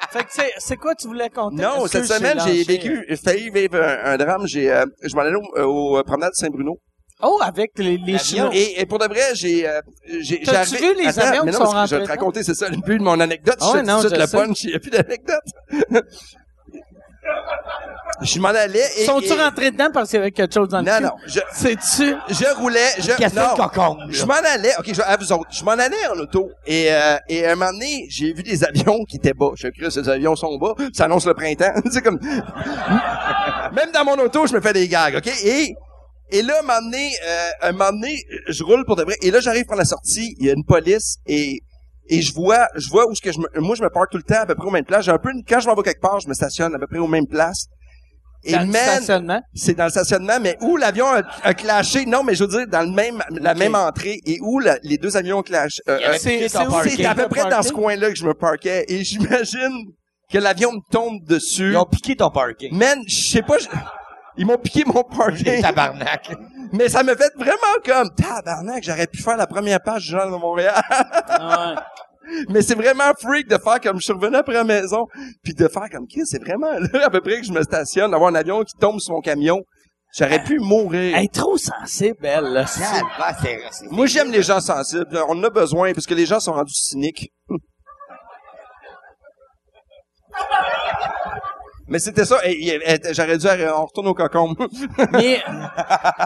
[SPEAKER 2] Fait que c'est- c'est quoi tu voulais compter?
[SPEAKER 3] Non,
[SPEAKER 2] Parce que
[SPEAKER 3] cette semaine, j'ai
[SPEAKER 2] lâché. euh?
[SPEAKER 3] vécu, j'ai failli vivre un, un drame. J'ai, euh, je m'en allais au, euh, au, euh, promenade Saint-Bruno.
[SPEAKER 2] Oh, avec les, les chinois.
[SPEAKER 3] Et, et pour de vrai, j'ai, euh, j'ai, j'ai
[SPEAKER 2] T'as-tu vu les avions
[SPEAKER 3] mais
[SPEAKER 2] qui
[SPEAKER 3] non,
[SPEAKER 2] sont
[SPEAKER 3] parce que je vais te
[SPEAKER 2] rentrés
[SPEAKER 3] raconter, c'est ça le but de mon anecdote.
[SPEAKER 2] Ah ouais,
[SPEAKER 3] je te
[SPEAKER 2] non,
[SPEAKER 3] dis tout de
[SPEAKER 2] je
[SPEAKER 3] suite le
[SPEAKER 2] sais.
[SPEAKER 3] punch, il n'y a plus d'anecdote. je m'en allais et...
[SPEAKER 2] Sont-tu
[SPEAKER 3] et-
[SPEAKER 2] rentrés dedans parce qu'il y avait quelque chose dans le
[SPEAKER 3] Non,
[SPEAKER 2] cul?
[SPEAKER 3] non. Je,
[SPEAKER 2] C'est-tu?
[SPEAKER 3] je roulais, je,
[SPEAKER 4] Question
[SPEAKER 3] non.
[SPEAKER 4] de cocon, là.
[SPEAKER 3] Je m'en allais, ok, je, à vous autres, je m'en allais en auto et, euh, et à un moment donné, j'ai vu des avions qui étaient bas. Je crois que ces avions sont bas, ça annonce le printemps. c'est comme même dans mon auto, je me fais des gags, ok Et et là, à un moment donné, euh, à un moment donné, je roule pour de vrai. Et là, j'arrive pour la sortie, il y a une police et et je vois, je vois où ce que je me, moi je me parque tout le temps à peu près aux mêmes places. J'ai un peu une, quand je m'en vais quelque part, je me stationne à peu près aux mêmes places. Et
[SPEAKER 2] dans le
[SPEAKER 3] man, euh,
[SPEAKER 2] stationnement?
[SPEAKER 3] c'est dans le stationnement, mais où l'avion a, a clashé, non, mais je veux dire, dans le même, la même entrée, et où la- les deux avions ont clashé. euh, euh,
[SPEAKER 2] C'est c'est où?
[SPEAKER 3] c'est à peu près dans ce coin-là que je me parquais, et j'imagine que l'avion me tombe dessus.
[SPEAKER 4] piqué ton parking.
[SPEAKER 3] Man, je sais pas, je- ils m'ont piqué mon parking,
[SPEAKER 4] Tabarnak.
[SPEAKER 3] mais ça me fait vraiment comme, tabarnak, j'aurais pu faire la première page du Journal de Montréal.
[SPEAKER 2] Ah ouais.
[SPEAKER 3] Mais c'est vraiment freak de faire comme je suis revenu après la maison, puis de faire comme qui c'est vraiment là à peu près que je me stationne, d'avoir un avion qui tombe sur mon camion. J'aurais pu mourir.
[SPEAKER 2] Elle est trop sensible, elle. là. C'est-
[SPEAKER 4] Ah, c'est- c'est-
[SPEAKER 3] Moi, j'aime les gens sensibles. On en a besoin parce que les gens sont rendus cyniques. Mais c'était ça. Et- et- et- J'aurais dû. arr- On retourne au cocon.
[SPEAKER 2] Mais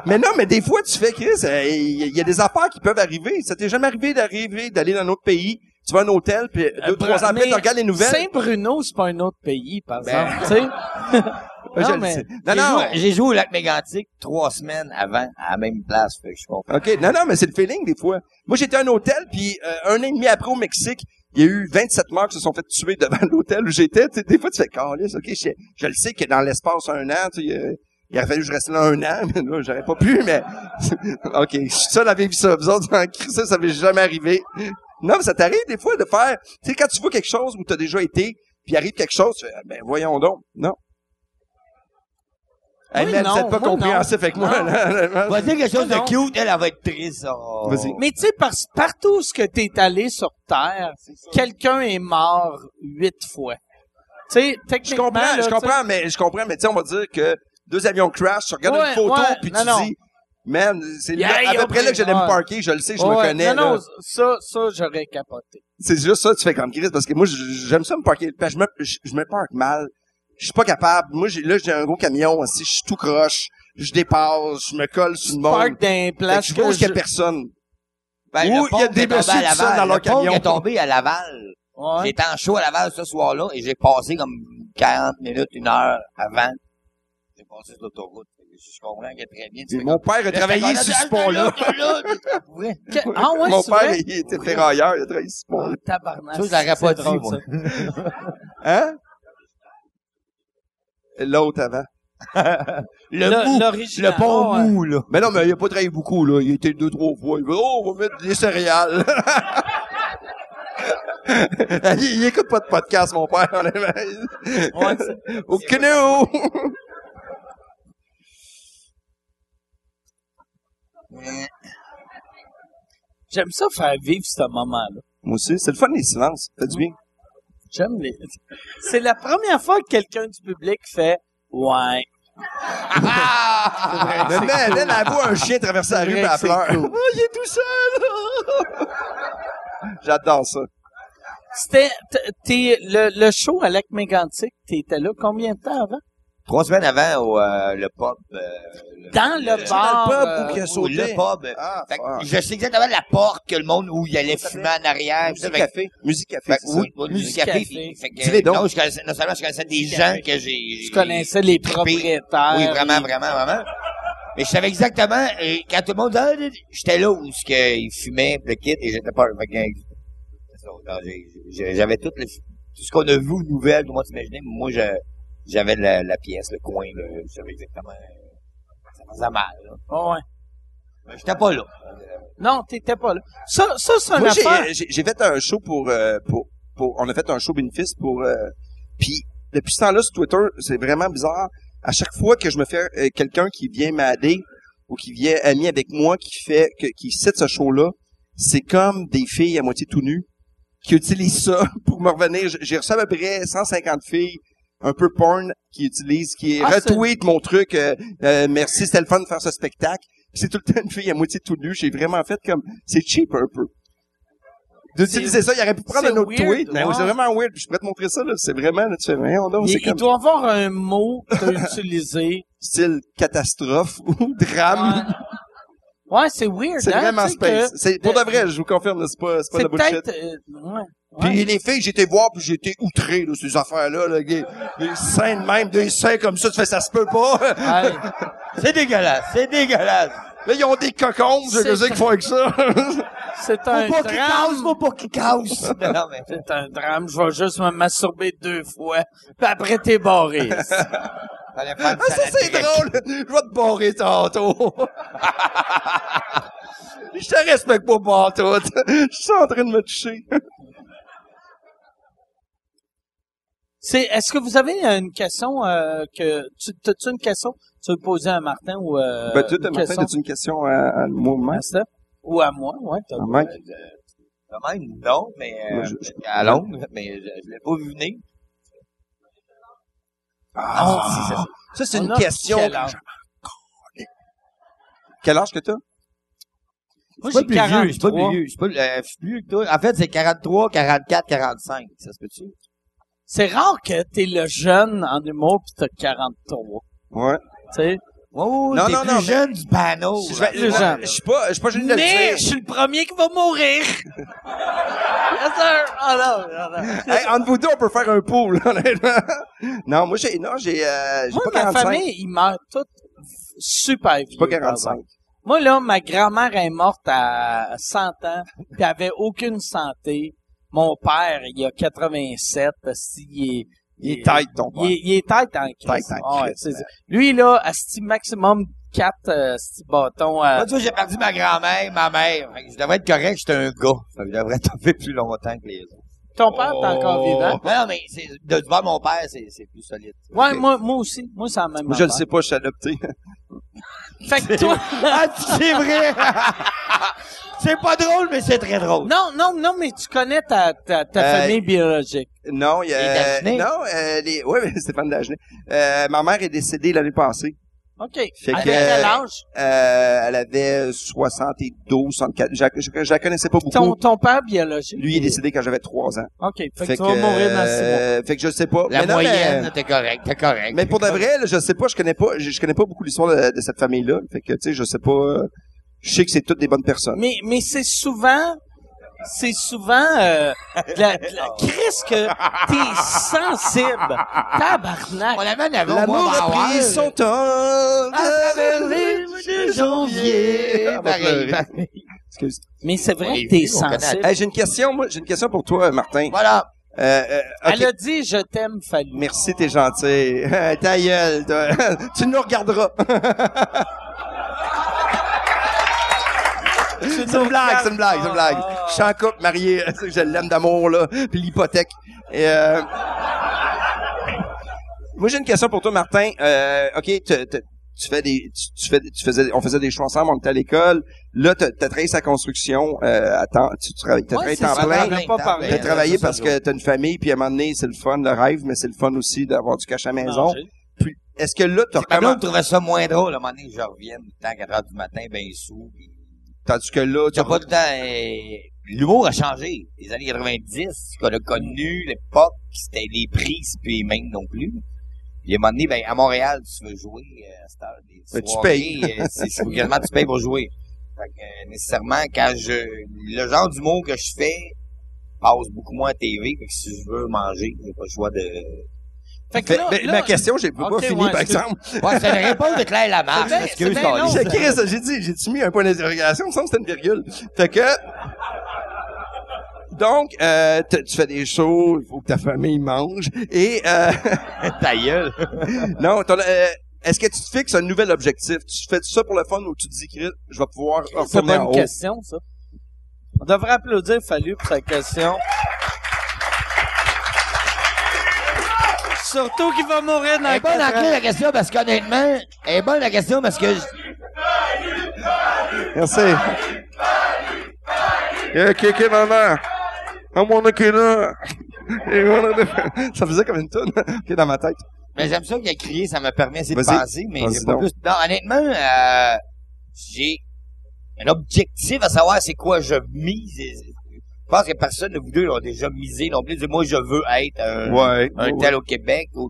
[SPEAKER 3] mais non, mais des fois, tu fais Chris. euh, Il y a des affaires qui peuvent arriver. Ça t'est jamais arrivé d'arriver, d'aller dans un autre pays. Tu vas à un hôtel, puis deux, trois ans après,
[SPEAKER 2] Euh, mais
[SPEAKER 3] tu regardes les nouvelles.
[SPEAKER 2] Saint-Bruno, c'est pas un autre pays, par
[SPEAKER 4] Ben.
[SPEAKER 2] exemple. tu sais.
[SPEAKER 3] Euh, Je
[SPEAKER 2] non,
[SPEAKER 3] le
[SPEAKER 2] mais...
[SPEAKER 3] sais. Non,
[SPEAKER 4] J'ai
[SPEAKER 3] non.
[SPEAKER 4] joué- J'ai joué au lac Mégantic trois semaines avant, à la même place, fait que je comprends.
[SPEAKER 3] OK. Non, non, mais c'est le feeling, des fois. Moi, j'étais à un hôtel, puis euh, un an et demi après, au Mexique, il y a eu 27 morts qui se sont fait tuer devant l'hôtel où j'étais. Tu sais, Des fois, tu fais « Calisse, OK, je, je le sais que dans l'espace un an, tu sais, il, euh, il aurait fallu que je reste là un an, mais là, j'aurais pas pu, mais... OK, je suis seul à vivre ça. Vous autres, en crise, ça, ça m'est jamais arrivé. Non, mais ça t'arrive, des fois, de faire... Tu sais, quand tu vois quelque chose où t'as déjà été, puis arrive quelque chose, tu fais « Ben, voyons donc. » Non. Hey,
[SPEAKER 2] Oui,
[SPEAKER 3] man,
[SPEAKER 2] non,
[SPEAKER 3] vous êtes
[SPEAKER 2] moi,
[SPEAKER 3] pas
[SPEAKER 2] non.
[SPEAKER 3] compréhensif avec moi.
[SPEAKER 2] Non.
[SPEAKER 3] là.
[SPEAKER 4] Vas-y, quelque chose de
[SPEAKER 2] Non.
[SPEAKER 4] cute, elle, elle va être triste. oh.
[SPEAKER 3] Vas-y.
[SPEAKER 2] Mais tu sais, par- partout où ce que t'es allé sur Terre, quelqu'un est mort huit fois. Tu sais,
[SPEAKER 3] Je
[SPEAKER 2] techniquement...
[SPEAKER 3] comprends,
[SPEAKER 2] là,
[SPEAKER 3] je
[SPEAKER 2] tu sais-
[SPEAKER 3] comprends, mais je comprends, mais tu sais, on va dire que deux avions crash, tu regardes
[SPEAKER 2] Ouais,
[SPEAKER 3] une photo,
[SPEAKER 2] ouais,
[SPEAKER 3] puis
[SPEAKER 2] non,
[SPEAKER 3] tu
[SPEAKER 2] non.
[SPEAKER 3] dis, man, c'est
[SPEAKER 2] Yeah,
[SPEAKER 3] là- à
[SPEAKER 2] yo,
[SPEAKER 3] peu près là que j'allais
[SPEAKER 2] ouais.
[SPEAKER 3] me parquer, je le sais, je me
[SPEAKER 2] Ouais.
[SPEAKER 3] connais.
[SPEAKER 2] Non,
[SPEAKER 3] là.
[SPEAKER 2] non, ça, ça, j'aurais capoté.
[SPEAKER 3] C'est juste ça, tu fais comme Chris, parce que moi, j- j'aime ça me parquer. Parce que Je me, je, je me parque mal. Je suis pas capable. Moi, j'ai, là, j'ai un gros camion, aussi, je suis tout croche, je dépasse, je me colle sur le monde.
[SPEAKER 2] Park d'un
[SPEAKER 3] Fait que
[SPEAKER 2] place
[SPEAKER 3] je vois où
[SPEAKER 2] que
[SPEAKER 3] est-ce qu'il y a
[SPEAKER 2] je-
[SPEAKER 3] personne.
[SPEAKER 4] Ben,
[SPEAKER 3] Ou
[SPEAKER 4] le
[SPEAKER 3] il y a
[SPEAKER 4] pont
[SPEAKER 3] des
[SPEAKER 4] est tombé
[SPEAKER 3] messieurs
[SPEAKER 4] à
[SPEAKER 3] qui
[SPEAKER 4] Laval.
[SPEAKER 3] sortent dans leur
[SPEAKER 4] Le pont
[SPEAKER 3] camion.
[SPEAKER 4] est tombé à Laval.
[SPEAKER 2] Ouais.
[SPEAKER 4] J'étais en show à Laval ce soir-là et j'ai passé comme 40 minutes, une heure avant. J'ai passé sur l'autoroute. Je comprends qu'elle est très bien. Tu fais
[SPEAKER 3] Mon père a
[SPEAKER 4] comme-
[SPEAKER 3] travaillé sur ce pont-là.
[SPEAKER 4] Ah, là, là, là. Pour vrai.
[SPEAKER 2] Que- Ah ouais,
[SPEAKER 3] Mon
[SPEAKER 2] c'est
[SPEAKER 3] père,
[SPEAKER 2] vrai?
[SPEAKER 3] il était ferrailleur, il a travaillé sur ce pont-là.
[SPEAKER 2] Tabarnak.
[SPEAKER 4] Ça, je l'aurais pas
[SPEAKER 2] c'est
[SPEAKER 4] dit,
[SPEAKER 2] drôle,
[SPEAKER 4] moi.
[SPEAKER 2] ça.
[SPEAKER 3] Hein? L'autre avant.
[SPEAKER 4] Le,
[SPEAKER 2] Le-
[SPEAKER 4] mou,
[SPEAKER 2] l'original.
[SPEAKER 4] le pont
[SPEAKER 2] Ah ouais.
[SPEAKER 4] mou, là.
[SPEAKER 3] Mais non, mais il a pas travaillé beaucoup, là. Il était deux, trois fois. Il veut, oh, on va mettre des céréales. il, il écoute pas de podcast, mon père, honnêtement. Au canot!
[SPEAKER 2] J'aime ça faire vivre ce moment-là.
[SPEAKER 3] Moi aussi, c'est le fun les silences. Fait du bien.
[SPEAKER 2] J'aime les... C'est la première fois que quelqu'un du public fait « Ouais, Ah,
[SPEAKER 3] Mais elle, elle, elle voit un chien traverser la rue,
[SPEAKER 2] vrai
[SPEAKER 3] puis elle
[SPEAKER 2] que
[SPEAKER 3] pleure.
[SPEAKER 2] c'est
[SPEAKER 3] Oh, il est tout seul! J'adore ça.
[SPEAKER 2] C'était, t- t'es, le, le show à Lac Mégantic, t'étais là combien de temps avant?
[SPEAKER 4] Trois semaines avant, au, euh, le pub. euh, le-
[SPEAKER 2] Dans le bar. euh,
[SPEAKER 4] au-
[SPEAKER 3] sauté?
[SPEAKER 4] le pub. euh,
[SPEAKER 3] Ah,
[SPEAKER 4] fait que
[SPEAKER 3] fuck.
[SPEAKER 4] je sais exactement la porte que le monde où il allait fumer en arrière. tout ça,
[SPEAKER 3] Musique
[SPEAKER 4] fait que-
[SPEAKER 3] café. Musique café,
[SPEAKER 4] Fait que
[SPEAKER 3] c'est ça.
[SPEAKER 4] Ben, oui, oui, musique
[SPEAKER 2] Musique
[SPEAKER 4] café.
[SPEAKER 2] café.
[SPEAKER 4] puis- fait que,
[SPEAKER 3] Dis-les Ben donc.
[SPEAKER 4] Non, je connaissais, non seulement je connaissais des gens que j'ai...
[SPEAKER 2] tu connaissais les propriétaires.
[SPEAKER 4] Oui, vraiment, vraiment, vraiment. Mais je savais exactement, euh, quand tout le monde disait, Ah, j'étais là où ce qu'ils fumaient, puis le kit, et j'étais pas, fait que, c'est ça, non, j'ai- j'ai- j'avais tout, le- tout ce qu'on a vu aux nouvelles, tout le monde s'imaginait, mais moi, je- j'avais la, la pièce, le coin, le- je savais exactement, euh, ça faisait mal, là.
[SPEAKER 2] Ouais.
[SPEAKER 4] Mais j'étais pas là.
[SPEAKER 2] Non, t'étais pas là. Ça, ça c'est un
[SPEAKER 3] Moi, j'ai- euh,
[SPEAKER 2] affaire.
[SPEAKER 3] j'ai j'ai fait un show pour, euh, pour, pour, on a fait un show bénéfice pour, euh, puis depuis ce temps-là sur Twitter, c'est vraiment bizarre. À chaque fois que je me fais euh, quelqu'un qui vient m'aider ou qui vient ami avec moi, qui fait, que, qui cite ce show-là, c'est comme des filles à moitié tout nues qui utilisent ça pour me revenir. J- J'ai reçu à peu près 150 filles un peu porn qui utilisent, qui
[SPEAKER 2] Ah, c'est-
[SPEAKER 3] retweetent mon truc. euh, euh, merci, c'était le fun de faire ce spectacle. Puis c'est tout le temps une fille à moitié tout nue. J'ai vraiment fait comme, c'est cheap un peu. D'utiliser ça, il aurait pu prendre
[SPEAKER 2] c'est
[SPEAKER 3] un autre
[SPEAKER 2] weird,
[SPEAKER 3] tweet. Mais
[SPEAKER 2] ouais.
[SPEAKER 3] c'est vraiment weird. Puis je pourrais te montrer ça, là. C'est vraiment, là, tu fais, voyons donc,
[SPEAKER 2] Il,
[SPEAKER 3] euh, c'est
[SPEAKER 2] il
[SPEAKER 3] comme
[SPEAKER 2] doit avoir un mot que t'as utilisé.
[SPEAKER 3] style catastrophe ou
[SPEAKER 2] Ouais,
[SPEAKER 3] drame.
[SPEAKER 2] Ouais, c'est weird,
[SPEAKER 3] C'est
[SPEAKER 2] hein,
[SPEAKER 3] vraiment
[SPEAKER 2] tu sais
[SPEAKER 3] space. C'est, pour de vrai, je vous confirme, là, c'est pas, c'est
[SPEAKER 2] que
[SPEAKER 3] pas de
[SPEAKER 2] C'est
[SPEAKER 3] la bullshit.
[SPEAKER 2] peut-être... euh, ouais, ouais.
[SPEAKER 3] Puis les filles, j'étais voir, puis j'étais outré, là, ces affaires-là, là, des, des seins de même, des seins comme ça, tu fais, ça se peut pas.
[SPEAKER 2] Ouais.
[SPEAKER 4] C'est dégueulasse, c'est dégueulasse.
[SPEAKER 3] Là, ils ont des cocombes, je
[SPEAKER 2] C'est
[SPEAKER 3] sais qu'ils font avec ça.
[SPEAKER 2] c'est un
[SPEAKER 4] Faut pas qu'il
[SPEAKER 2] drame.
[SPEAKER 4] casse, faut pas qu'il casse. Non, non, mais.
[SPEAKER 2] C'est un drame. Je vais juste me masturber deux fois. Puis après, t'es barré.
[SPEAKER 4] fallait faire du
[SPEAKER 3] ah, ça, c'est
[SPEAKER 4] salade
[SPEAKER 3] drôle. Je vais te barrer tantôt. je te respecte pas, pantoute. Je suis en train de me toucher.
[SPEAKER 2] C'est, est-ce que vous avez euh, une question euh, que tu t'as-tu une question tu veux poser à Martin ou euh,
[SPEAKER 3] ben, tu
[SPEAKER 2] une
[SPEAKER 3] Martin,
[SPEAKER 2] question
[SPEAKER 3] t'as-tu une question à, à moi,
[SPEAKER 2] à
[SPEAKER 3] moi?
[SPEAKER 2] Steph? ou à moi ouais t'as-
[SPEAKER 3] Ah, Mike?
[SPEAKER 4] Quand même, non, mais euh,
[SPEAKER 3] Moi, je- je-
[SPEAKER 4] à Londres, mais je, je l'ai pas vu venir. Ah,
[SPEAKER 3] oh.
[SPEAKER 4] si, ça,
[SPEAKER 3] Ça, c'est
[SPEAKER 2] On
[SPEAKER 3] une
[SPEAKER 2] a
[SPEAKER 3] question.
[SPEAKER 2] quel âge?
[SPEAKER 3] Quel âge que t'as?
[SPEAKER 2] moi
[SPEAKER 4] c'est
[SPEAKER 2] j'ai 43
[SPEAKER 4] vieux, c'est pas plus vieux, c'est pas euh, c'est plus que toi. En fait, c'est 43, 44, 45, ça se peut-tu?
[SPEAKER 2] c'est rare que t'es le jeune en humour pis t'as 43
[SPEAKER 3] Ouais.
[SPEAKER 2] tu sais
[SPEAKER 4] Oh,
[SPEAKER 3] Non,
[SPEAKER 4] t'es
[SPEAKER 3] non,
[SPEAKER 4] plus
[SPEAKER 3] non, mais-
[SPEAKER 4] jeune du panneau.
[SPEAKER 3] Je
[SPEAKER 4] là.
[SPEAKER 3] vais-
[SPEAKER 2] le genre.
[SPEAKER 3] je suis pas, je suis pas gêné de le
[SPEAKER 2] mais
[SPEAKER 3] dire.
[SPEAKER 2] je suis le premier qui va mourir yes sir oh non, oh non.
[SPEAKER 3] Hey, entre vous deux, on peut faire un pool, honnêtement. Non, moi, j'ai, non, j'ai, euh, j'ai
[SPEAKER 2] moi
[SPEAKER 3] pas
[SPEAKER 2] ma
[SPEAKER 3] 45.
[SPEAKER 2] famille ils meurent tous super vieux
[SPEAKER 3] J'ai pas
[SPEAKER 2] par exemple.
[SPEAKER 3] 45.
[SPEAKER 2] Moi, là, ma grand-mère est morte à 100 ans, puis elle avait aucune santé. Mon père, il a 87, asti, il est...
[SPEAKER 3] Il est tight, ton père.
[SPEAKER 2] Il est, il est tête en crise.
[SPEAKER 3] Tête en
[SPEAKER 2] Ah ouais,
[SPEAKER 3] crise,
[SPEAKER 2] c'est ça. Lui, là, asti, maximum 4 asti, bâtons. euh, à-
[SPEAKER 4] Moi, tu vois, j'ai perdu ma grand-mère, ma mère. Fait que je devrais être correct, j'étais un gars. Fait que je devrais tomber plus longtemps que les autres.
[SPEAKER 2] Ton père est
[SPEAKER 3] Oh.
[SPEAKER 2] encore vivant.
[SPEAKER 4] Non, non, mais c'est, de du bord de mon père, c'est, c'est plus solide.
[SPEAKER 2] Ouais,
[SPEAKER 3] Ok.
[SPEAKER 2] moi, moi aussi. Moi, c'est la même
[SPEAKER 3] Moi, je le
[SPEAKER 2] affaire.
[SPEAKER 3] sais pas, je suis adopté.
[SPEAKER 2] Fait que toi...
[SPEAKER 4] Ah, c'est vrai! c'est pas drôle, mais c'est très drôle.
[SPEAKER 2] non, non, non, mais tu connais ta, ta, ta
[SPEAKER 3] Oh. Euh,
[SPEAKER 2] famille biologique.
[SPEAKER 3] Non, il y
[SPEAKER 4] Les
[SPEAKER 3] a,
[SPEAKER 4] Dagenais.
[SPEAKER 3] non, euh, les, ouais, mais Stéphane Dagenet. Euh, ma mère est décédée l'année passée.
[SPEAKER 2] OK.
[SPEAKER 3] Fait
[SPEAKER 2] à
[SPEAKER 3] que-
[SPEAKER 2] quel âge?
[SPEAKER 3] Euh, elle avait 72, 64. Je, la- je, je la connaissais pas beaucoup.
[SPEAKER 2] Ton, ton père biologique?
[SPEAKER 3] Lui, il est décédé quand j'avais 3 ans.
[SPEAKER 2] OK. Fait, que tu vas
[SPEAKER 3] euh,
[SPEAKER 2] mourir dans six mois.
[SPEAKER 3] fait que je sais pas.
[SPEAKER 4] La
[SPEAKER 3] Mais non,
[SPEAKER 4] moyenne,
[SPEAKER 3] mais-
[SPEAKER 4] t'es correct, t'es correct.
[SPEAKER 3] Mais pour de vrai, là, je sais pas, je connais pas, je, je connais pas beaucoup l'histoire de, de cette famille-là. Fait que, tu sais, je sais pas, euh, je sais que c'est toutes des bonnes personnes.
[SPEAKER 2] Mais, mais c'est souvent, c'est souvent, euh, de la, de la- Chris, que t'es sensible. Tabarnak.
[SPEAKER 4] On l'amène avant
[SPEAKER 3] L'amour a pris son temps
[SPEAKER 4] À travers
[SPEAKER 3] de
[SPEAKER 4] les de janvier.
[SPEAKER 3] Ah, bah,
[SPEAKER 4] Pareil,
[SPEAKER 3] pleurer.
[SPEAKER 4] pareil.
[SPEAKER 3] Excuse.
[SPEAKER 2] Mais c'est vrai
[SPEAKER 4] Oui,
[SPEAKER 2] que t'es
[SPEAKER 4] oui, on connaît.
[SPEAKER 2] sensible.
[SPEAKER 3] Hey, j'ai une question, moi, j'ai une question pour toi, Martin.
[SPEAKER 4] Voilà.
[SPEAKER 3] Euh, euh, ok.
[SPEAKER 2] Elle a dit, je t'aime, Fallu.
[SPEAKER 3] Merci, t'es gentil. Ta gueule, toi. tu nous regarderas.
[SPEAKER 2] Ah.
[SPEAKER 3] c'est une blague, c'est une blague, c'est une blague. Je suis en couple, marié, je l'aime d'amour, là, puis l'hypothèque. Et, euh, Moi, j'ai une question pour toi, Martin. Euh, OK, tu- tu- tu fais des, tu, tu fais, tu faisais, on faisait des choix ensemble, on était à l'école. Là, t'as, t'as travaillé sa construction, euh, attends, tu, tu travailles, t'as
[SPEAKER 2] Ouais,
[SPEAKER 3] travaillé
[SPEAKER 2] c'est
[SPEAKER 3] temps
[SPEAKER 2] ça,
[SPEAKER 3] plein.
[SPEAKER 2] on en a pas parlé.
[SPEAKER 3] T'as
[SPEAKER 2] Ouais,
[SPEAKER 3] travaillé
[SPEAKER 4] euh,
[SPEAKER 2] c'est ça,
[SPEAKER 3] parce
[SPEAKER 2] ça.
[SPEAKER 3] que t'as une famille, puis à un moment donné, c'est le fun, le rêve, mais c'est le fun aussi d'avoir du cash à la maison.
[SPEAKER 2] Manger.
[SPEAKER 3] Puis, est-ce que là, t'as
[SPEAKER 4] Ma blonde
[SPEAKER 3] recommencé,
[SPEAKER 4] trouvait ça moins drôle. À un moment donné, je reviens, tout le temps, 4 heures du matin, ben sous. Pis...
[SPEAKER 3] tandis que là, tu
[SPEAKER 4] T'as pas tout le temps... euh, L'humour a changé. Les années 90, ce qu'on a connu, l'époque, c'était les prises, puis même non plus. Puis à un moment donné, ben, à Montréal, tu veux jouer euh, à cette heure des
[SPEAKER 3] Ben, tu
[SPEAKER 4] soirées,
[SPEAKER 3] payes.
[SPEAKER 4] euh, c'est- c'est également, tu payes pour jouer. Fait que, euh, nécessairement, quand je... Le genre d'humour que je fais passe beaucoup moins à TV. Fait que si je veux manger, j'ai pas le choix de...
[SPEAKER 2] Fait que
[SPEAKER 3] Fait-
[SPEAKER 2] là,
[SPEAKER 3] mais
[SPEAKER 2] là,
[SPEAKER 3] ma question, j'ai pas
[SPEAKER 2] Ok,
[SPEAKER 3] fini,
[SPEAKER 2] ouais,
[SPEAKER 3] par
[SPEAKER 2] excuse-
[SPEAKER 3] exemple.
[SPEAKER 4] Ouais, c'est une réponse de Claire
[SPEAKER 2] C'est
[SPEAKER 4] Lamarche.
[SPEAKER 2] bien-
[SPEAKER 4] ah, excuse,
[SPEAKER 2] c'est bien
[SPEAKER 4] Carlis.
[SPEAKER 2] long.
[SPEAKER 3] J'ai écrit ça, j'ai dit, j'ai-tu mis un point d'interrogation? Il me semble que c'était une virgule. Fait que... Donc, euh, t- tu fais des shows, il faut que ta famille mange. Et, euh,
[SPEAKER 4] Ta gueule.
[SPEAKER 3] non, t'en as- euh, est-ce que tu te fixes un nouvel objectif? Tu fais ça pour le fun ou tu te dis, Chris, je vais pouvoir
[SPEAKER 2] C'est
[SPEAKER 3] retourner
[SPEAKER 2] pas
[SPEAKER 3] en
[SPEAKER 2] une
[SPEAKER 3] haut?
[SPEAKER 2] question, ça. On devrait applaudir Fallu pour sa question. Surtout qu'il va mourir dans
[SPEAKER 4] Elle est bonne en
[SPEAKER 2] quatre ans.
[SPEAKER 4] clé, la question, parce qu'honnêtement, elle est bonne la question, parce que... je-
[SPEAKER 3] Merci. Yeah, kick it on there. I'm gonna kill her. You wanna do- Ça faisait comme une toune qui est dans ma tête.
[SPEAKER 4] Mais j'aime ça qu'il a crié, ça me permet assez de
[SPEAKER 3] Vas-y.
[SPEAKER 4] penser, mais
[SPEAKER 3] Vas-y
[SPEAKER 4] j'ai pas
[SPEAKER 3] donc.
[SPEAKER 4] plus... Non, honnêtement, euh, j'ai un objectif à savoir c'est quoi je mise. Et- Je pense que personne de vous deux l'a déjà misé non plus. Moi, je veux être un,
[SPEAKER 3] Ouais.
[SPEAKER 4] un tel au Québec. ou-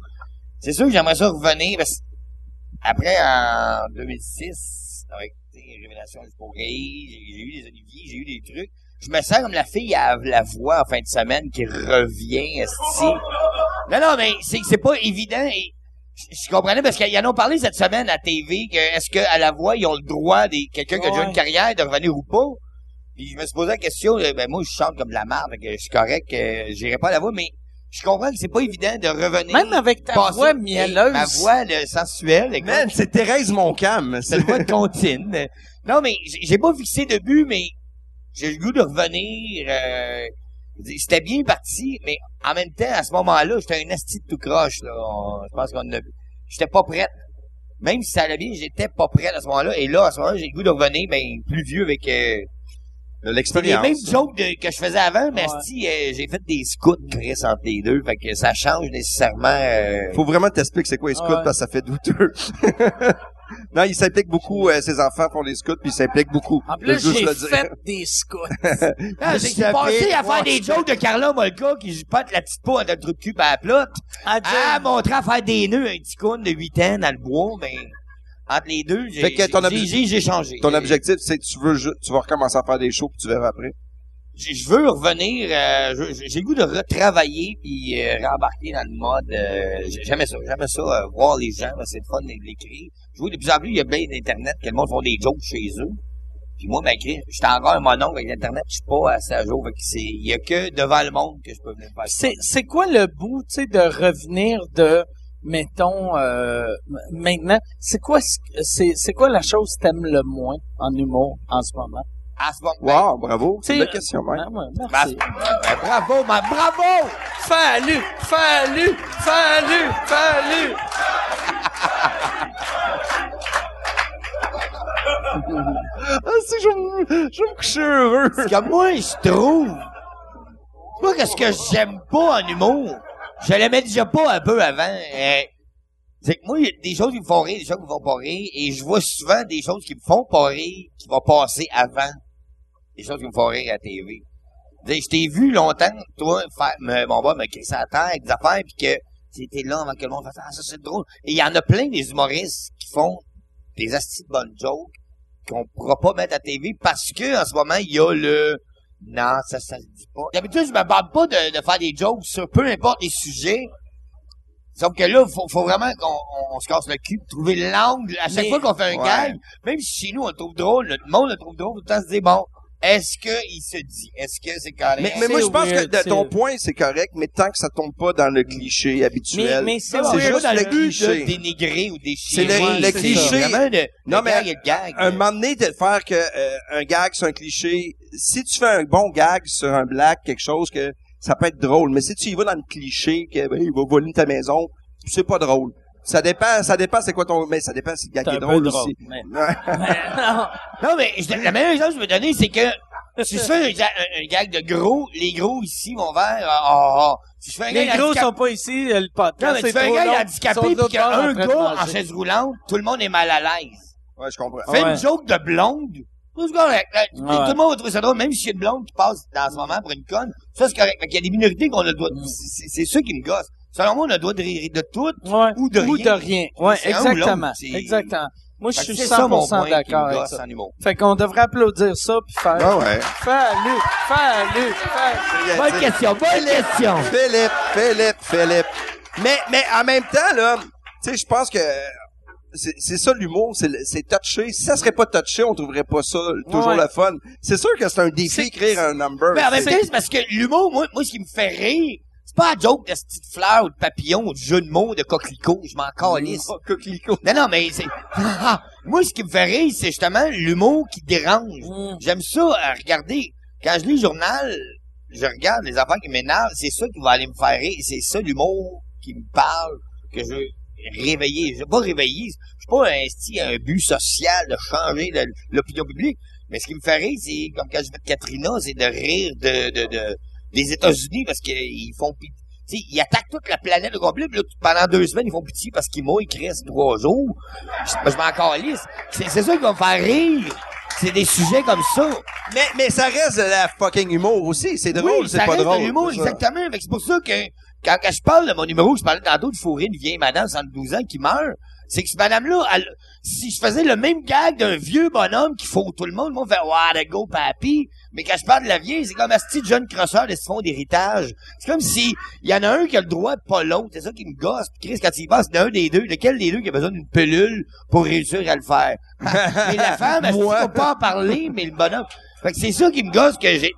[SPEAKER 4] C'est sûr que j'aimerais ça revenir, parce que après, en 2006, avec tu sais, les révélations du Pourri, j'ai j'ai eu des oliviers, j'ai eu des trucs. Je me sens comme la fille à la voix en fin de semaine qui revient, esti. Non, non, mais c'est c'est pas évident. Et je, je comprenais parce qu'ils en ont parlé cette semaine à TV que est-ce qu'à la voix, ils ont le droit des quelqu'un qui a déjà
[SPEAKER 2] Ouais.
[SPEAKER 4] une carrière de revenir ou pas? Puis je me suis posé la question, euh, ben moi je chante comme de la merde, fait que je suis correct, que j'irai pas à la voix, mais je comprends que c'est pas évident de revenir.
[SPEAKER 2] Même avec ta
[SPEAKER 4] passer-
[SPEAKER 2] voix mielleuse.
[SPEAKER 4] Ma voix le, sensuelle, écoute.
[SPEAKER 3] Man, c'est Thérèse Moncam.
[SPEAKER 4] C'est une voix de comptine. Non, mais j'ai j'ai pas fixé de but, mais j'ai le goût de revenir. euh, C'était bien parti, mais en même temps, à ce moment-là, j'étais un asti de tout croche. là. On- Je pense qu'on a... J'étais pas prête. Même si ça allait bien, j'étais pas prête à ce moment-là. Et là, à ce moment-là, j'ai le goût de revenir, mais plus vieux avec... euh, les
[SPEAKER 3] L'expérience.
[SPEAKER 4] mêmes jokes de- que je faisais avant, mais
[SPEAKER 2] Ouais.
[SPEAKER 4] asti, euh, j'ai fait des scouts, Chris, entre les deux. Fait que ça change nécessairement... euh,
[SPEAKER 3] Faut vraiment t'expliquer c'est quoi les scouts
[SPEAKER 2] Ouais.
[SPEAKER 3] parce que ça fait douteux. non, il s'implique beaucoup. euh, ses enfants font des scouts puis il s'implique beaucoup.
[SPEAKER 2] En
[SPEAKER 3] Je
[SPEAKER 2] plus,
[SPEAKER 3] veux juste
[SPEAKER 2] j'ai
[SPEAKER 3] le dire.
[SPEAKER 2] fait des scouts.
[SPEAKER 4] Ah,
[SPEAKER 3] Je
[SPEAKER 4] j'ai
[SPEAKER 3] savais,
[SPEAKER 4] passé à
[SPEAKER 3] moi,
[SPEAKER 4] faire des jokes de Carla Molka qui joue pas de la petite peau à notre cul à la plotte,
[SPEAKER 2] À
[SPEAKER 3] Ah,
[SPEAKER 4] à
[SPEAKER 2] Jane.
[SPEAKER 4] montrer à faire des nœuds à un petit coune de 8 ans dans le bois, mais entre les deux, j'ai
[SPEAKER 3] Fait que ton
[SPEAKER 4] j'ai-
[SPEAKER 3] obje-
[SPEAKER 4] j'ai- j'ai changé.
[SPEAKER 3] Ton objectif, c'est que tu veux, ju- tu vas recommencer à faire des shows puis tu verras après.
[SPEAKER 4] J'ai- Je veux revenir, euh, je- je- j'ai le goût de retravailler puis euh, rembarquer dans le mode. euh, j'ai- j'aimais ça, j'aimais ça, euh, voir les gens, ben, c'est le fun de l'écrire. Je vois de plus en plus, il y a bien d'Internet que le monde font des jokes chez eux. Puis moi, ben, Chris, j'étais encore un mononcle avec l'Internet, je suis pas assez à jour. Fait que c'est- Il y a que devant le monde que je peux venir faire ça.
[SPEAKER 2] C'est, c'est quoi le bout, tu sais, de revenir de, mettons, euh, m- maintenant? C'est quoi, ce- c'est, c'est quoi la chose que t'aimes le moins en humour en ce moment?
[SPEAKER 4] À ce moment
[SPEAKER 3] Wow, bravo. C'est une
[SPEAKER 2] t'sais,
[SPEAKER 3] belle question, man.
[SPEAKER 2] Ah ouais,
[SPEAKER 4] Ma-
[SPEAKER 2] merci.
[SPEAKER 4] Ben, bravo, ma, bravo!
[SPEAKER 2] Fallu, fallu, fallu, fallu.
[SPEAKER 3] Ah, si, je vais me- je vais me coucher heureux.
[SPEAKER 4] Parce que moi, je trouve, moi, qu'est-ce que j'aime pas en humour? Je l'aimais déjà pas un peu avant. euh, c'est que moi, il y a des choses qui me font rire, des choses qui me font pas rire, et je vois souvent des choses qui me font pas rire, qui vont passer avant des choses qui me font rire à TV. Je veux dire, Je t'ai vu longtemps, toi, faire, me, mon bas me crisser à terre avec des affaires, puis que t'étais là avant que le monde fasse « Ah, ça, c'est drôle! » Et il y en a plein des humoristes qui font des astis de bonnes jokes, qu'on pourra pas mettre à TV parce que en ce moment, il y a le non, ça, ça se dit pas. D'habitude, je me barbe pas de, de faire des jokes sur peu importe les sujets. Sauf que là, faut, faut vraiment qu'on on- on se casse le cul, pour trouver l'angle. À chaque
[SPEAKER 2] Mais-
[SPEAKER 4] fois qu'on fait un
[SPEAKER 3] Ouais.
[SPEAKER 4] gag, même si chez nous, on le trouve drôle, notre monde le trouve drôle, tout le temps se dit, bon, Est-ce qu'il se dit? Est-ce que c'est correct?
[SPEAKER 3] Mais, mais moi,
[SPEAKER 2] C'est
[SPEAKER 3] je pense que
[SPEAKER 2] weird,
[SPEAKER 3] de-
[SPEAKER 2] c'est-
[SPEAKER 3] ton point, c'est correct, mais tant que ça tombe pas dans le cliché habituel.
[SPEAKER 2] mais c'est
[SPEAKER 3] c'est
[SPEAKER 2] weird
[SPEAKER 3] juste
[SPEAKER 2] dans
[SPEAKER 3] le
[SPEAKER 2] le
[SPEAKER 4] de
[SPEAKER 3] cliché.
[SPEAKER 4] dénigrer ou
[SPEAKER 3] C'est
[SPEAKER 4] déchirer.
[SPEAKER 3] le-
[SPEAKER 4] Ouais,
[SPEAKER 3] le
[SPEAKER 4] c'est
[SPEAKER 3] cliché.
[SPEAKER 4] ça. Vraiment, le,
[SPEAKER 3] Non,
[SPEAKER 4] le
[SPEAKER 3] mais
[SPEAKER 4] gag est le gag.
[SPEAKER 3] Un moment donné, de faire que euh, un gag sur un cliché, si tu fais un bon gag sur un black, quelque chose que ça peut être drôle, mais si tu y vas dans le cliché que ben, il va voler ta maison, c'est pas drôle. Ça dépend, ça dépend c'est quoi ton mais ça dépend si le gag
[SPEAKER 2] C'est
[SPEAKER 3] est
[SPEAKER 2] un peu
[SPEAKER 3] drôle,
[SPEAKER 2] drôle,
[SPEAKER 3] aussi.
[SPEAKER 2] mais- non.
[SPEAKER 4] Non, mais je- la meilleure exemple que je peux donner, c'est que si je fais un, ga- un- un gag de gros, les gros ici vont vers... ah, ah, ah. Si je fais un
[SPEAKER 2] Les
[SPEAKER 4] gag
[SPEAKER 2] gros
[SPEAKER 4] handicap-
[SPEAKER 2] sont pas ici, euh, le
[SPEAKER 4] Non,
[SPEAKER 2] podcast.
[SPEAKER 4] mais tu
[SPEAKER 2] c'est
[SPEAKER 4] fais un
[SPEAKER 2] trop long.
[SPEAKER 4] gars
[SPEAKER 2] Ils sont
[SPEAKER 4] handicapé
[SPEAKER 2] de
[SPEAKER 4] pis
[SPEAKER 2] l'autre
[SPEAKER 4] qu'il y a
[SPEAKER 2] bord
[SPEAKER 4] un
[SPEAKER 2] train de
[SPEAKER 4] gars en
[SPEAKER 2] manger.
[SPEAKER 4] chaise roulante, tout le monde est mal à l'aise.
[SPEAKER 3] Ouais, je comprends.
[SPEAKER 4] Fais
[SPEAKER 2] Ouais.
[SPEAKER 4] une joke de blonde. Ça, C'est correct. Là, tu-
[SPEAKER 2] Ouais.
[SPEAKER 4] Tout le monde va trouver ça drôle, même si c'est une blonde qui passe dans ce moment pour une conne. Ça, c'est correct. Fait qu'il y a des minorités qu'on a le droit. C'est c'est ça qui me gosse. Selon moi, on a le droit de rire de tout.
[SPEAKER 2] Ouais.
[SPEAKER 4] ou de rien.
[SPEAKER 2] Ouais,
[SPEAKER 4] C'est un ou l'autre,
[SPEAKER 2] exactement.
[SPEAKER 4] c'est-
[SPEAKER 2] Exactement. Moi, je
[SPEAKER 4] Fait que
[SPEAKER 2] suis
[SPEAKER 4] C'est ça mon
[SPEAKER 2] 100%
[SPEAKER 4] point qui
[SPEAKER 2] d'accord
[SPEAKER 4] me
[SPEAKER 2] avec
[SPEAKER 4] gosse hein.
[SPEAKER 2] ça.
[SPEAKER 4] en humour.
[SPEAKER 2] Fait qu'on devrait applaudir ça puis faire.
[SPEAKER 3] Ah ouais.
[SPEAKER 2] Fallu, fallu,
[SPEAKER 3] Bonne question, bonne question. Philippe, Philippe, Philippe. Mais, mais en même temps, là, tu sais, je pense que c'est c'est ça l'humour, c'est le- c'est touché. Si ça serait pas touché, on trouverait pas ça toujours
[SPEAKER 2] Ouais.
[SPEAKER 3] le fun. C'est sûr que c'est un défi
[SPEAKER 2] C'est-
[SPEAKER 3] écrire un number.
[SPEAKER 4] Mais en même temps, c'est parce que l'humour, moi, moi, ce qui me fait rire, c'est pas un joke de petite fleur ou de papillon ou de jeu de mots de coquelicot. Je m'en calisse.
[SPEAKER 3] Oh, coquelicot.
[SPEAKER 4] Non, non, mais c'est... Ah, moi, ce qui me fait rire, c'est justement l'humour qui dérange.
[SPEAKER 2] fallu.
[SPEAKER 4] J'aime ça euh, regarder. Quand je lis le journal, je regarde les affaires qui m'énervent. C'est ça qui va aller me faire rire. C'est ça l'humour qui me parle, que je veux réveiller. Je veux pas réveiller. Je suis pas un, esti à un but social de changer le- l'opinion publique. Mais ce qui me fait rire, c'est comme quand je vais de Katrina, c'est de rire de, de, de- des États-Unis parce qu'ils font pitié. T'sais, ils attaquent toute la planète au complet, puis là, tout- pendant deux semaines, ils font pitié parce qu'ils mouillent, ils restent trois jours. Je, je m'en calisse. C'est c'est ça qui va me faire rire. C'est des sujets comme ça.
[SPEAKER 3] Mais, mais ça reste de la fucking humour aussi. C'est drôle,
[SPEAKER 4] oui,
[SPEAKER 3] c'est
[SPEAKER 4] ça
[SPEAKER 3] pas
[SPEAKER 4] reste
[SPEAKER 3] drôle.
[SPEAKER 4] de l'humour,
[SPEAKER 3] c'est ça.
[SPEAKER 4] exactement. Fait que C'est pour ça que quand, quand je parle de mon numéro, je parlais tantôt de fourrer une vieille madame de 72 ans qui meurt. C'est que cette madame-là, elle- si je faisais le même gag d'un vieux bonhomme qui faut tout le monde, le monde fait « Wow, the go, papi! » Mais quand je parle de la vieille, c'est comme un petit jeune crosseur de ce fonds d'héritage. C'est comme si il y en a un qui a le droit de pas l'autre. C'est ça qui me gosse. Puis Chris, quand il passe d'un des deux, lequel des deux qui a besoin d'une pilule pour réussir à le faire? mais la femme, elle ne
[SPEAKER 3] Moi.
[SPEAKER 4] peut pas en parler, mais le bonhomme. Fait que c'est ça qui me gosse que j'ai.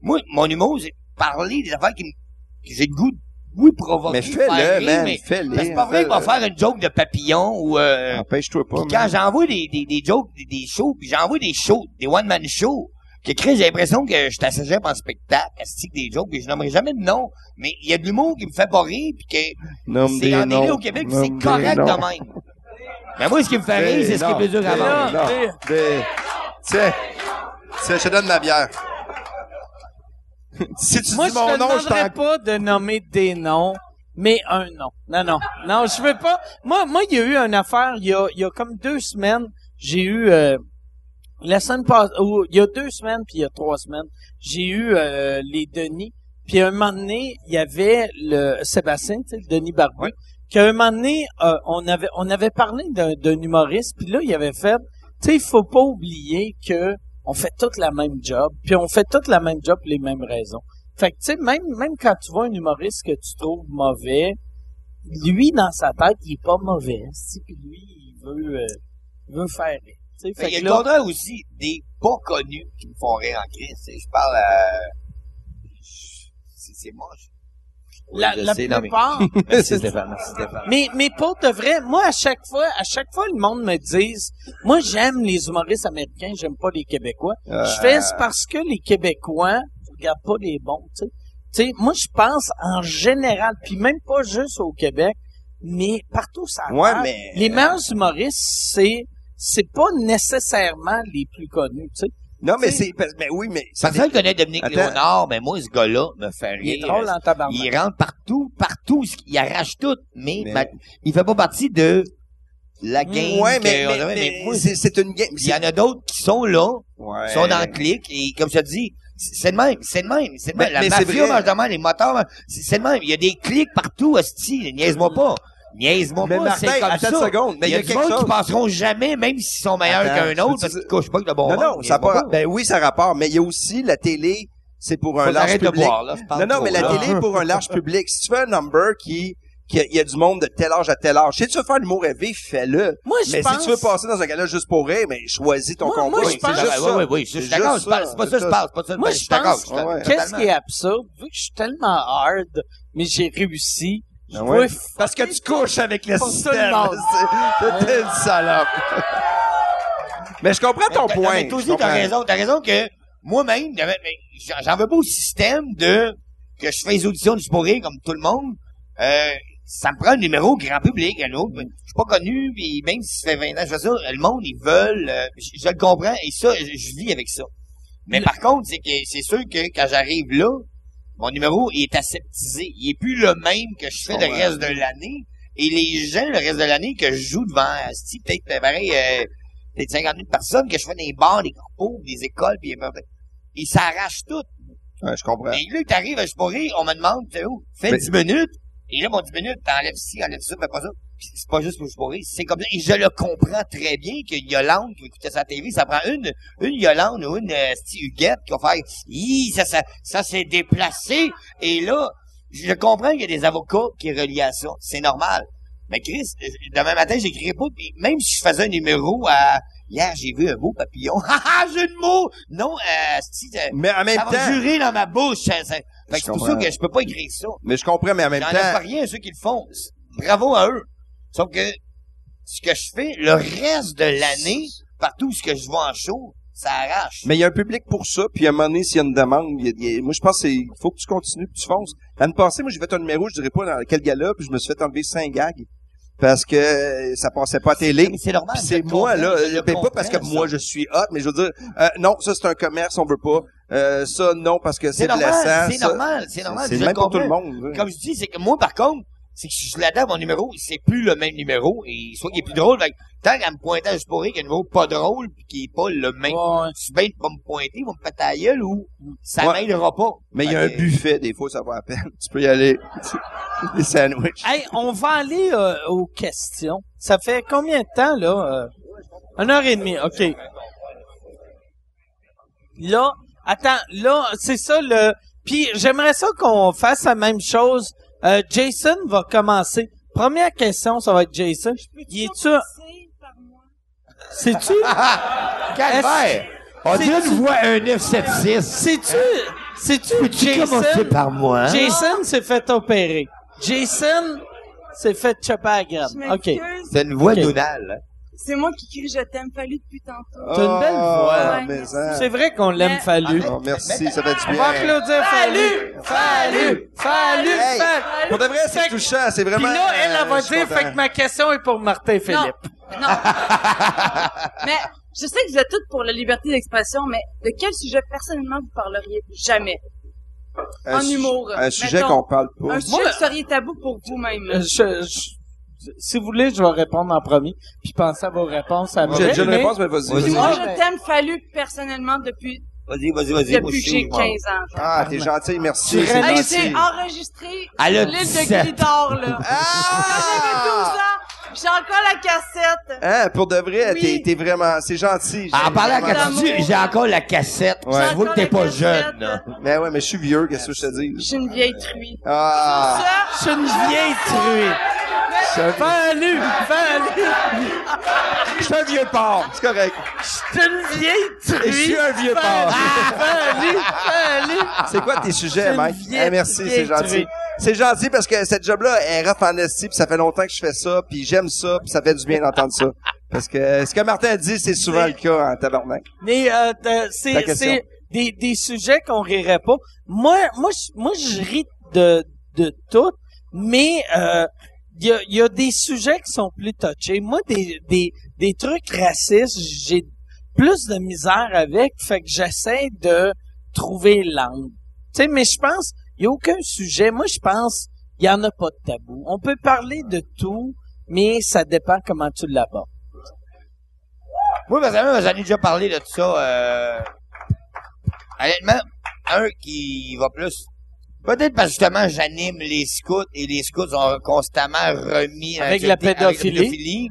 [SPEAKER 4] Moi, mon humour, c'est parler des affaires qui me. que j'ai le goût de. Oui, provoquer.
[SPEAKER 3] Mais fais-le,
[SPEAKER 4] faire rire,
[SPEAKER 3] man.
[SPEAKER 4] mais-
[SPEAKER 3] Fais-le.
[SPEAKER 4] parce que C'est pas vrai qu'on va faire une joke de papillon ou. euh,
[SPEAKER 3] Empêche-toi pas,
[SPEAKER 4] puis
[SPEAKER 3] man.
[SPEAKER 4] quand j'envoie des, des, des jokes, des, des shows, puis j'envoie des shows, des one-man shows, que Chris, j'ai l'impression que je t'assagère en spectacle, à ce type des jokes, puis je nommerai jamais de nom, mais il y a de l'humour qui me fait pas rire, puis que
[SPEAKER 3] Nomme
[SPEAKER 4] c'est
[SPEAKER 3] des
[SPEAKER 4] en
[SPEAKER 3] noms.
[SPEAKER 4] délire au Québec, puis
[SPEAKER 3] Nomme
[SPEAKER 4] c'est
[SPEAKER 3] des
[SPEAKER 4] correct
[SPEAKER 3] noms.
[SPEAKER 4] de même. Mais moi, ce qui me fait rire, c'est ce qui est plus dur à
[SPEAKER 3] Des
[SPEAKER 4] vendre.
[SPEAKER 3] noms,
[SPEAKER 2] Des-
[SPEAKER 3] des- Tiens, tiens, je te donne ma bière. si tu
[SPEAKER 2] Moi,
[SPEAKER 3] dis
[SPEAKER 2] je
[SPEAKER 3] mon
[SPEAKER 2] te
[SPEAKER 3] nom, je t'en...
[SPEAKER 2] demanderais pas de nommer des noms, mais un nom. Non, non. Non, je veux pas. Moi, moi, il y a eu une affaire, il y a, il y a comme deux semaines, j'ai eu, euh, la semaine passée, ou il y a deux semaines, puis il y a trois semaines, j'ai eu euh, les Denis. Puis à un moment donné, il y avait le Sébastien, tu sais, le Denis Barbu, qu'à un moment donné, euh, on avait on avait parlé d'un d'un humoriste, puis là, il avait fait, tu sais, il faut pas oublier que on fait toute la même job, puis on fait toute la même job pour les mêmes raisons. Fait que, tu sais, même, même quand tu vois un humoriste que tu trouves mauvais, lui, dans sa tête, il est pas mauvais. tu sais, Puis lui, il veut, euh, il veut faire. rire. Tu sais,
[SPEAKER 4] Fait qu'il Ben, y
[SPEAKER 2] Fait
[SPEAKER 4] a
[SPEAKER 2] que
[SPEAKER 4] le
[SPEAKER 2] là,
[SPEAKER 4] contraire aussi, des pas connus qui me font rire en Chris. tu sais, Je parle à... C'est c'est moche. Oui,
[SPEAKER 2] la,
[SPEAKER 4] je
[SPEAKER 2] la
[SPEAKER 4] sais, non, mais-
[SPEAKER 2] plupart,
[SPEAKER 4] Merci Stéphane, merci Stéphane.
[SPEAKER 2] Mais, mais pour de vrai, moi, à chaque fois, à chaque fois, le monde me dit, moi, j'aime les humoristes américains, j'aime pas les Québécois. Je fais, c'est parce que les Québécois, regardent pas les bons, tu sais. Tu sais, moi, je pense, en général, puis même pas juste au Québec, mais partout ça
[SPEAKER 3] Ouais, mais...
[SPEAKER 2] Les meilleurs humoristes, c'est, c'est pas nécessairement les plus connus, tu sais.
[SPEAKER 3] Non, mais
[SPEAKER 2] tu sais-
[SPEAKER 3] c'est... parce- Mais oui, mais... ça
[SPEAKER 4] Personne connaît Dominique
[SPEAKER 3] Attends.
[SPEAKER 4] Léonard, mais moi, ce gars-là me fait
[SPEAKER 2] Il
[SPEAKER 4] rire.
[SPEAKER 2] est drôle en tabarnak.
[SPEAKER 4] Il rentre partout, partout, ce qui- il arrache tout, mais,
[SPEAKER 3] Mais-
[SPEAKER 4] ma- il fait pas partie de la game.
[SPEAKER 3] Ouais, mais,
[SPEAKER 4] que-
[SPEAKER 3] mais,
[SPEAKER 4] on dirait,
[SPEAKER 3] mais
[SPEAKER 4] moi,
[SPEAKER 3] c'est, c'est une game.
[SPEAKER 4] il y en a d'autres qui sont là,
[SPEAKER 3] Ouais.
[SPEAKER 4] qui sont dans le clic, et comme je te dis, c'est c'est le même, c'est le même, c'est le
[SPEAKER 3] Mais-
[SPEAKER 4] même. La
[SPEAKER 3] mais c'est
[SPEAKER 4] mafia
[SPEAKER 3] vrai.
[SPEAKER 4] mange de même, les moteurs, mangent- c'est c'est le même. Il y a des clics partout, hostie, niaise-moi pas. Niaise-moi
[SPEAKER 3] Mm. Mais
[SPEAKER 4] pas,
[SPEAKER 3] Martin,
[SPEAKER 4] c'est comme
[SPEAKER 3] attends
[SPEAKER 4] ça.
[SPEAKER 3] une seconde. Mais
[SPEAKER 4] il y a, du
[SPEAKER 3] quelque
[SPEAKER 4] monde
[SPEAKER 3] chose...
[SPEAKER 4] qui passeront jamais, même s'ils sont meilleurs
[SPEAKER 3] Attends,
[SPEAKER 4] qu'un autre,
[SPEAKER 3] je
[SPEAKER 4] parce
[SPEAKER 3] veux
[SPEAKER 4] qu'ils couchent pas avec le bon
[SPEAKER 3] Non,
[SPEAKER 4] monde.
[SPEAKER 3] non, ça a
[SPEAKER 4] niaise-moi
[SPEAKER 3] pas... Ben oui, ça rapporte. Mais il y a aussi la télé, c'est pour un
[SPEAKER 4] Faut
[SPEAKER 3] large
[SPEAKER 4] arrêter de
[SPEAKER 3] public.
[SPEAKER 4] boire, là, je parle
[SPEAKER 3] Non, non,
[SPEAKER 4] trop,
[SPEAKER 3] mais la
[SPEAKER 4] là.
[SPEAKER 3] télé est pour un large public. Si tu fais un number qui qu'il y a- il y, a du monde de tel âge à tel âge. Si tu veux faire l'humour rêvé, fais-le.
[SPEAKER 2] Moi, je
[SPEAKER 3] Mais
[SPEAKER 2] pense...
[SPEAKER 3] si tu veux passer dans un gala juste pour rire, mais choisis ton
[SPEAKER 2] Moi-
[SPEAKER 3] combat.
[SPEAKER 2] moi, je
[SPEAKER 3] C'est
[SPEAKER 2] pense-
[SPEAKER 3] juste
[SPEAKER 4] oui,
[SPEAKER 3] ça.
[SPEAKER 4] oui, oui, je suis
[SPEAKER 3] C'est
[SPEAKER 4] d'accord,
[SPEAKER 3] juste
[SPEAKER 4] je parle, c'est pas ça, je parle, c'est pas ça,
[SPEAKER 2] Moi,
[SPEAKER 4] je
[SPEAKER 2] je
[SPEAKER 4] suis d'accord,
[SPEAKER 2] pense-
[SPEAKER 4] je suis d'accord.
[SPEAKER 3] Ouais, ouais.
[SPEAKER 2] Qu'est-ce
[SPEAKER 4] totalement.
[SPEAKER 2] qui est absurde? Vu que je suis tellement hard, mais j'ai réussi, je
[SPEAKER 3] Ah ouais?
[SPEAKER 2] peux
[SPEAKER 3] Parce que tu couches avec le
[SPEAKER 2] Pas
[SPEAKER 3] système.
[SPEAKER 2] seulement.
[SPEAKER 3] C'est- T'es une salope. Mais je comprends ton
[SPEAKER 4] T'as- non,
[SPEAKER 3] point.
[SPEAKER 4] mais toi
[SPEAKER 3] Je
[SPEAKER 4] aussi, t'as
[SPEAKER 3] comprends.
[SPEAKER 4] raison. T'as raison que moi-même, j'avais- mais j'en- j'en veux pas au système de que je fais les auditions du pourri comme tout le monde. Euh, ça me prend un numéro grand public, un autre. Je suis pas connu, puis même si ça fait 20 ans que je fais ça, le monde, ils veulent. euh, je, je le comprends, et ça, je, je vis avec ça. Mais par contre, c'est que c'est sûr que quand j'arrive là, mon numéro il est aseptisé. Il est plus le même que je fais le reste de l'année. Et les gens, le reste de l'année, que je joue devant, asti, peut-être, euh, pareil, euh, peut-être 50 000 personnes que je fais dans les bars, les corpos, les écoles, puis ils s'arrachent tout.
[SPEAKER 3] Ouais, je comprends.
[SPEAKER 4] Mais là, t'arrives à Juporé, on me demande, t'es où? Fais
[SPEAKER 3] Mais-
[SPEAKER 4] 10 minutes. Et là, mon 10 minutes, t'enlèves ci, enlèves ça, fais pas ça. Puis c'est pas juste pour Juporé, c'est comme ça. Et je le comprends très bien que Yolande qui écoutait sa TV, ça prend une, une Yolande ou une euh, sti- Huguette qui va faire, hi, ça, ça, ça s'est déplacé. Et là, je comprends qu'il y a des avocats qui est relié à ça. C'est normal. Mais Chris, euh, demain matin, j'écrirai pas, puis même si je faisais un numéro à, hier, j'ai vu un beau papillon. Ha ha, jeu de mots! Non, euh, sti, euh,
[SPEAKER 3] Mais en même
[SPEAKER 4] ça va
[SPEAKER 3] temps,
[SPEAKER 4] jurer dans ma bouche. hein, ça- Fait
[SPEAKER 3] Je
[SPEAKER 4] que c'est pour ça
[SPEAKER 3] comprends.
[SPEAKER 4] que je peux pas écrire ça.
[SPEAKER 3] mais je comprends, mais en même
[SPEAKER 4] J'en pas
[SPEAKER 3] temps,
[SPEAKER 4] rien à ceux qui le font. C'est- Bravo à eux. Sauf que ce que je fais, le reste de l'année, partout où ce que je vois en show, ça arrache.
[SPEAKER 3] mais il y a un public pour ça, puis à un moment donné, s'il y a une demande, il y a- il y a- moi, je pense qu'il faut que tu continues, que tu fonces. L'année passée, moi, j'ai fait un numéro, je dirais pas dans quel gala, puis je me suis fait enlever cinq gags, parce que euh, ça passait pas à télé.
[SPEAKER 4] Mais c'est normal.
[SPEAKER 3] Puis
[SPEAKER 4] je
[SPEAKER 3] c'est
[SPEAKER 4] le
[SPEAKER 3] moi,
[SPEAKER 4] comprends,
[SPEAKER 3] là.
[SPEAKER 4] je le
[SPEAKER 3] Ben, pas parce que
[SPEAKER 4] comprends,
[SPEAKER 3] moi,
[SPEAKER 4] ça.
[SPEAKER 3] je suis hot, mais je veux dire, euh, non, ça, c'est un commerce, on veut pas. Euh, ça, non, parce que c'est
[SPEAKER 4] C'est normal,
[SPEAKER 3] blessant.
[SPEAKER 4] c'est
[SPEAKER 3] ça-
[SPEAKER 4] normal, c'est normal.
[SPEAKER 3] C'est
[SPEAKER 4] je
[SPEAKER 3] le même pour tout
[SPEAKER 4] comprends.
[SPEAKER 3] le monde.
[SPEAKER 4] Comme je dis, c'est que moi, par contre, c'est que je suis là-dedans, mon numéro, c'est plus le même numéro, et soit qu'il est plus drôle, fait que tant qu'à me pointer à Jusporé qu'il y a un numéro pas drôle, puis qui est pas le même.
[SPEAKER 2] Ouais.
[SPEAKER 4] tu ben, vas me pointer, ils vont me péter la gueule ou ça
[SPEAKER 3] Ouais.
[SPEAKER 4] m'aidera pas.
[SPEAKER 3] Mais il y a un
[SPEAKER 4] Fait que-
[SPEAKER 3] buffet, des fois, ça va à peine. Tu peux y aller. des sandwichs.
[SPEAKER 2] Hey, on va aller euh, aux questions. Ça fait combien de temps, là? Euh, une heure et demie, OK. Là, attends, là, c'est ça, le... Puis j'aimerais ça qu'on fasse la même chose. Euh, Jason va commencer. Première question, ça va être Jason. Il est-tu... C'est-tu...
[SPEAKER 4] Calvaire! On
[SPEAKER 2] dirait une
[SPEAKER 4] voit un 976.
[SPEAKER 2] C'est-tu... C'est-tu Jason...
[SPEAKER 4] par moi. hein?
[SPEAKER 2] Jason s'est fait opérer. Jason s'est fait choper à la graine. OK.
[SPEAKER 5] OK.
[SPEAKER 4] C'est une voix hein.
[SPEAKER 2] Ok.
[SPEAKER 4] nounale.
[SPEAKER 5] C'est moi qui crie je t'aime fallu depuis tantôt.
[SPEAKER 2] T'as une belle voix.
[SPEAKER 5] Ouais.
[SPEAKER 3] Ah, mais ça-
[SPEAKER 2] C'est vrai qu'on l'aime,
[SPEAKER 5] Mais-
[SPEAKER 2] Fallu.
[SPEAKER 3] Oh, merci, ça fait du
[SPEAKER 2] On va
[SPEAKER 3] bien.
[SPEAKER 2] applaudir Fallu! Fallu! Fallu!
[SPEAKER 3] Hey,
[SPEAKER 2] Fallu!
[SPEAKER 3] Pour de vrai, c'est touchant. C'est
[SPEAKER 2] Puis
[SPEAKER 3] vraiment...
[SPEAKER 2] là, elle, elle
[SPEAKER 3] euh,
[SPEAKER 2] va
[SPEAKER 3] je suis
[SPEAKER 2] dire,
[SPEAKER 3] content.
[SPEAKER 2] fait que ma question est pour Martin Philippe.
[SPEAKER 5] Non. non. mais je sais que vous êtes toutes pour la liberté d'expression, mais de quel sujet personnellement vous parleriez jamais?
[SPEAKER 3] Un
[SPEAKER 5] en
[SPEAKER 3] su-
[SPEAKER 5] humour,
[SPEAKER 3] Un sujet
[SPEAKER 5] mettons.
[SPEAKER 3] qu'on parle pas.
[SPEAKER 5] Un sujet
[SPEAKER 2] moi,
[SPEAKER 5] que vous seriez tabou pour vous-même.
[SPEAKER 2] Euh, je- je- si vous voulez, je vais répondre en premier, puis pensez à vos réponses après.
[SPEAKER 3] J'ai déjà une
[SPEAKER 2] mais-
[SPEAKER 3] réponse, mais vas-y.
[SPEAKER 4] Vas-y.
[SPEAKER 5] Puis moi, je
[SPEAKER 2] mais-
[SPEAKER 5] t'aime fallu personnellement depuis,
[SPEAKER 4] Vas-y, vas-y, vas-y. moi, je
[SPEAKER 5] depuis que
[SPEAKER 4] suis-
[SPEAKER 5] j'ai 15 ans. genre.
[SPEAKER 3] Ah, t'es gentil, merci.
[SPEAKER 2] Tu
[SPEAKER 3] c'est
[SPEAKER 2] restes-
[SPEAKER 5] Hey,
[SPEAKER 3] gentil.
[SPEAKER 5] j'ai enregistré
[SPEAKER 4] Elle a
[SPEAKER 5] l'île
[SPEAKER 4] 17.
[SPEAKER 5] de Glidor, là.
[SPEAKER 3] Ah!
[SPEAKER 5] J'avais 12 ans, j'ai encore la cassette.
[SPEAKER 3] Hein, pour de vrai,
[SPEAKER 5] Oui.
[SPEAKER 3] t'es- t'es vraiment... C'est gentil.
[SPEAKER 4] Ah, En parlant à
[SPEAKER 3] Vraiment.
[SPEAKER 5] D'amour.
[SPEAKER 4] Cassius, j'ai encore la cassette.
[SPEAKER 3] Ouais.
[SPEAKER 5] J'ai
[SPEAKER 4] Tu vois que
[SPEAKER 5] encore
[SPEAKER 4] t'es
[SPEAKER 5] la
[SPEAKER 4] pas
[SPEAKER 5] cassette.
[SPEAKER 4] jeune. là.
[SPEAKER 3] Mais ouais, mais je suis vieux, qu'est-ce que je te
[SPEAKER 5] Je
[SPEAKER 3] dis?
[SPEAKER 5] suis une vieille truie.
[SPEAKER 3] Ah!
[SPEAKER 2] Je suis une vieille truie. Fallu! Fallu!
[SPEAKER 3] Je suis un vieux porc, c'est correct.
[SPEAKER 2] Je suis une vieille truie.
[SPEAKER 3] Et je suis un vieux porc.
[SPEAKER 2] Fallu! Fallu!
[SPEAKER 3] C'est quoi tes sujets,
[SPEAKER 2] une
[SPEAKER 3] Mike?
[SPEAKER 2] vieille
[SPEAKER 3] Eh, merci, c'est
[SPEAKER 2] vieille
[SPEAKER 3] gentil.
[SPEAKER 2] truie.
[SPEAKER 3] C'est gentil parce que cette job-là est rough en esti, puis ça fait longtemps que je fais ça, puis j'aime ça, puis ça fait du bien d'entendre ça. Parce que euh, ce que Martin a dit, c'est souvent le cas en tabarnak.
[SPEAKER 2] Mais euh, t'as-
[SPEAKER 3] Ta
[SPEAKER 2] c'est
[SPEAKER 3] question.
[SPEAKER 2] c'est des, des sujets qu'on rirait pas. Moi moi je- moi je ris de de tout, mais euh, il y a, il y a des sujets qui sont plus touchés. Moi des des des trucs racistes, j'ai plus de misère avec, fait que j'essaie de trouver l'angle. Tu sais mais je pense il y a aucun sujet. Moi je pense il y en a pas de tabou. On peut parler de tout, mais ça dépend comment tu l'abordes.
[SPEAKER 4] Moi, personnellement, j'en ai déjà parlé de tout ça. Euh... Honnêtement, un qui va plus. Peut-être parce que justement, j'anime les scouts et les scouts sont constamment remis dans
[SPEAKER 2] Avec
[SPEAKER 4] l'actualité-
[SPEAKER 2] la pédophilie.
[SPEAKER 4] avec la pédophilie.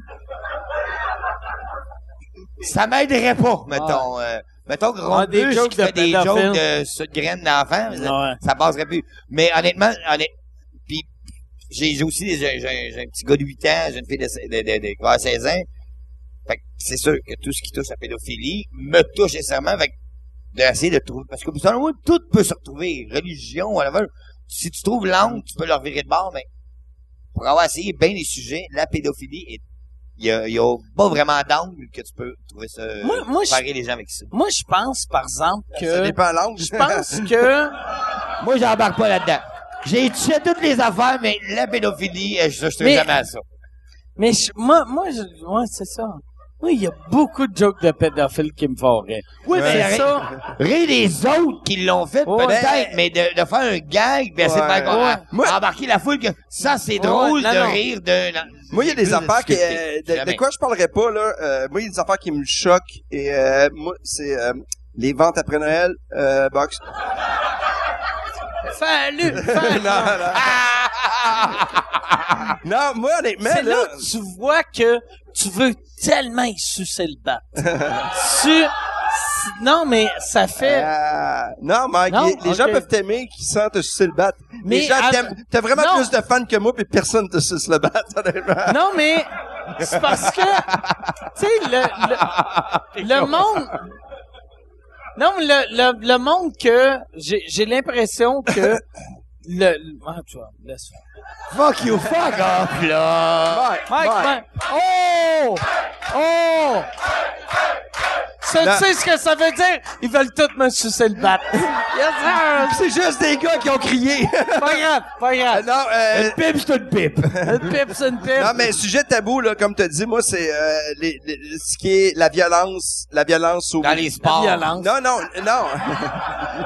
[SPEAKER 4] Ça m'aiderait pas, mettons. euh, mettons que
[SPEAKER 2] Ah, des
[SPEAKER 4] Rondeuse
[SPEAKER 2] jokes
[SPEAKER 4] qui
[SPEAKER 2] de
[SPEAKER 4] fait des jokes
[SPEAKER 2] pédophiles.
[SPEAKER 4] de, sur de graines d'enfants,
[SPEAKER 2] Ouais.
[SPEAKER 4] ça passerait plus. Mais honnêtement, honnêt- puis j'ai j'ai aussi des- j'ai j'ai- j'ai un petit gars de 8 ans, j'ai une fille de, se- de, de- de- qui va avoir 16 ans. Fait que c'est sûr que tout ce qui touche à la pédophilie me touche nécessairement. Fait que d'essayer de trouver. Parce que dans le monde, tout peut se retrouver. Religion, whatever. Si tu trouves l'angle, tu peux leur virer de bord, mais pour avoir essayé bien des sujets, la pédophilie est. Il y a, il y a pas vraiment d'angle que tu peux trouver ça.
[SPEAKER 2] Moi- moi, je-
[SPEAKER 4] parer les gens avec ça.
[SPEAKER 2] Moi, je pense, par exemple,
[SPEAKER 3] Ça
[SPEAKER 2] que...
[SPEAKER 3] dépend de l'angle.
[SPEAKER 2] Je pense que...
[SPEAKER 4] Moi, j'embarque pas là-dedans. J'ai tué toutes les affaires, mais la pédophilie, euh, je, je trouve
[SPEAKER 2] Mais-
[SPEAKER 4] jamais à ça.
[SPEAKER 2] Mais je- moi, moi, je, ouais, c'est ça. Moi, il y a beaucoup de jokes de pédophiles qui me font rire.
[SPEAKER 4] Oui,
[SPEAKER 2] mais ça-
[SPEAKER 4] Rire des autres qui l'ont fait,
[SPEAKER 2] Ouais.
[SPEAKER 4] peut-être, mais de, de faire un gag, ben, c'est
[SPEAKER 3] Ouais.
[SPEAKER 4] pas grave.
[SPEAKER 3] Ouais. Moi-
[SPEAKER 4] Embarquer la foule, que ça, c'est drôle
[SPEAKER 2] non,
[SPEAKER 4] de
[SPEAKER 2] non.
[SPEAKER 4] rire de... non.
[SPEAKER 3] Moi, il y a des
[SPEAKER 4] Plus
[SPEAKER 3] affaires que,
[SPEAKER 4] discuter.
[SPEAKER 3] euh, de,
[SPEAKER 4] Jamais.
[SPEAKER 3] de quoi je parlerai pas, là. Euh, moi, il y a des affaires qui me choquent. Et euh, moi, c'est euh, les ventes après Noël, euh, box.
[SPEAKER 2] Fallu,
[SPEAKER 3] non,
[SPEAKER 2] fallu.
[SPEAKER 3] non. non, moi, honnêtement,
[SPEAKER 2] C'est là
[SPEAKER 3] là...
[SPEAKER 2] que tu vois que tu veux tellement y sucer le bat. tu... Non, mais ça fait...
[SPEAKER 3] euh, non, Mike,
[SPEAKER 2] Non?
[SPEAKER 3] les, les gens
[SPEAKER 2] Ok.
[SPEAKER 3] peuvent t'aimer qui sans te sucer le bat.
[SPEAKER 2] Mais
[SPEAKER 3] les gens
[SPEAKER 2] av-
[SPEAKER 3] t'aiment. T'as vraiment
[SPEAKER 2] Non.
[SPEAKER 3] plus de fans que moi, puis personne te suce le bat, honnêtement.
[SPEAKER 2] Non, mais c'est parce que, tu sais, le, le, le monde... Non, mais le, le, le monde que... J'ai j'ai l'impression que... Le... le- Ah, tu vois, laisse faire.
[SPEAKER 4] Fuck you, fuck off, là.
[SPEAKER 3] Mike,
[SPEAKER 2] Mike, Mike. Oh! Oh! Ça,
[SPEAKER 3] Non.
[SPEAKER 2] tu sais ce que ça veut dire? Ils veulent tous me sucer le bat. yes, sir!
[SPEAKER 3] C'est juste des gars qui ont crié.
[SPEAKER 2] Pas grave, pas grave.
[SPEAKER 3] non, euh,
[SPEAKER 4] Pip, c'est une pipe.
[SPEAKER 2] Une pipe, c'est une pipe.
[SPEAKER 3] Non, mais sujet tabou, là, comme tu dis, moi, c'est euh, les, les- ce qui est la violence, la violence au...
[SPEAKER 4] Dans les sports.
[SPEAKER 2] Violence.
[SPEAKER 3] Non, non, non.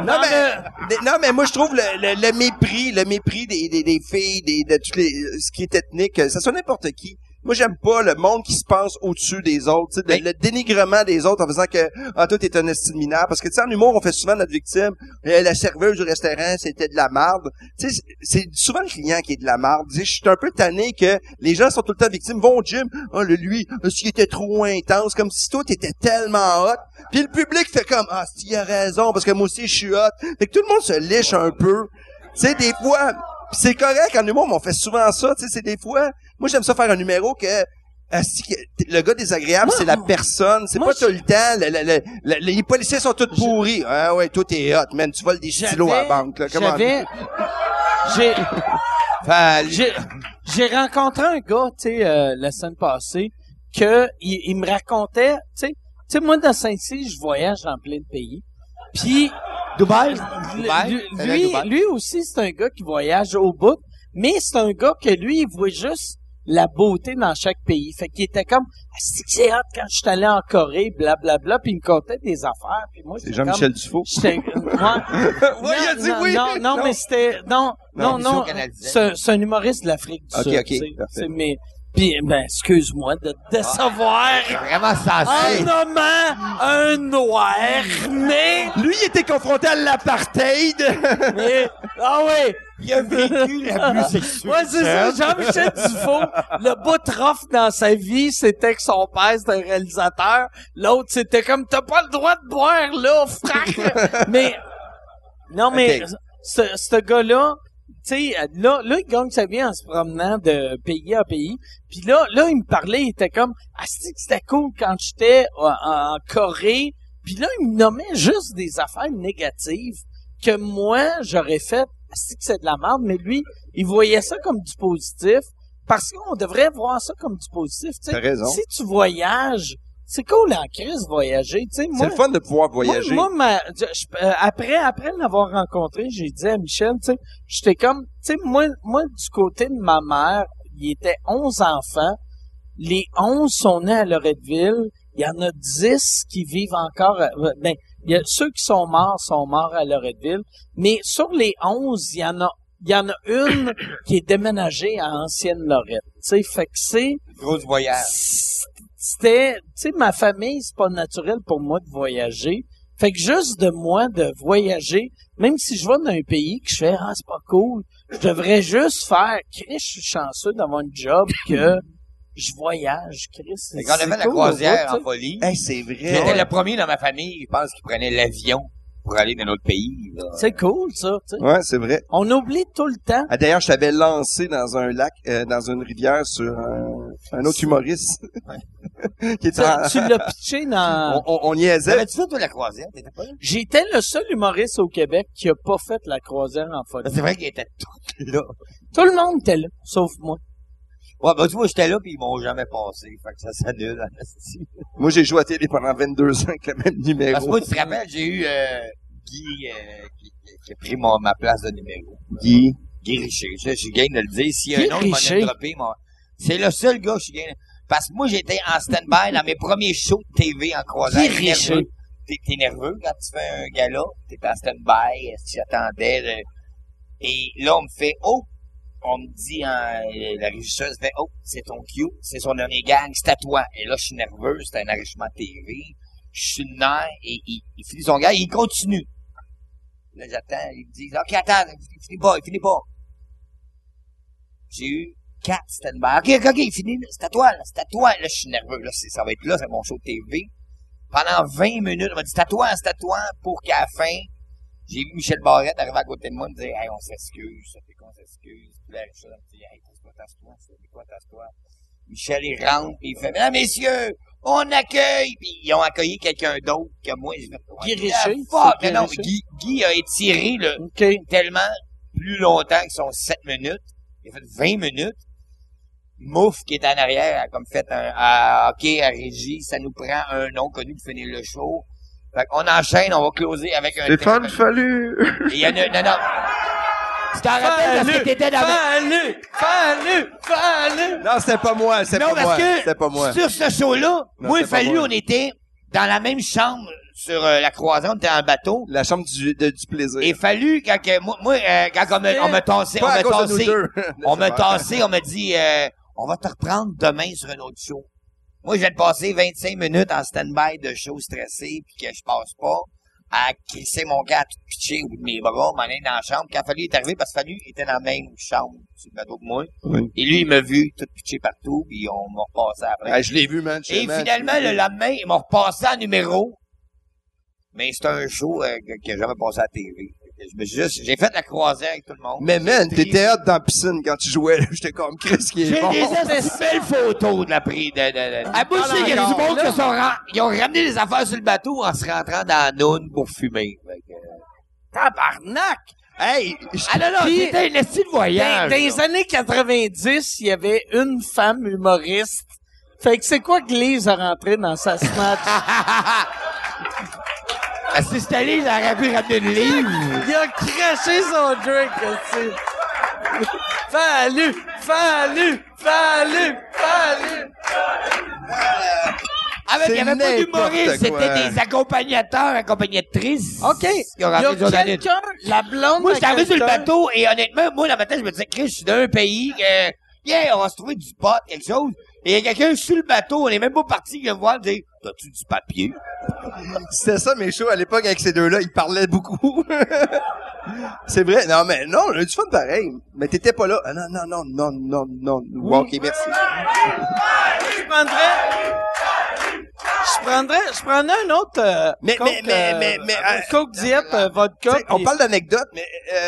[SPEAKER 3] non,
[SPEAKER 2] Dans
[SPEAKER 3] mais, des- non, mais moi, je trouve le, le- le mépris, le mépris des, des, des filles, des, de toutes les, ce qui est ethnique, euh, ça soit n'importe qui. Moi, j'aime pas le monde qui se pense au-dessus des autres, tu sais, de-
[SPEAKER 4] Mais-
[SPEAKER 3] le dénigrement des autres en faisant que, ah, toi, t'es un estiminaire. Parce que, tu sais, en humour, on fait souvent notre victime, Euh, la serveuse du restaurant, c'était de la marde. Tu sais, c'est c'est souvent le client qui est de la marde. Tu sais, Je suis un peu tanné que les gens sont tout le temps victimes. Vont au gym, ah, le lui, euh, s'il était trop intense, comme si toi, t'étais tellement hot. Puis le public fait comme, ah, s'il a raison, parce que moi aussi, je suis hot. Fait que tout le monde se liche un peu. Tu sais, des fois, pis c'est correct, en humour, mais on fait souvent ça, tu sais, c'est des fois... Moi, j'aime ça faire un numéro que... asti, que t- le gars désagréable,
[SPEAKER 2] Moi,
[SPEAKER 3] c'est la
[SPEAKER 2] moi-
[SPEAKER 3] personne, c'est
[SPEAKER 2] moi,
[SPEAKER 3] pas tout le temps. le- le- le- le- les policiers sont tous pourris. Ah ouais, toi t'es hot, man. Tu voles des stylos à la banque, là. Comment?
[SPEAKER 2] J'avais... J'ai...
[SPEAKER 4] Fait-
[SPEAKER 2] J'ai- J'ai rencontré un gars, tu sais, euh, la semaine passée, que il, il me racontait, tu sais, tu sais, moi dans Saint-Cy, je voyage dans plein de pays. Puis Dubaï,
[SPEAKER 4] Dubaï, elle est à
[SPEAKER 2] lui,
[SPEAKER 4] Dubaï.
[SPEAKER 2] lui aussi c'est un gars qui voyage au bout, mais c'est un gars que lui il voit juste la beauté dans chaque pays. Fait qu'il était comme Ah, c'est que c'est hot quand je suis allé en Corée, blablabla, puis il me contait des affaires, puis moi j'étais comme-
[SPEAKER 3] Dufault.
[SPEAKER 2] J'étais. Ouais.
[SPEAKER 3] Ouais, il a dit
[SPEAKER 2] non,
[SPEAKER 3] oui.
[SPEAKER 2] Non, non,
[SPEAKER 3] Non.
[SPEAKER 2] mais c'était. Non, non,
[SPEAKER 4] mais
[SPEAKER 2] non.
[SPEAKER 4] c'est au Canadien.
[SPEAKER 2] C'est un- c'est un humoriste de l'Afrique du
[SPEAKER 3] Ok,
[SPEAKER 2] Sud.
[SPEAKER 3] ok,
[SPEAKER 2] tu sais,
[SPEAKER 3] parfait. Ah.
[SPEAKER 2] c'est- Mais. Puis, ben, excuse-moi de te décevoir
[SPEAKER 4] Vraiment
[SPEAKER 2] en
[SPEAKER 4] sensé.
[SPEAKER 2] nommant un noir, mais.
[SPEAKER 3] Lui, il était confronté à l'apartheid.
[SPEAKER 2] mais- ah oui!
[SPEAKER 4] Il a vécu l'abus sexuel.
[SPEAKER 2] Ouais, c'est ça. Jean-Michel Dufault, le beau trophée dans sa vie, c'était que son père, c'était un réalisateur. L'autre, c'était comme, t'as pas le droit de boire, là, frère! mais, non, mais,
[SPEAKER 3] Ok.
[SPEAKER 2] ce, ce gars-là, tu sais, là, là, il gagne sa vie en se promenant de pays à pays. Puis là, là, il me parlait, il était comme, ah, c'est que c'était cool quand j'étais en, en Corée. Puis là, il me nommait juste des affaires négatives que moi, j'aurais fait, Ah, c'est que c'est de la merde, mais lui, il voyait ça comme du positif. Parce qu'on devrait voir ça comme du positif. tu sais.
[SPEAKER 3] T'as raison.
[SPEAKER 2] Si tu voyages, c'est cool en crise voyager. tu sais,
[SPEAKER 3] C'est
[SPEAKER 2] moi,
[SPEAKER 3] le fun de pouvoir voyager.
[SPEAKER 2] moi, moi, ma- je- je- euh, après, après l'avoir rencontré, j'ai dit à Michel, tu sais, j'étais comme, tu sais, moi, moi, du côté de ma mère, il était 11 enfants. Les 11 sont nés à Loretteville. Il y en a 10 qui vivent encore, à- euh, ben, il y a, ceux qui sont morts sont morts à Loretteville. Mais sur les 11, il y en a, il y en a une qui est déménagée à Ancienne Lorette. Tu sais, fait que c'est,
[SPEAKER 4] Gros voyage.
[SPEAKER 2] c'était, tu sais, ma famille, c'est pas naturel pour moi de voyager. Fait que juste de moi de voyager, même si je vais dans un pays que je fais ah c'est pas cool, je devrais juste faire Chris, je suis chanceux d'avoir un job que je voyage, Chris. c'est-
[SPEAKER 4] Fait qu'on
[SPEAKER 2] c'est
[SPEAKER 4] avait la
[SPEAKER 2] cool,
[SPEAKER 4] croisière
[SPEAKER 2] tu
[SPEAKER 4] en
[SPEAKER 2] sais.
[SPEAKER 4] folie.
[SPEAKER 3] Hey, c'est vrai.
[SPEAKER 4] J'étais le premier dans ma famille, je pense, qui prenait l'avion. pour aller dans notre pays. là.
[SPEAKER 2] C'est cool, ça. tu sais.
[SPEAKER 3] Ouais, c'est vrai.
[SPEAKER 2] On oublie tout le temps.
[SPEAKER 3] Ah, D'ailleurs, je t'avais lancé dans un lac, euh, dans une rivière sur un, un autre humoriste. qui était en-
[SPEAKER 4] Ah.
[SPEAKER 2] Tu, tu l'as pitché
[SPEAKER 3] on,
[SPEAKER 2] dans...
[SPEAKER 3] on, on niaisait.
[SPEAKER 4] T'avais-tu fait, toi, la croisière? T'étais pas là?
[SPEAKER 2] J'étais le seul humoriste au Québec qui a pas fait la croisière en folie.
[SPEAKER 4] Ben, C'est vrai qu'il était tout là.
[SPEAKER 2] Tout le monde était là, sauf moi.
[SPEAKER 4] Ouais, ben, tu vois, j'étais là, puis ils m'ont jamais passé. Fait que ça s'annule, en esti.
[SPEAKER 3] Moi, j'ai joué à télé pendant 22 ans avec le même
[SPEAKER 4] Parce que
[SPEAKER 3] numéro.
[SPEAKER 4] moi, tu te rappelles, j'ai eu euh, Guy euh, qui, qui a pris mon, ma place de numéro.
[SPEAKER 3] Guy.
[SPEAKER 4] Guy Richer. Je, je suis gain de le dire. S'il y a
[SPEAKER 2] Guy
[SPEAKER 4] un autre qui m'en
[SPEAKER 2] Richer.
[SPEAKER 4] a droppé, moi, c'est le seul gars que je suis gain. Parce que moi, j'étais en stand-by dans mes premiers shows de TV en croisant.
[SPEAKER 2] Guy Richer.
[SPEAKER 4] T'es, t'es nerveux quand tu fais un gala. T'es en stand-by. est-ce que J'attendais. le- Et là, on me fait « Oh! » On me dit, hein, euh, la régisseuse fait « Oh, c'est ton cue. C'est son dernier gang. C'est à toi. » Et là, je suis nerveux. C'est un enrichissement TV je suis le nerf et il, il finit son gars, il continue. Là, j'attends, ils me disent, OK, attends, il finit pas, il finit pas. J'ai eu quatre stand-by. OK, OK, OK, il finit, là, c'est à toi, là, c'est à toi. Là, je suis nerveux, là, c'est- ça va être là, c'est mon show TV. Pendant 20 minutes, on m'a dit, c'est à toi, c'est à toi, pour qu'à la fin, j'ai vu Michel Barrette arriver à côté de moi, me dire, hey, on s'excuse, ça fait qu'on s'excuse. Puis là, Richard me dit, hey, tasse-toi, tasse-toi, tasse-toi, tasse-toi. Michel, il rentre, puis il fait, mesdames, messieurs, on accueille, puis ils ont accueilli quelqu'un d'autre que moi. Je fais, What
[SPEAKER 2] Guy
[SPEAKER 4] the
[SPEAKER 2] Richer,
[SPEAKER 4] fuck?
[SPEAKER 2] c'est
[SPEAKER 4] Mais
[SPEAKER 2] Guy
[SPEAKER 4] non,
[SPEAKER 2] Richer.
[SPEAKER 4] mais Guy, Guy a étiré le,
[SPEAKER 2] OK.
[SPEAKER 4] tellement plus longtemps que son 7 minutes. Il a fait 20 minutes. Mouf, qui est en arrière, a comme fait un ah, OK à Régie, ça nous prend un nom connu pour finir le show. Fait qu'on enchaîne, on va closer avec un. thème.
[SPEAKER 3] Fallu.
[SPEAKER 4] Et Il y en a, non, non. Tu t'en rappelles parce que t'étais dans
[SPEAKER 2] Fallu! Fallu! Fallu!
[SPEAKER 3] Non, c'était pas moi, c'était
[SPEAKER 4] Non,
[SPEAKER 3] pas moi.
[SPEAKER 4] parce que-
[SPEAKER 3] C'était pas moi.
[SPEAKER 4] Sur ce show-là,
[SPEAKER 3] Non,
[SPEAKER 4] moi et
[SPEAKER 3] c'est pas
[SPEAKER 4] Fallu,
[SPEAKER 3] moi.
[SPEAKER 4] on était dans la même chambre sur euh, la croisante, on était en bateau.
[SPEAKER 3] La chambre du, de- du plaisir.
[SPEAKER 4] Et Fallu, quand que, moi, moi, euh, quand on me, on me tassait, on
[SPEAKER 3] pas à
[SPEAKER 4] me
[SPEAKER 3] cause de nous
[SPEAKER 4] tassait,
[SPEAKER 3] deux.
[SPEAKER 4] On m'a tassé, on m'a dit, euh, on va te reprendre demain sur un autre show. Moi, je viens de passer 25 minutes en stand-by de show stressé, puis que je passe pas, à crisser mon gars à tout pitcher au bout de mes bras, m'en aller dans la chambre. Quand Fallu est arrivé, parce que Fallu était dans la même chambre sur le bateau que moi,
[SPEAKER 3] Oui.
[SPEAKER 4] et lui, il m'a vu tout pitcher partout, puis on m'a repassé après.
[SPEAKER 3] Ah, je l'ai vu, man.
[SPEAKER 4] Et
[SPEAKER 3] man.
[SPEAKER 4] finalement, le lendemain, ils m'ont repassé en numéro. Mais c'est un show euh, que, que j'avais passé à la TV. Je me suis juste, j'ai fait la croisière avec tout le monde.
[SPEAKER 3] Mais man,
[SPEAKER 4] J'ai pris-
[SPEAKER 3] t'étais hâte dans la piscine quand tu jouais. là. J'étais comme Chris qui est
[SPEAKER 4] J'ai
[SPEAKER 3] bon.
[SPEAKER 4] des assez belles photos de la prise. De, de, de. À bout,
[SPEAKER 2] Ah,
[SPEAKER 4] c'est qu'il y a du
[SPEAKER 2] d'accord.
[SPEAKER 4] monde qui sont ren- ils ont ramené les affaires sur le bateau en se rentrant dans la noune pour fumer. Fait que, euh,
[SPEAKER 2] Tabarnak!
[SPEAKER 4] Hey! Ah non, non,
[SPEAKER 2] Puis-
[SPEAKER 4] c'était une estime de
[SPEAKER 2] Dans,
[SPEAKER 4] voyage.
[SPEAKER 2] dans les années 90, il y avait une femme humoriste. Fait que c'est quoi que Lise a rentré dans sa snatch?
[SPEAKER 4] Ah, Si c'était allé, ils auraient pu ramener une livre.
[SPEAKER 2] il a craché son drink, aussi. Fallu! Fallu! Fallu! Fallu!
[SPEAKER 4] Ah, mais il n'y
[SPEAKER 3] C'est
[SPEAKER 4] avait pas
[SPEAKER 3] n'importe
[SPEAKER 4] d'humoriste,
[SPEAKER 3] quoi.
[SPEAKER 4] c'était des accompagnateurs, accompagnatrices.
[SPEAKER 2] OK.
[SPEAKER 4] Ils ont
[SPEAKER 2] Il y
[SPEAKER 4] ramené
[SPEAKER 2] a
[SPEAKER 4] des organismes.
[SPEAKER 2] quelqu'un, la blonde...
[SPEAKER 4] Moi,
[SPEAKER 2] de
[SPEAKER 4] j'étais arrivé sur le
[SPEAKER 2] quelqu'un.
[SPEAKER 4] bateau et honnêtement, moi, la matin, je me disais, Chris, je suis d'un pays que, yeah, on va se trouver du pot, quelque chose. Et il y a quelqu'un sur le bateau, on est même pas parti, il vient me voir, il dit, t'as-tu du papier?
[SPEAKER 3] C'était ça mes shows à l'époque avec ces deux-là, ils parlaient beaucoup. C'est vrai. Non mais non, on a eu du fun pareil. Mais t'étais pas là. Ah, non non non non non non. Wow, OK, merci.
[SPEAKER 2] Je prendrais... Je prendrais, je prendrais un autre euh,
[SPEAKER 3] Mais-
[SPEAKER 2] Coke,
[SPEAKER 3] mais- mais-
[SPEAKER 2] euh,
[SPEAKER 3] mais- mais, euh,
[SPEAKER 2] Coke Diet, euh, vodka.
[SPEAKER 3] Tu sais, on
[SPEAKER 2] puis-
[SPEAKER 3] parle d'anecdotes mais euh,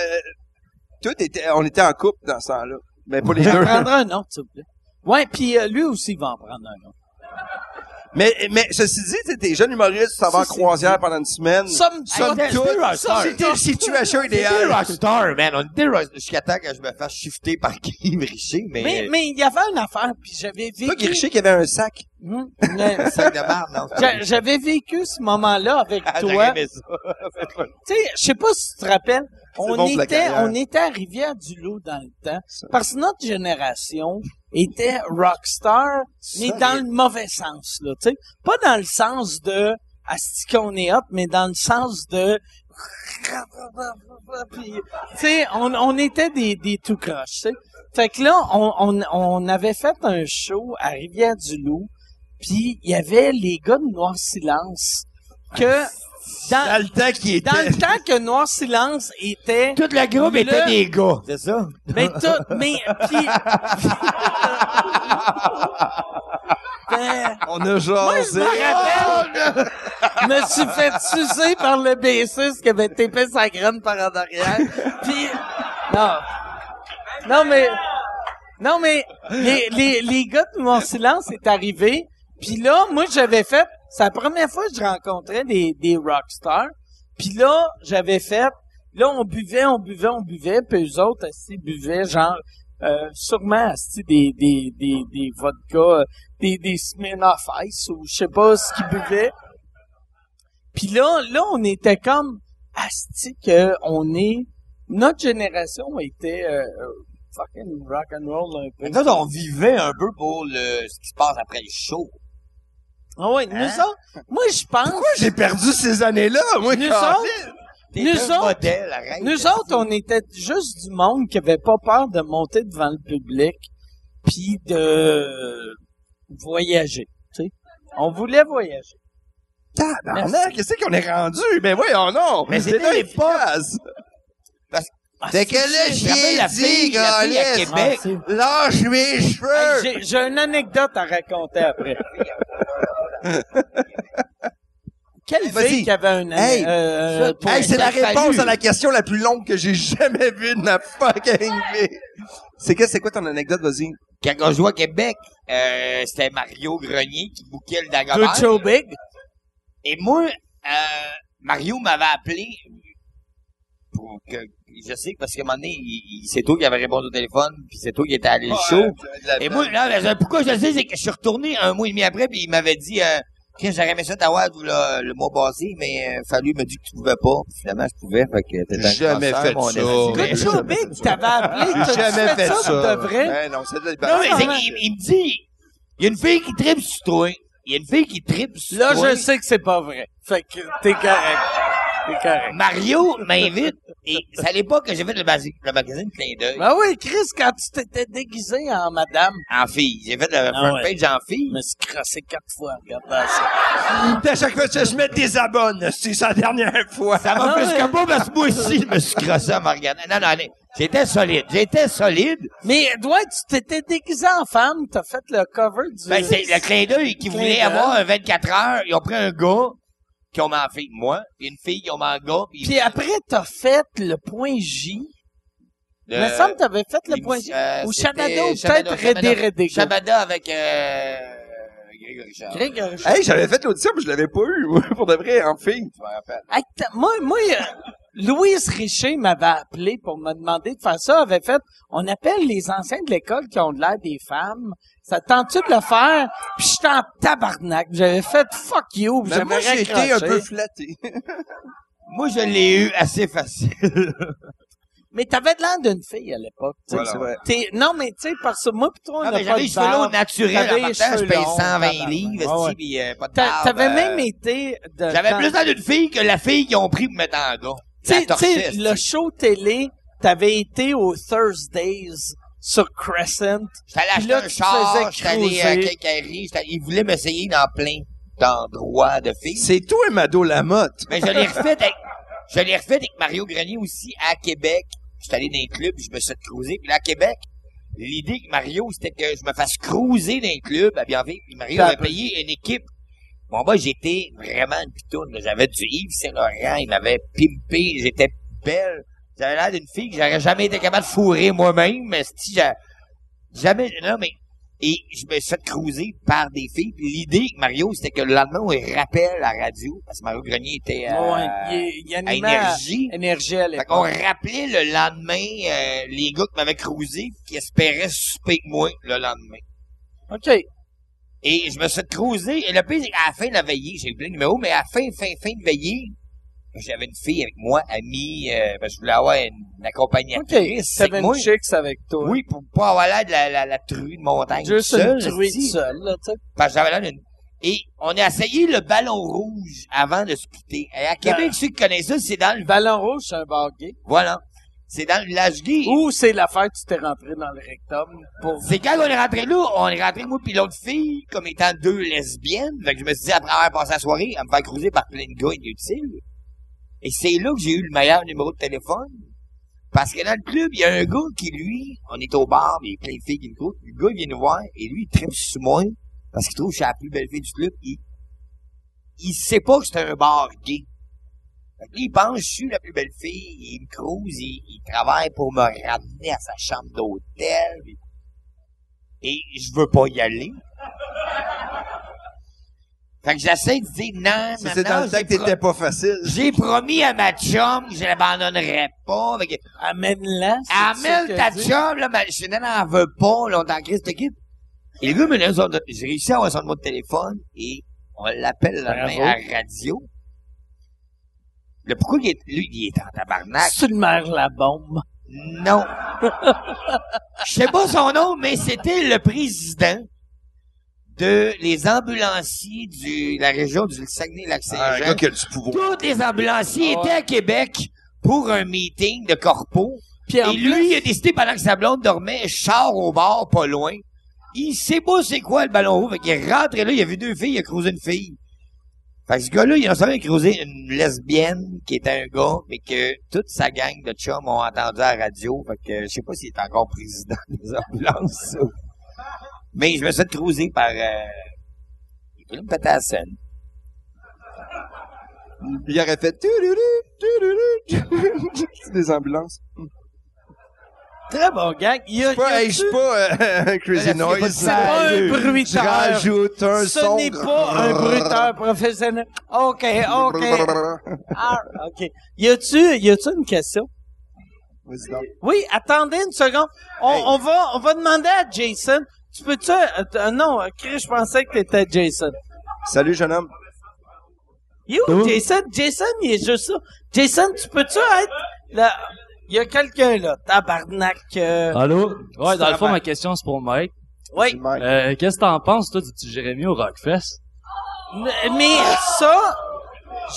[SPEAKER 3] tout était on était en couple dans ce temps-là. Mais pas les
[SPEAKER 2] J'en
[SPEAKER 3] deux.
[SPEAKER 2] prendrai un autre, s'il vous plaît. Ouais, puis euh, lui aussi va en prendre un autre.
[SPEAKER 3] Mais mais ceci dit, t'es- t'es jeune humoriste, tu t'en vas en
[SPEAKER 2] Ceci
[SPEAKER 3] croisière pendant une semaine.
[SPEAKER 2] Somme, somme
[SPEAKER 4] c'était-
[SPEAKER 2] toute,
[SPEAKER 4] c'était Rockstar.
[SPEAKER 2] somme
[SPEAKER 3] C'était
[SPEAKER 2] toute.
[SPEAKER 3] une situation
[SPEAKER 4] On était
[SPEAKER 3] idéale.
[SPEAKER 4] rockstar, man. On était rockstar. Jusqu'à temps que je me fasse shifter par Guy Richer, mais, euh,
[SPEAKER 2] Mais, mais il y avait une affaire, puis j'avais vécu...
[SPEAKER 3] Pas Guircher qui avait un sac.
[SPEAKER 2] Hmm, mais-
[SPEAKER 4] sac de marde, non.
[SPEAKER 2] j'a- j'avais vécu ce moment-là avec
[SPEAKER 4] Ah,
[SPEAKER 2] toi.
[SPEAKER 4] j'aurais aimé ça.
[SPEAKER 2] Tu sais, je sais pas si tu te rappelles, on
[SPEAKER 3] bon pour la
[SPEAKER 2] était,
[SPEAKER 3] carrière.
[SPEAKER 2] on était à Rivière-du-Loup dans le temps, parce que notre génération était rockstar, mais dans le mauvais sens, là, tu sais. Pas dans le sens de asti qu'on est hop, mais dans le sens de Puis, tu sais, on, on était des, des tout croches, tu sais. Fait que là, on, on, on avait fait un show à Rivière-du-Loup, puis il y avait les gars de Noir Silence que
[SPEAKER 3] Ah,
[SPEAKER 2] dans,
[SPEAKER 3] Dans le temps qui était.
[SPEAKER 2] dans le temps que Noir Silence était
[SPEAKER 4] Tout le groupe
[SPEAKER 2] Le-
[SPEAKER 4] était des gars. C'est ça?
[SPEAKER 2] mais tout mais puis Ben,
[SPEAKER 3] On a
[SPEAKER 2] moi je
[SPEAKER 3] jasé.
[SPEAKER 4] Oh,
[SPEAKER 2] me rappelle me suis fait sucer par le bassiste qui avait tapé sa graine par en arrière. Puis, non. Non, mais, non, mais, les, les, les gars de Mon Silence est arrivé. Puis là, moi, j'avais fait, c'est la première fois que je rencontrais des, des rockstars. Puis là, j'avais fait, là, on buvait, on buvait, on buvait, puis eux autres, ils buvaient, genre, euh, sûrement, asti, des, des, des, des vodkas, euh, des, des Smirnoff Ice, ou je sais pas ce qu'ils buvaient. Puis là, là, on était comme, asti, que on est, notre génération était, euh, fucking rock and roll un peu.
[SPEAKER 4] Mais nous autres, on vivait un peu pour le, ce qui se passe après le show.
[SPEAKER 2] Ah ouais, nous autres, moi, je pense...
[SPEAKER 3] Pourquoi j'ai perdu ces années-là, moi,
[SPEAKER 2] Nous
[SPEAKER 3] Carlis?
[SPEAKER 2] autres,
[SPEAKER 4] T'es
[SPEAKER 2] Nous
[SPEAKER 4] un
[SPEAKER 2] autres-
[SPEAKER 4] modèle, arrête.
[SPEAKER 2] Nous autres, on était juste du monde qui avait pas peur de monter devant le public puis de voyager, tu sais. On voulait voyager.
[SPEAKER 3] Tabarnak, qu'est-ce qu'on est rendu? Ben voyons non!
[SPEAKER 4] Mais c'était
[SPEAKER 3] là
[SPEAKER 4] l'époque.
[SPEAKER 3] efficace.
[SPEAKER 4] T'es que là, la fille, la fille à Québec.
[SPEAKER 2] Ah,
[SPEAKER 3] Lâche mes
[SPEAKER 2] c'est-
[SPEAKER 3] cheveux!
[SPEAKER 2] Hey, j'ai- J'ai une anecdote à raconter après. Quelle
[SPEAKER 3] Vas-y.
[SPEAKER 2] fille qui avait un an-
[SPEAKER 3] Hey,
[SPEAKER 2] euh,
[SPEAKER 4] ça,
[SPEAKER 2] pour-
[SPEAKER 3] Hey, c'est la
[SPEAKER 4] t'as
[SPEAKER 3] réponse
[SPEAKER 4] fallu.
[SPEAKER 3] à la question la plus longue que j'ai jamais vue de ma fucking vie. C'est que, c'est quoi ton anecdote, vas-y?
[SPEAKER 4] Quand on jouait à Québec, euh, c'était Mario Grenier qui bouquait le
[SPEAKER 2] Good
[SPEAKER 4] Dagobert.
[SPEAKER 2] Show Big?
[SPEAKER 4] Et moi, euh, Mario m'avait appelé pour que, je sais que parce qu'à un moment donné, il- il- c'est toi qui avait répondu au téléphone, puis c'est toi qui était allé le show. Et moi, là, ben, pourquoi je le sais, c'est que je suis retourné un mois et demi après, puis il m'avait dit, euh, Tiens, j'aurais aimé ça t'avoir le, le mois passé, mais euh, fallu me dit que tu pouvais pas. Puis finalement, je pouvais, fait que t'étais dans le
[SPEAKER 3] Jamais
[SPEAKER 4] cancer,
[SPEAKER 3] fait
[SPEAKER 4] mon
[SPEAKER 3] ça.
[SPEAKER 4] esti.
[SPEAKER 3] Ben,
[SPEAKER 2] Good Show Big, t'avais appelé,
[SPEAKER 3] J'ai
[SPEAKER 2] t'as-tu
[SPEAKER 3] jamais fait
[SPEAKER 2] ça, pour
[SPEAKER 3] ça.
[SPEAKER 2] de vrai?
[SPEAKER 3] Ben non, c'est de la
[SPEAKER 4] Non, mais
[SPEAKER 2] Ah,
[SPEAKER 4] c'est
[SPEAKER 2] ouais.
[SPEAKER 4] qu'il il me dit, il y a une fille qui tripe sur toi. Il y a une fille qui tripe sur
[SPEAKER 2] Là,
[SPEAKER 4] toi.
[SPEAKER 2] je sais que c'est pas vrai. Fait que t'es correct. T'es correct.
[SPEAKER 4] Mario m'invite, et c'est à l'époque que j'ai fait le, basi- le magazine Clin d'œil
[SPEAKER 2] Ben oui, Chris, quand tu t'étais déguisé en madame,
[SPEAKER 4] en fille. J'ai fait le
[SPEAKER 2] Ah
[SPEAKER 4] front
[SPEAKER 2] ouais.
[SPEAKER 4] page en
[SPEAKER 2] je
[SPEAKER 4] fille.
[SPEAKER 2] me suis crassé quatre fois en regardant ça.
[SPEAKER 3] À chaque fois que je mets des abonnes, c'est sa dernière fois.
[SPEAKER 4] Ça m'a
[SPEAKER 2] Ah
[SPEAKER 4] plus
[SPEAKER 2] ouais.
[SPEAKER 4] que pas parce que moi aussi, je me suis crossé en me regardant. Non, non, non. J'étais solide. J'étais solide.
[SPEAKER 2] Mais, ouais, tu t'étais déguisé en femme, t'as fait le cover du...
[SPEAKER 4] Ben, c'est le clin d'œil qui
[SPEAKER 2] Clin
[SPEAKER 4] voulait
[SPEAKER 2] d'œil.
[SPEAKER 4] avoir un 24 heures. Ils ont pris un gars qui ont mis en fille, moi, puis une fille qui ont mis en gars, puis...
[SPEAKER 2] Puis après, t'as fait le point J. Il
[SPEAKER 4] Euh,
[SPEAKER 2] me semble que t'avais fait le point J. Ou Shabada, ou peut-être Rédé Rédé.
[SPEAKER 4] Shabada avec... Euh, Grégory Charles.
[SPEAKER 2] Grégory Charles.
[SPEAKER 3] Hey, j'avais fait l'audition, mais je l'avais pas eu, moi, pour de vrai, en fille.
[SPEAKER 4] Je me rappelle.
[SPEAKER 2] Hey, t'as- moi, moi, euh, Louise Richer m'avait appelé pour me demander de faire ça. Elle avait fait, on appelle les anciens de l'école qui ont de l'air des femmes. Ça te tente-tu de le faire? Puis j'étais en tabarnak. J'avais fait fuck you. puis
[SPEAKER 3] Mais moi,
[SPEAKER 2] j'aimerais
[SPEAKER 3] j'ai été un
[SPEAKER 2] crocher.
[SPEAKER 3] peu flatté.
[SPEAKER 4] Moi, je l'ai eu assez facile.
[SPEAKER 2] Mais t'avais de l'air d'une fille à l'époque. tu sais.
[SPEAKER 3] Voilà. C'est vrai.
[SPEAKER 2] T'es- Non, mais tu sais, parce que moi pis toi, on
[SPEAKER 4] Ah,
[SPEAKER 2] n'a
[SPEAKER 4] ben,
[SPEAKER 2] pas
[SPEAKER 4] j'avais
[SPEAKER 2] de
[SPEAKER 4] les cheveux longs
[SPEAKER 2] barbe.
[SPEAKER 4] naturels.
[SPEAKER 2] T'avais
[SPEAKER 4] en
[SPEAKER 2] les
[SPEAKER 4] partant, Je
[SPEAKER 2] cheveux
[SPEAKER 4] paye
[SPEAKER 2] longs,
[SPEAKER 4] 120
[SPEAKER 2] tabarnak.
[SPEAKER 4] livres,
[SPEAKER 2] Ah ouais.
[SPEAKER 4] esti, puis euh, pas de
[SPEAKER 2] T'a-
[SPEAKER 4] barbe,
[SPEAKER 2] T'avais
[SPEAKER 4] euh,
[SPEAKER 2] même été de.
[SPEAKER 4] J'avais
[SPEAKER 2] dans-
[SPEAKER 4] plus dans d'une fille que la fille qu'ils ont pris pour me mettre en gars.
[SPEAKER 2] Tu sais-
[SPEAKER 4] La
[SPEAKER 2] tu sais,
[SPEAKER 4] torchiste.
[SPEAKER 2] le show télé, t'avais été au Thursdays sur Crescent.
[SPEAKER 4] J'étais allé
[SPEAKER 2] Puis là,
[SPEAKER 4] acheter un
[SPEAKER 2] tu te faisais
[SPEAKER 4] char, j'étais allé euh, à
[SPEAKER 2] cruiser.
[SPEAKER 4] Quincaillerie, j'étais- ils voulaient m'essayer dans plein d'endroits de filles.
[SPEAKER 3] C'est toi, Mado Lamotte.
[SPEAKER 4] Mais je l'ai refait avec, je l'ai refait avec Mario Grenier aussi à Québec. J'étais allé dans un club, je me suis fait cruiser. Puis là, à Québec, l'idée que Mario, c'était que je me fasse cruiser dans un club à Bienville. Puis Mario avait payé une équipe. Bon, moi, j'étais vraiment une pitoune. là. J'avais du Yves Saint-Laurent, il m'avait pimpé, j'étais belle. J'avais l'air d'une fille que j'aurais jamais été capable de fourrer moi-même, mais si j'a- jamais, non, mais, et je me suis fait cruiser par des filles. Puis l'idée, Mario, c'était que le lendemain, on les rappelle à la radio, parce que Mario Grenier était, euh,
[SPEAKER 2] Ouais, il, il
[SPEAKER 4] à
[SPEAKER 2] animait à
[SPEAKER 4] énergie.
[SPEAKER 2] énergie à
[SPEAKER 4] Fait
[SPEAKER 2] l'époque.
[SPEAKER 4] qu'on rappelait le lendemain euh, les gars qui m'avaient cruisé qui espéraient souper avec moi le lendemain.
[SPEAKER 2] OK.
[SPEAKER 4] Et je me suis cruisé. Et le pire, c'est qu'à la fin de la veillée, j'ai oublié le numéro, mais à la fin, fin, fin de veillée, j'avais une fille avec moi, amie, euh, parce que je voulais avoir une, une
[SPEAKER 2] OK.
[SPEAKER 4] accompagnatrice. avec
[SPEAKER 2] T'avais
[SPEAKER 4] moi.
[SPEAKER 2] une chicks avec toi.
[SPEAKER 4] Oui, pour pas avoir l'air de la, la, la truie de montagne.
[SPEAKER 2] Juste
[SPEAKER 4] seule,
[SPEAKER 2] une truie
[SPEAKER 4] esti.
[SPEAKER 2] seule, là, tu sais.
[SPEAKER 4] Parce que j'avais l'air d'une- Et on a essayé le ballon rouge avant de se quitter. Et à
[SPEAKER 2] Ah.
[SPEAKER 4] Québec, ceux qui connaissent ça, c'est dans le...
[SPEAKER 2] Le ballon rouge, c'est un bar gay.
[SPEAKER 4] Voilà. C'est dans le village gay.
[SPEAKER 2] Ou c'est l'affaire que tu t'es rentré dans le rectum pour...
[SPEAKER 4] C'est quand on est rentré là, on est rentré moi puis l'autre fille comme étant deux lesbiennes. Fait que je me suis dit après avoir passé la soirée à me faire cruiser par plein de gars inutiles. Et c'est là que j'ai eu le meilleur numéro de téléphone. Parce que dans le club, il y a un gars qui, lui, on est au bar, mais il y a plein de filles qui nous courent. Le gars il vient nous voir et lui, il tripe sur moi parce qu'il trouve que je suis la plus belle fille du club. Il... il sait pas que c'est un bar gay. Fait que là, il pense, je suis la plus belle fille, il me crouse, il, il travaille pour me ramener à sa chambre d'hôtel. puis- Et je veux pas y aller. Fait que j'essaie de dire non,
[SPEAKER 3] Ça,
[SPEAKER 4] non,
[SPEAKER 3] c'est dans
[SPEAKER 4] non,
[SPEAKER 3] le temps
[SPEAKER 4] j'ai
[SPEAKER 3] que t'étais pas facile.
[SPEAKER 4] j'ai promis à ma chum que je l'abandonnerais pas. Fait que,
[SPEAKER 2] Amène-la. Ah, c'est ça
[SPEAKER 4] amène
[SPEAKER 2] que
[SPEAKER 4] ta
[SPEAKER 2] dit.
[SPEAKER 4] chum, là, ma je n'en veux pas, là, on est en crise de quitte. Et le gars me laisse son- j'ai réussi à avoir son numéro de téléphone et on l'appelle le lendemain à la radio. Le pourquoi il est, lui, il est en tabarnak?
[SPEAKER 2] C'est une mère la bombe.
[SPEAKER 4] Non. Je sais pas son nom, mais c'était le président de les ambulanciers du, la région du
[SPEAKER 3] Ah, un
[SPEAKER 4] Saguenay-Lac-Saint-Jean.
[SPEAKER 3] gars qui a du pouvoir.
[SPEAKER 4] Tous les ambulanciers
[SPEAKER 2] Ah ouais.
[SPEAKER 4] étaient à Québec pour un meeting de corpo.
[SPEAKER 2] Puis en
[SPEAKER 4] et lui, il a décidé pendant que sa blonde dormait, char au bord, pas loin. Il sait pas c'est quoi le ballon rouge. Fait qu'il est rentré là, il a vu deux filles, il a croisé une fille. Fait que ce gars-là, il a seulement croisé une lesbienne qui était un gars, mais que toute sa gang de chums ont entendu à la radio. Fait que je sais pas s'il est encore président des ambulances. ou- Mais je me suis fait croiser par... Euh... Il voulait me péter à la scène.
[SPEAKER 3] Il aurait fait tu-du-du, tu-du-du. C'est des ambulances.
[SPEAKER 2] Très bon gag. Il y a, il
[SPEAKER 3] Pas,
[SPEAKER 2] y a
[SPEAKER 3] hey, je suis pas euh, Crazy
[SPEAKER 4] Là, là,
[SPEAKER 3] Noise.
[SPEAKER 4] c'est
[SPEAKER 2] C'est pas
[SPEAKER 3] euh,
[SPEAKER 2] un
[SPEAKER 3] Je
[SPEAKER 2] bruiteur.
[SPEAKER 3] rajoute un
[SPEAKER 2] Ce
[SPEAKER 3] son.
[SPEAKER 2] n'est pas un bruiteur professionnel. OK, OK. Ah, OK. Y a-tu, y a-tu une question?
[SPEAKER 3] Vas-y donc.
[SPEAKER 2] Oui, attendez une seconde. On,
[SPEAKER 3] Hey.
[SPEAKER 2] on va, on va demander à Jason. Tu peux-tu, euh, t- euh, non, euh, Chris, je pensais que t'étais Jason.
[SPEAKER 3] Salut, jeune homme.
[SPEAKER 2] Il est où, Jason? Jason, il est juste là. Jason, tu peux-tu être là? Il y a quelqu'un là, tabarnak. euh,
[SPEAKER 4] Ah.
[SPEAKER 6] Allô? Ouais, dans le fond,
[SPEAKER 3] Superman.
[SPEAKER 6] ma question, c'est pour Mike.
[SPEAKER 2] Oui,
[SPEAKER 3] Du Mike.
[SPEAKER 6] Euh, qu'est-ce que t'en penses, toi, du petit Jérémy au Rockfest?
[SPEAKER 2] mais- mais ça,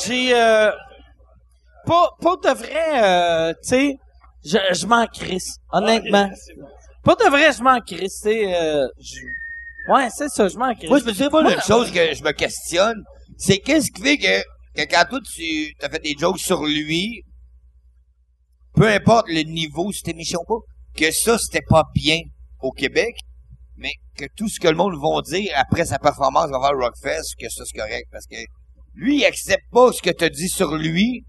[SPEAKER 2] j'ai, euh, pas, pas de vrai, euh, tu sais, je, je m'en crisse, honnêtement.
[SPEAKER 4] Ah,
[SPEAKER 2] Pas de vrai, je m'en crisse, tu sais, euh, je- ouais, c'est ça, je m'en crisse.
[SPEAKER 4] Moi, je me dirais pas une chose que je me questionne, c'est qu'est-ce qui fait que, que quand toi, tu as fait des jokes sur lui, peu importe le niveau, c'était méchant ou pas, que ça, c'était pas bien au Québec, mais que tout ce que le monde va dire après sa performance envers Rockfest, que ça, c'est correct, parce que lui, il accepte pas ce que tu dis sur lui,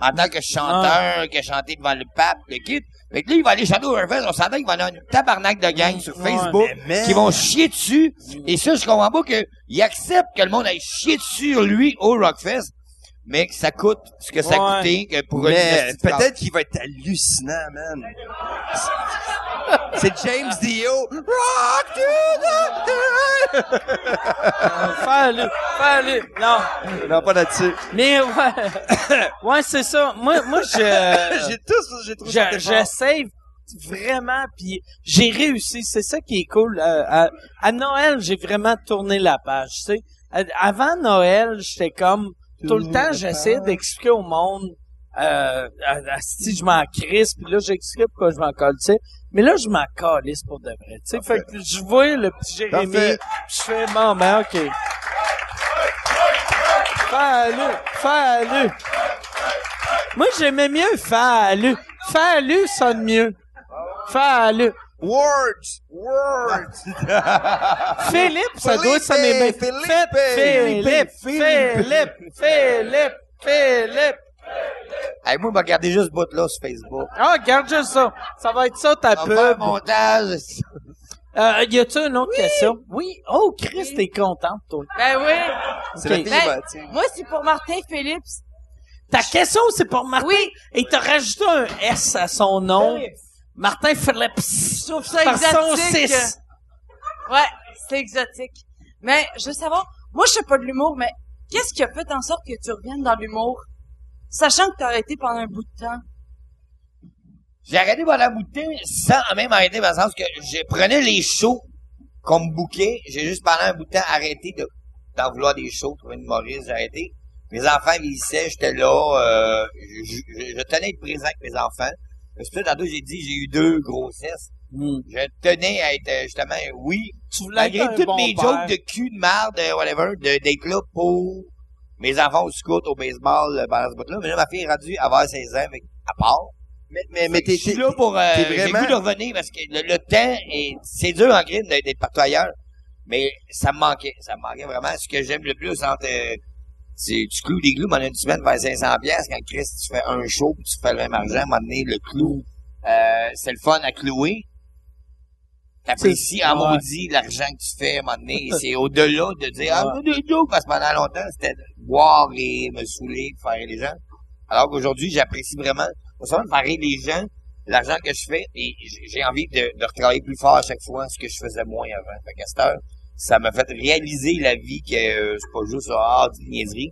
[SPEAKER 4] en tant que chanteur, qui a chanté devant le pape, le kit. Fait que là, il va aller chanter au Rockfest, on s'entend qu'il va aller une tabarnak de gang sur
[SPEAKER 2] Ouais,
[SPEAKER 4] Facebook,
[SPEAKER 3] Eh, mais-
[SPEAKER 4] qui vont chier dessus, et ça, je comprends pas qu'il accepte que le monde aille chier dessus sur lui au Rockfest, mais que ça coûte ce que ça
[SPEAKER 2] Ouais.
[SPEAKER 4] coûtait que pour
[SPEAKER 3] Mais
[SPEAKER 4] une petite
[SPEAKER 3] peut-être qu'il va être hallucinant, man. C'est James Dio. Rock to the-
[SPEAKER 2] Fais-le, fais-le. Non,
[SPEAKER 3] Non, pas là-dessus.
[SPEAKER 2] mais ouais, ouais, c'est ça. Moi, moi, je, euh,
[SPEAKER 3] J'ai tous, j'ai trouvé ça
[SPEAKER 2] je,
[SPEAKER 3] très fort.
[SPEAKER 2] j'essaie vraiment, puis j'ai réussi. C'est ça qui est cool. Euh, à, à Noël, j'ai vraiment tourné la page. Tu sais, Euh, avant Noël, j'étais comme tout le temps, j'essayais d'expliquer au monde. Euh, si je m'en crisse, puis là j'explique pourquoi je m'en colle, tu sais. Mais là je m'en calisse pour de vrai, tu sais. Fait que je vois le petit Jérémy,
[SPEAKER 3] Parfait.
[SPEAKER 2] puis je fais bon ben ok. Fais-le, fais-le. Moi, j'aimais mieux Fallu. Fallu sonne mieux. Fallu.
[SPEAKER 3] Words! Words!
[SPEAKER 2] Philippe, ça
[SPEAKER 3] Philippe,
[SPEAKER 2] doit sonner bien.
[SPEAKER 3] Philippe,
[SPEAKER 2] Faites Philippe, Philippe, Philippe, Philippe.
[SPEAKER 4] Hey, moi, m'a regardé juste ce bout-là sur Facebook.
[SPEAKER 2] Ah, regarde juste ça. Ça va être ça, ta
[SPEAKER 4] On va faire un
[SPEAKER 2] pub.
[SPEAKER 4] montage.
[SPEAKER 2] Euh, y a-tu une autre question? Oui. Oh, Chris, t'es contente, toi.
[SPEAKER 5] Ben oui.
[SPEAKER 3] C'est
[SPEAKER 2] Ok.
[SPEAKER 3] la
[SPEAKER 5] Ben,
[SPEAKER 3] pire,
[SPEAKER 5] moi, c'est pour Martin Philippe.
[SPEAKER 2] Ta question, c'est pour Martin.
[SPEAKER 5] Oui.
[SPEAKER 2] Et t'as rajouté un S à son nom. Martin Philippe.
[SPEAKER 5] trouve ça
[SPEAKER 2] Par son
[SPEAKER 5] exotique.
[SPEAKER 2] 6.
[SPEAKER 5] Ouais, c'est exotique. Mais je veux savoir, moi je sais pas de l'humour, mais qu'est-ce qui a fait en sorte que tu reviennes dans l'humour, sachant que t'as arrêté pendant un bout de temps?
[SPEAKER 4] J'ai arrêté par la bouteille sans même arrêter dans le sens que je prenais les shows qu'on me bouquait. J'ai juste pendant un bout de temps arrêté de, d'en vouloir des shows, trouver une Maurice, j'ai arrêté. Mes enfants vieillissaient, j'étais là, euh, je, je- je tenais à être présent avec mes enfants. C'est pour ça, tantôt, j'ai dit, j'ai eu deux grossesses. Je tenais à être, euh, justement, oui,
[SPEAKER 2] Hmm. Tu voulais
[SPEAKER 4] Malgré
[SPEAKER 2] être un
[SPEAKER 4] toutes
[SPEAKER 2] bon
[SPEAKER 4] mes
[SPEAKER 2] père.
[SPEAKER 4] jokes de cul, de marde, de whatever, de- d'être là pour mes enfants au scout, au baseball, euh, pendant ce bout-là. Mais là, ma fille est rendue à avoir 16 ans, mais à part.
[SPEAKER 3] Mais, mais, mais
[SPEAKER 4] Je
[SPEAKER 3] t'es,
[SPEAKER 4] suis
[SPEAKER 3] t'es-
[SPEAKER 4] là pour... Euh,
[SPEAKER 3] t'es
[SPEAKER 4] J'ai
[SPEAKER 3] vraiment-
[SPEAKER 4] le goût de revenir parce que le, le temps, est, c'est dur en grine d'être d'être partout ailleurs. Mais ça me manquait. Ça me manquait vraiment. Ce que j'aime le plus entre euh, tu, tu cloues des clous pendant une semaine vers 500 piastres. Quand Chris, tu fais un show puis tu fais le même argent, à un moment donné, le clou, euh, c'est le fun à clouer. T'apprécies en
[SPEAKER 2] Ouais.
[SPEAKER 4] maudit l'argent que tu fais, à un moment donné. C'est au-delà de dire, ah, j'ai des jokes, parce que pendant longtemps, c'était de boire et me saouler, de faire les gens. Alors qu'aujourd'hui, j'apprécie vraiment, au sens de faire rire les gens, l'argent que je fais, et j- j'ai envie de, de retravailler plus fort à chaque fois ce que je faisais moins avant. Fait qu'à cette heure, ça m'a fait réaliser la vie que euh, c'est pas juste ah du niaiserie.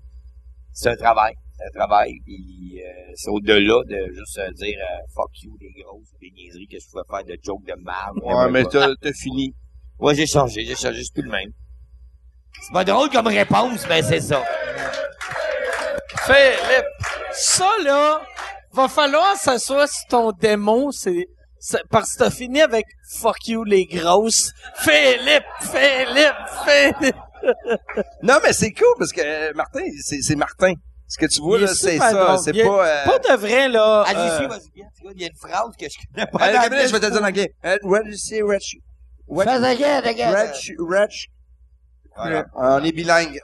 [SPEAKER 4] C'est un travail. C'est un travail. Puis euh, c'est au-delà de juste euh, dire euh, fuck you des grosses des niaiseries que je pouvais faire de jokes de marbre.
[SPEAKER 3] Ouais, mais
[SPEAKER 4] quoi.
[SPEAKER 3] t'as t'as fini.
[SPEAKER 4] Ouais, j'ai changé, j'ai changé, c'est plus le même. C'est pas drôle comme réponse, mais c'est ça.
[SPEAKER 2] Philippe, ça là, va falloir s'asseoir si ton démon, c'est c'est- parce que t'as fini avec fuck you les grosses. Philippe, Philippe, Philippe.
[SPEAKER 3] Non, mais c'est cool parce que euh, Martin, c'est c'est Martin. Ce que tu vois,
[SPEAKER 2] Il est
[SPEAKER 3] là, c'est
[SPEAKER 2] super
[SPEAKER 3] ça.
[SPEAKER 2] drôle.
[SPEAKER 3] C'est
[SPEAKER 2] Il est-
[SPEAKER 3] pas. euh,
[SPEAKER 2] Pas de vrai là.
[SPEAKER 4] Allez-y,
[SPEAKER 2] euh,
[SPEAKER 4] vas-y bien. Tu vois, il y a une phrase que je connais
[SPEAKER 3] Euh,
[SPEAKER 4] pas.
[SPEAKER 3] Gabriel, je vais te dire en anglais. Euh, What you say, what you- what- Ratch, ratch.
[SPEAKER 4] Voilà.
[SPEAKER 3] On est bilingue.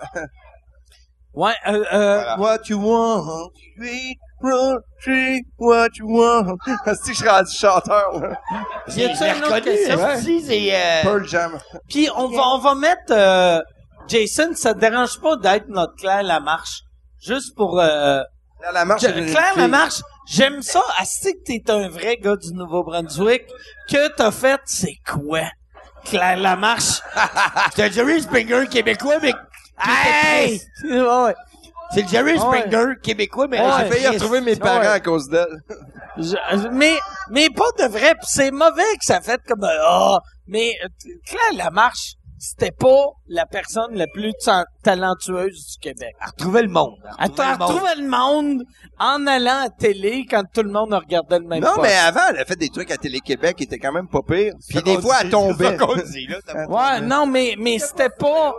[SPEAKER 2] ouais, euh, euh,
[SPEAKER 3] What you want, sweet country, what you want. Parce que je suis rendu chanteur, là.
[SPEAKER 2] y a-tu une autre question?
[SPEAKER 4] Si, c'est... euh,
[SPEAKER 3] Pearl Jam.
[SPEAKER 2] Puis on va on va mettre euh, Jason, ça te dérange pas d'être notre Claire Lamarche juste pour euh,
[SPEAKER 3] Là, la marche.
[SPEAKER 2] Je-
[SPEAKER 3] c'est une
[SPEAKER 2] Claire
[SPEAKER 3] fille.
[SPEAKER 2] Lamarche, j'aime ça. Asti que t'es un vrai gars du Nouveau-Brunswick. Que t'as fait, c'est quoi? Claire Lamarche.
[SPEAKER 3] Ah.
[SPEAKER 4] C'est le Jerry Springer québécois, mais... Hey!
[SPEAKER 2] Ouais.
[SPEAKER 4] C'est le Jerry
[SPEAKER 2] Ouais.
[SPEAKER 4] Springer québécois, mais...
[SPEAKER 2] Ouais.
[SPEAKER 3] J'ai failli retrouver mes parents
[SPEAKER 2] Ouais.
[SPEAKER 3] à cause d'elle.
[SPEAKER 2] Je- mais, mais pas de vrai. pis c'est mauvais que ça fait comme, euh, ah, mais euh, Claire Lamarche, c'était pas la personne la plus ta- talentueuse du Québec.
[SPEAKER 4] Elle retrouvait le monde.
[SPEAKER 2] Elle t'a retrouvé le monde en allant à télé quand tout le monde regardait le même
[SPEAKER 3] Non,
[SPEAKER 2] poste.
[SPEAKER 3] mais avant, elle a fait des trucs à Télé-Québec qui étaient quand même pas pires. Puis des fois, elle tombait.
[SPEAKER 2] Ouais, non, mais, mais c'était pas,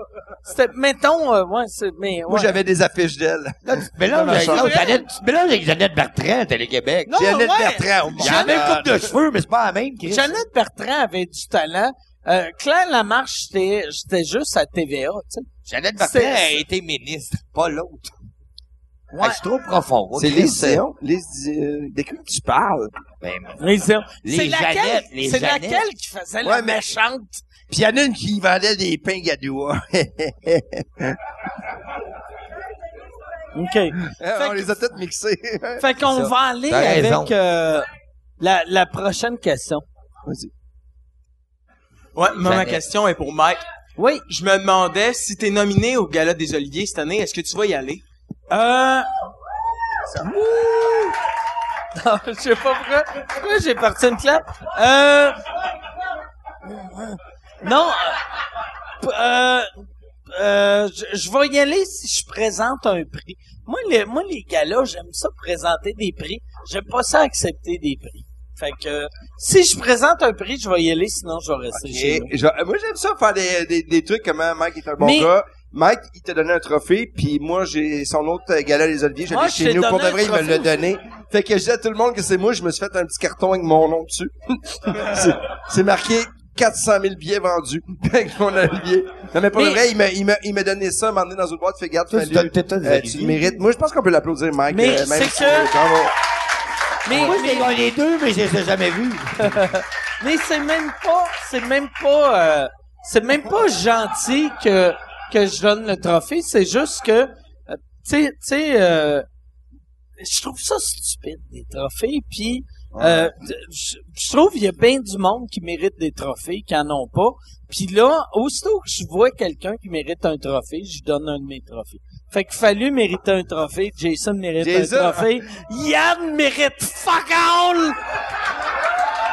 [SPEAKER 2] c'était, mettons, euh, ouais, c'est, mais,
[SPEAKER 3] Moi,
[SPEAKER 2] ouais.
[SPEAKER 3] j'avais des affiches d'elle.
[SPEAKER 4] Mais là,
[SPEAKER 3] Dans ma
[SPEAKER 4] j'ai-
[SPEAKER 3] chambre.
[SPEAKER 4] non, Jeannette- mais là, j'ai Jeannette Bertrand à Télé-Québec.
[SPEAKER 2] Non,
[SPEAKER 3] Jeannette
[SPEAKER 2] Ah, ouais.
[SPEAKER 3] Bertrand.
[SPEAKER 4] Il y a la
[SPEAKER 3] Ah,
[SPEAKER 4] même coupe de cheveux, mais c'est pas la même, Chris.
[SPEAKER 2] Jeannette Bertrand avait du talent. Euh, Claire Lamarche, j'étais j'étais juste à TVA, tu sais.
[SPEAKER 4] Jeannette
[SPEAKER 2] C'est-
[SPEAKER 4] Bertrand a été ministre, pas l'autre.
[SPEAKER 2] Ouais.
[SPEAKER 4] Ouais. C'est trop profond. hein,
[SPEAKER 3] C'est
[SPEAKER 4] Chris,
[SPEAKER 3] les Sion. Les, euh, de qui tu parles?
[SPEAKER 4] Ben,
[SPEAKER 2] Mais c'est
[SPEAKER 4] Les
[SPEAKER 2] c'est laquelle,
[SPEAKER 4] Jeannettes, les
[SPEAKER 2] c'est
[SPEAKER 4] Jeannettes.
[SPEAKER 2] laquelle qui faisait la
[SPEAKER 3] Ouais, mais-
[SPEAKER 2] méchante.
[SPEAKER 3] Puis il y en a une qui vendait des pains gadois.
[SPEAKER 2] OK.
[SPEAKER 3] on les a peut-être mixés.
[SPEAKER 2] Fait qu'on
[SPEAKER 4] ça.
[SPEAKER 2] va aller
[SPEAKER 4] T'as raison.
[SPEAKER 2] avec euh, la, la prochaine question.
[SPEAKER 3] Vas-y.
[SPEAKER 7] Ouais, moi, ma
[SPEAKER 4] Jeannette.
[SPEAKER 7] question est pour Mike.
[SPEAKER 2] Oui.
[SPEAKER 7] Je me demandais si t'es nominé au Gala des Oliviers cette année, est-ce que tu vas y aller?
[SPEAKER 2] Euh... Ouh! Non, je sais pas pourquoi. Pourquoi j'ai parti une clap? Euh... Non. euh, p- Euh... euh, je, je vais y aller si je présente un prix. Moi, les, moi, les gars-là, j'aime ça présenter des prix. J'aime pas ça accepter des prix. Fait que, si je présente un prix, je vais y aller, sinon je vais rester chez
[SPEAKER 3] Et
[SPEAKER 2] nous.
[SPEAKER 3] je- euh, moi, j'aime ça faire des, des, des trucs comme hein, Mike est un bon
[SPEAKER 2] Mais-
[SPEAKER 3] gars. Mike, il t'a donné un trophée, puis moi, j'ai son autre euh, gala les Oliviers,
[SPEAKER 2] Moi,
[SPEAKER 3] j'allais
[SPEAKER 2] je
[SPEAKER 3] chez
[SPEAKER 2] t'ai
[SPEAKER 3] nous pour
[SPEAKER 2] donné
[SPEAKER 3] de vrai,
[SPEAKER 2] un
[SPEAKER 3] il me l'a
[SPEAKER 2] trophée
[SPEAKER 3] donné. Fait que je dis à tout le monde que c'est moi, je me suis fait un petit carton avec mon nom dessus. c'est, c'est marqué 400 000 billets vendus avec mon Olivier. Non, mais pour
[SPEAKER 2] Mais-
[SPEAKER 3] le vrai, il m'a, il m'a, il m'a donné ça, m'a emmené dans une boîte, fait garde, Euh,
[SPEAKER 4] Toi, tu donnes peut-être des
[SPEAKER 3] tu
[SPEAKER 4] Oliviers.
[SPEAKER 3] le mérites. Moi, je pense qu'on peut l'applaudir, Mike.
[SPEAKER 2] Mais
[SPEAKER 3] euh, même
[SPEAKER 2] c'est
[SPEAKER 3] si-
[SPEAKER 2] que-
[SPEAKER 3] bravo.
[SPEAKER 2] Mais-
[SPEAKER 4] Moi, je
[SPEAKER 2] mais-
[SPEAKER 4] l'ai gagné deux, mais je les ai jamais vus.
[SPEAKER 2] Mais c'est même pas, c'est même pas, euh, c'est même pas gentil que que je donne le trophée. C'est juste que, euh, tu sais, tu sais, euh, je trouve ça stupide des trophées. Puis, euh, je je trouve qu'il y a bien du monde qui mérite des trophées qui en ont pas. Puis là, aussitôt que je vois quelqu'un qui mérite un trophée, je lui donne un de mes trophées. Fait que Fallu mérite un trophée, Jason mérite
[SPEAKER 3] Jason.
[SPEAKER 2] un trophée, Yann mérite fuck all!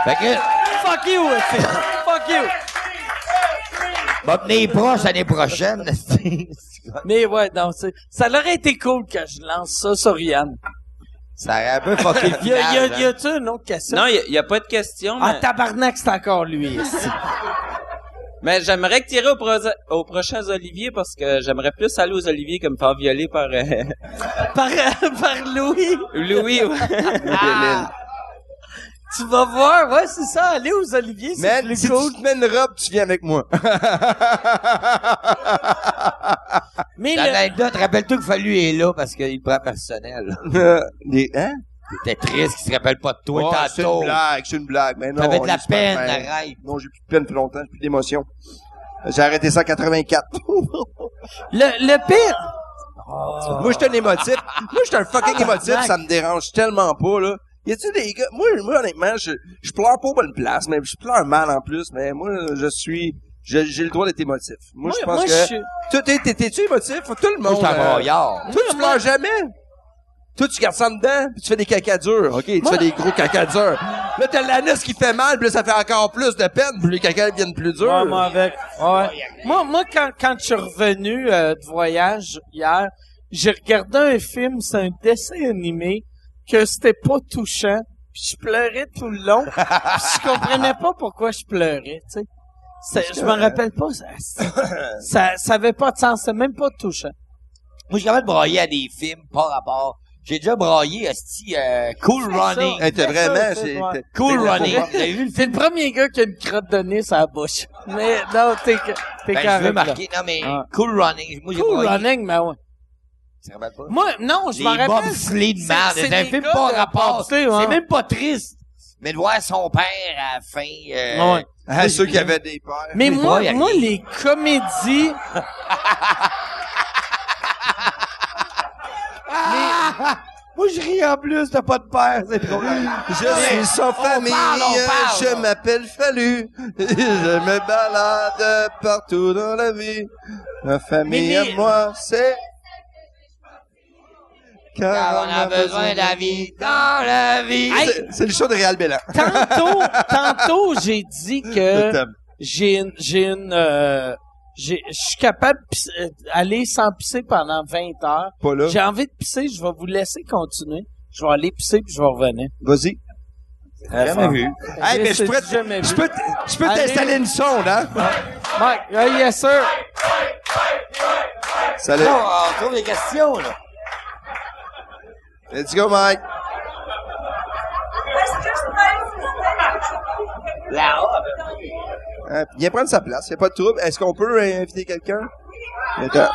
[SPEAKER 4] Fait que,
[SPEAKER 2] Fuck you! Phil. Fuck you!
[SPEAKER 4] va venir proche l'année prochaine.
[SPEAKER 2] Mais ouais, non, c'est, ça leur aurait été cool que je lance ça sur Yann.
[SPEAKER 4] Ça aurait un peu fucké le
[SPEAKER 2] Y a, y a,
[SPEAKER 4] village,
[SPEAKER 2] y
[SPEAKER 4] hein.
[SPEAKER 2] a-tu une autre question?
[SPEAKER 1] Non, il n'y a, pas de question,
[SPEAKER 2] ah,
[SPEAKER 1] mais,
[SPEAKER 2] tabarnak, c'est encore lui. ici.
[SPEAKER 1] mais j'aimerais que tirer au pro- aux prochains Olivier parce que j'aimerais plus aller aux Olivier que me faire violer par euh,
[SPEAKER 2] par, par Louis. Ah,
[SPEAKER 1] Louis. ouais.
[SPEAKER 2] Tu vas voir, ouais, c'est ça, aller aux Oliviers, c'est
[SPEAKER 3] Man,
[SPEAKER 2] plus
[SPEAKER 3] si
[SPEAKER 2] cool.
[SPEAKER 3] tu te mets une robe, tu viens avec moi.
[SPEAKER 2] Mais le-
[SPEAKER 4] L'anecdote, rappelle-toi que Fallu est là parce qu'il prend personnel.
[SPEAKER 3] Des- hein?
[SPEAKER 4] T'étais triste qu'il se rappelle pas de toi
[SPEAKER 3] Oh, c'est une
[SPEAKER 4] tantôt.
[SPEAKER 3] blague, c'est une blague. Mais non,
[SPEAKER 4] T'avais de
[SPEAKER 3] on
[SPEAKER 4] la
[SPEAKER 3] est super
[SPEAKER 4] peine,
[SPEAKER 3] fin.
[SPEAKER 4] arrête.
[SPEAKER 3] Non, j'ai plus de peine depuis longtemps, j'ai plus d'émotion. J'ai arrêté ça en 84.
[SPEAKER 2] le, le pire,
[SPEAKER 3] Ah. Moi, je suis un émotif. Moi, je suis un
[SPEAKER 4] Ah,
[SPEAKER 3] fucking émotif. Ça me dérange tellement pas, là. Y a-tu des gars? Moi, moi honnêtement, je, je pleure pas aux bonnes places, mais je pleure mal en plus. Mais moi, je suis... je- J'ai le droit d'être émotif. Moi, je pense
[SPEAKER 2] moi,
[SPEAKER 3] que...
[SPEAKER 2] je suis-
[SPEAKER 3] Toi, t'es- t'es- T'es-tu émotif? Tout le
[SPEAKER 4] Moi,
[SPEAKER 3] monde...
[SPEAKER 4] je suis un
[SPEAKER 3] euh,
[SPEAKER 4] broyard.
[SPEAKER 3] Toi, tu pleures jamais. Toi, tu gardes ça en dedans, puis tu fais des caca durs, OK? Tu fais des gros caca durs. Là, t'as l'anus qui fait mal, puis là, ça fait encore plus de peine, puis les caca viennent plus durs.
[SPEAKER 2] Ouais, moi avec.
[SPEAKER 3] Oh,
[SPEAKER 2] Ouais. Moi, moi quand, quand je suis revenu euh, de voyage hier, j'ai regardé un film, c'est un dessin animé, que c'était pas touchant, puis je pleurais tout le long, puis je comprenais pas pourquoi je pleurais, tu sais. C'est- Je m'en rappelle pas, ça, ça, ça avait pas de sens, c'est même pas touchant.
[SPEAKER 4] Moi, je suis capable de brailler à des films, par rapport. J'ai déjà braillé à euh, Cool Running.
[SPEAKER 3] Hey, t'es
[SPEAKER 2] C'est ça,
[SPEAKER 3] vraiment...
[SPEAKER 2] c'est
[SPEAKER 3] j'ai-
[SPEAKER 2] vrai.
[SPEAKER 3] t'es-
[SPEAKER 4] Cool
[SPEAKER 3] t'es-
[SPEAKER 4] Running. Vous avez vu le
[SPEAKER 2] C'est le premier gars qui a une crotte de nez sur la bouche. Mais non, t'es t'es
[SPEAKER 4] Ben, je
[SPEAKER 2] carré,
[SPEAKER 4] veux
[SPEAKER 2] là.
[SPEAKER 4] marquer. Non, mais
[SPEAKER 2] Ah.
[SPEAKER 4] Cool Running. Moi, j'ai
[SPEAKER 2] Cool
[SPEAKER 4] braillé.
[SPEAKER 2] running, mais ouais.
[SPEAKER 4] Tu te rappelles pas?
[SPEAKER 2] Moi, non, je
[SPEAKER 4] Des
[SPEAKER 2] m'en rappelle.
[SPEAKER 4] bobsleighs de
[SPEAKER 2] C'est-
[SPEAKER 4] merde.
[SPEAKER 2] c'est
[SPEAKER 4] C'est un
[SPEAKER 2] des
[SPEAKER 4] film
[SPEAKER 2] gars
[SPEAKER 4] pas
[SPEAKER 2] de hein.
[SPEAKER 4] rapport.
[SPEAKER 2] bobsleigh,
[SPEAKER 4] C'est
[SPEAKER 2] ouais.
[SPEAKER 4] même pas triste. Mais de voir son père à la fin. euh,
[SPEAKER 2] Ouais.
[SPEAKER 3] Ah, ceux qui avaient des pères.
[SPEAKER 2] Mais
[SPEAKER 4] Oui,
[SPEAKER 2] moi,
[SPEAKER 4] ouais,
[SPEAKER 2] moi, les comédies.
[SPEAKER 4] Moi, je ris en plus, t'as pas de père, c'est trop
[SPEAKER 3] Je suis sans famille,
[SPEAKER 4] parle, on parle.
[SPEAKER 3] je m'appelle Fallu, je me balade partout dans la vie. Ma famille
[SPEAKER 2] Mais- mais-
[SPEAKER 3] à moi, c'est...
[SPEAKER 4] Car on a besoin de la vie dans la vie.
[SPEAKER 2] Hey,
[SPEAKER 3] C'est- C'est le show de Réal Bellan.
[SPEAKER 2] tantôt, tantôt, j'ai dit
[SPEAKER 4] Euh.
[SPEAKER 3] Je
[SPEAKER 2] que
[SPEAKER 3] t'aime.
[SPEAKER 2] j'ai une, j'ai une, euh, j'ai- je suis capable de pis- euh, aller sans pisser pendant 20 heures.
[SPEAKER 3] Pas là.
[SPEAKER 2] J'ai envie de pisser, je vais vous laisser continuer. Je vais aller pisser puis je vais revenir.
[SPEAKER 3] Vas-y. Jamais vu. Hey, mais je
[SPEAKER 2] C'est
[SPEAKER 3] pourrais-
[SPEAKER 2] jamais
[SPEAKER 3] Je
[SPEAKER 2] vu.
[SPEAKER 3] peux, t- je peux
[SPEAKER 2] Allez.
[SPEAKER 3] t'installer une sonde, hein?
[SPEAKER 2] Mike, euh, yes sir.
[SPEAKER 3] Ça
[SPEAKER 4] Oh,
[SPEAKER 3] l'a-
[SPEAKER 4] on trouve des questions, là.
[SPEAKER 3] Let's go, Mike. Hein, viens prendre sa place, y a pas de trouble. Est-ce qu'on peut euh, inviter quelqu'un? Attends.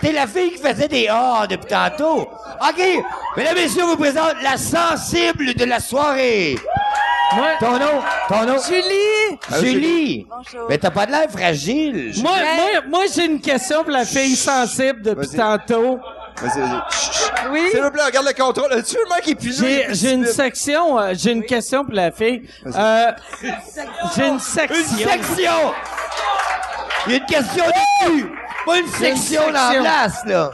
[SPEAKER 4] T'es la fille qui faisait des hors depuis tantôt. OK. Mesdames et messieurs, on vous présente la sensible de la soirée.
[SPEAKER 2] Moi,
[SPEAKER 4] Ton nom, ton nom.
[SPEAKER 2] Julie.
[SPEAKER 4] Ah
[SPEAKER 3] Allô,
[SPEAKER 4] Julie.
[SPEAKER 5] Bonjour.
[SPEAKER 4] Mais t'as pas de l'air fragile.
[SPEAKER 2] Moi, moi, moi, j'ai une question pour la fille sensible depuis
[SPEAKER 3] Vas-y.
[SPEAKER 2] tantôt.
[SPEAKER 3] Vas-y, vas-y. Chut, chut.
[SPEAKER 2] Oui.
[SPEAKER 3] S'il vous plaît, regarde le contrôle. As-tu le mec qui pige?
[SPEAKER 2] J'ai, j'ai une section, euh, j'ai une question pour la fille. Euh, j'ai une section.
[SPEAKER 4] Une section. Il y a une question de cul. Pas une section
[SPEAKER 2] section.
[SPEAKER 4] dans la place, là.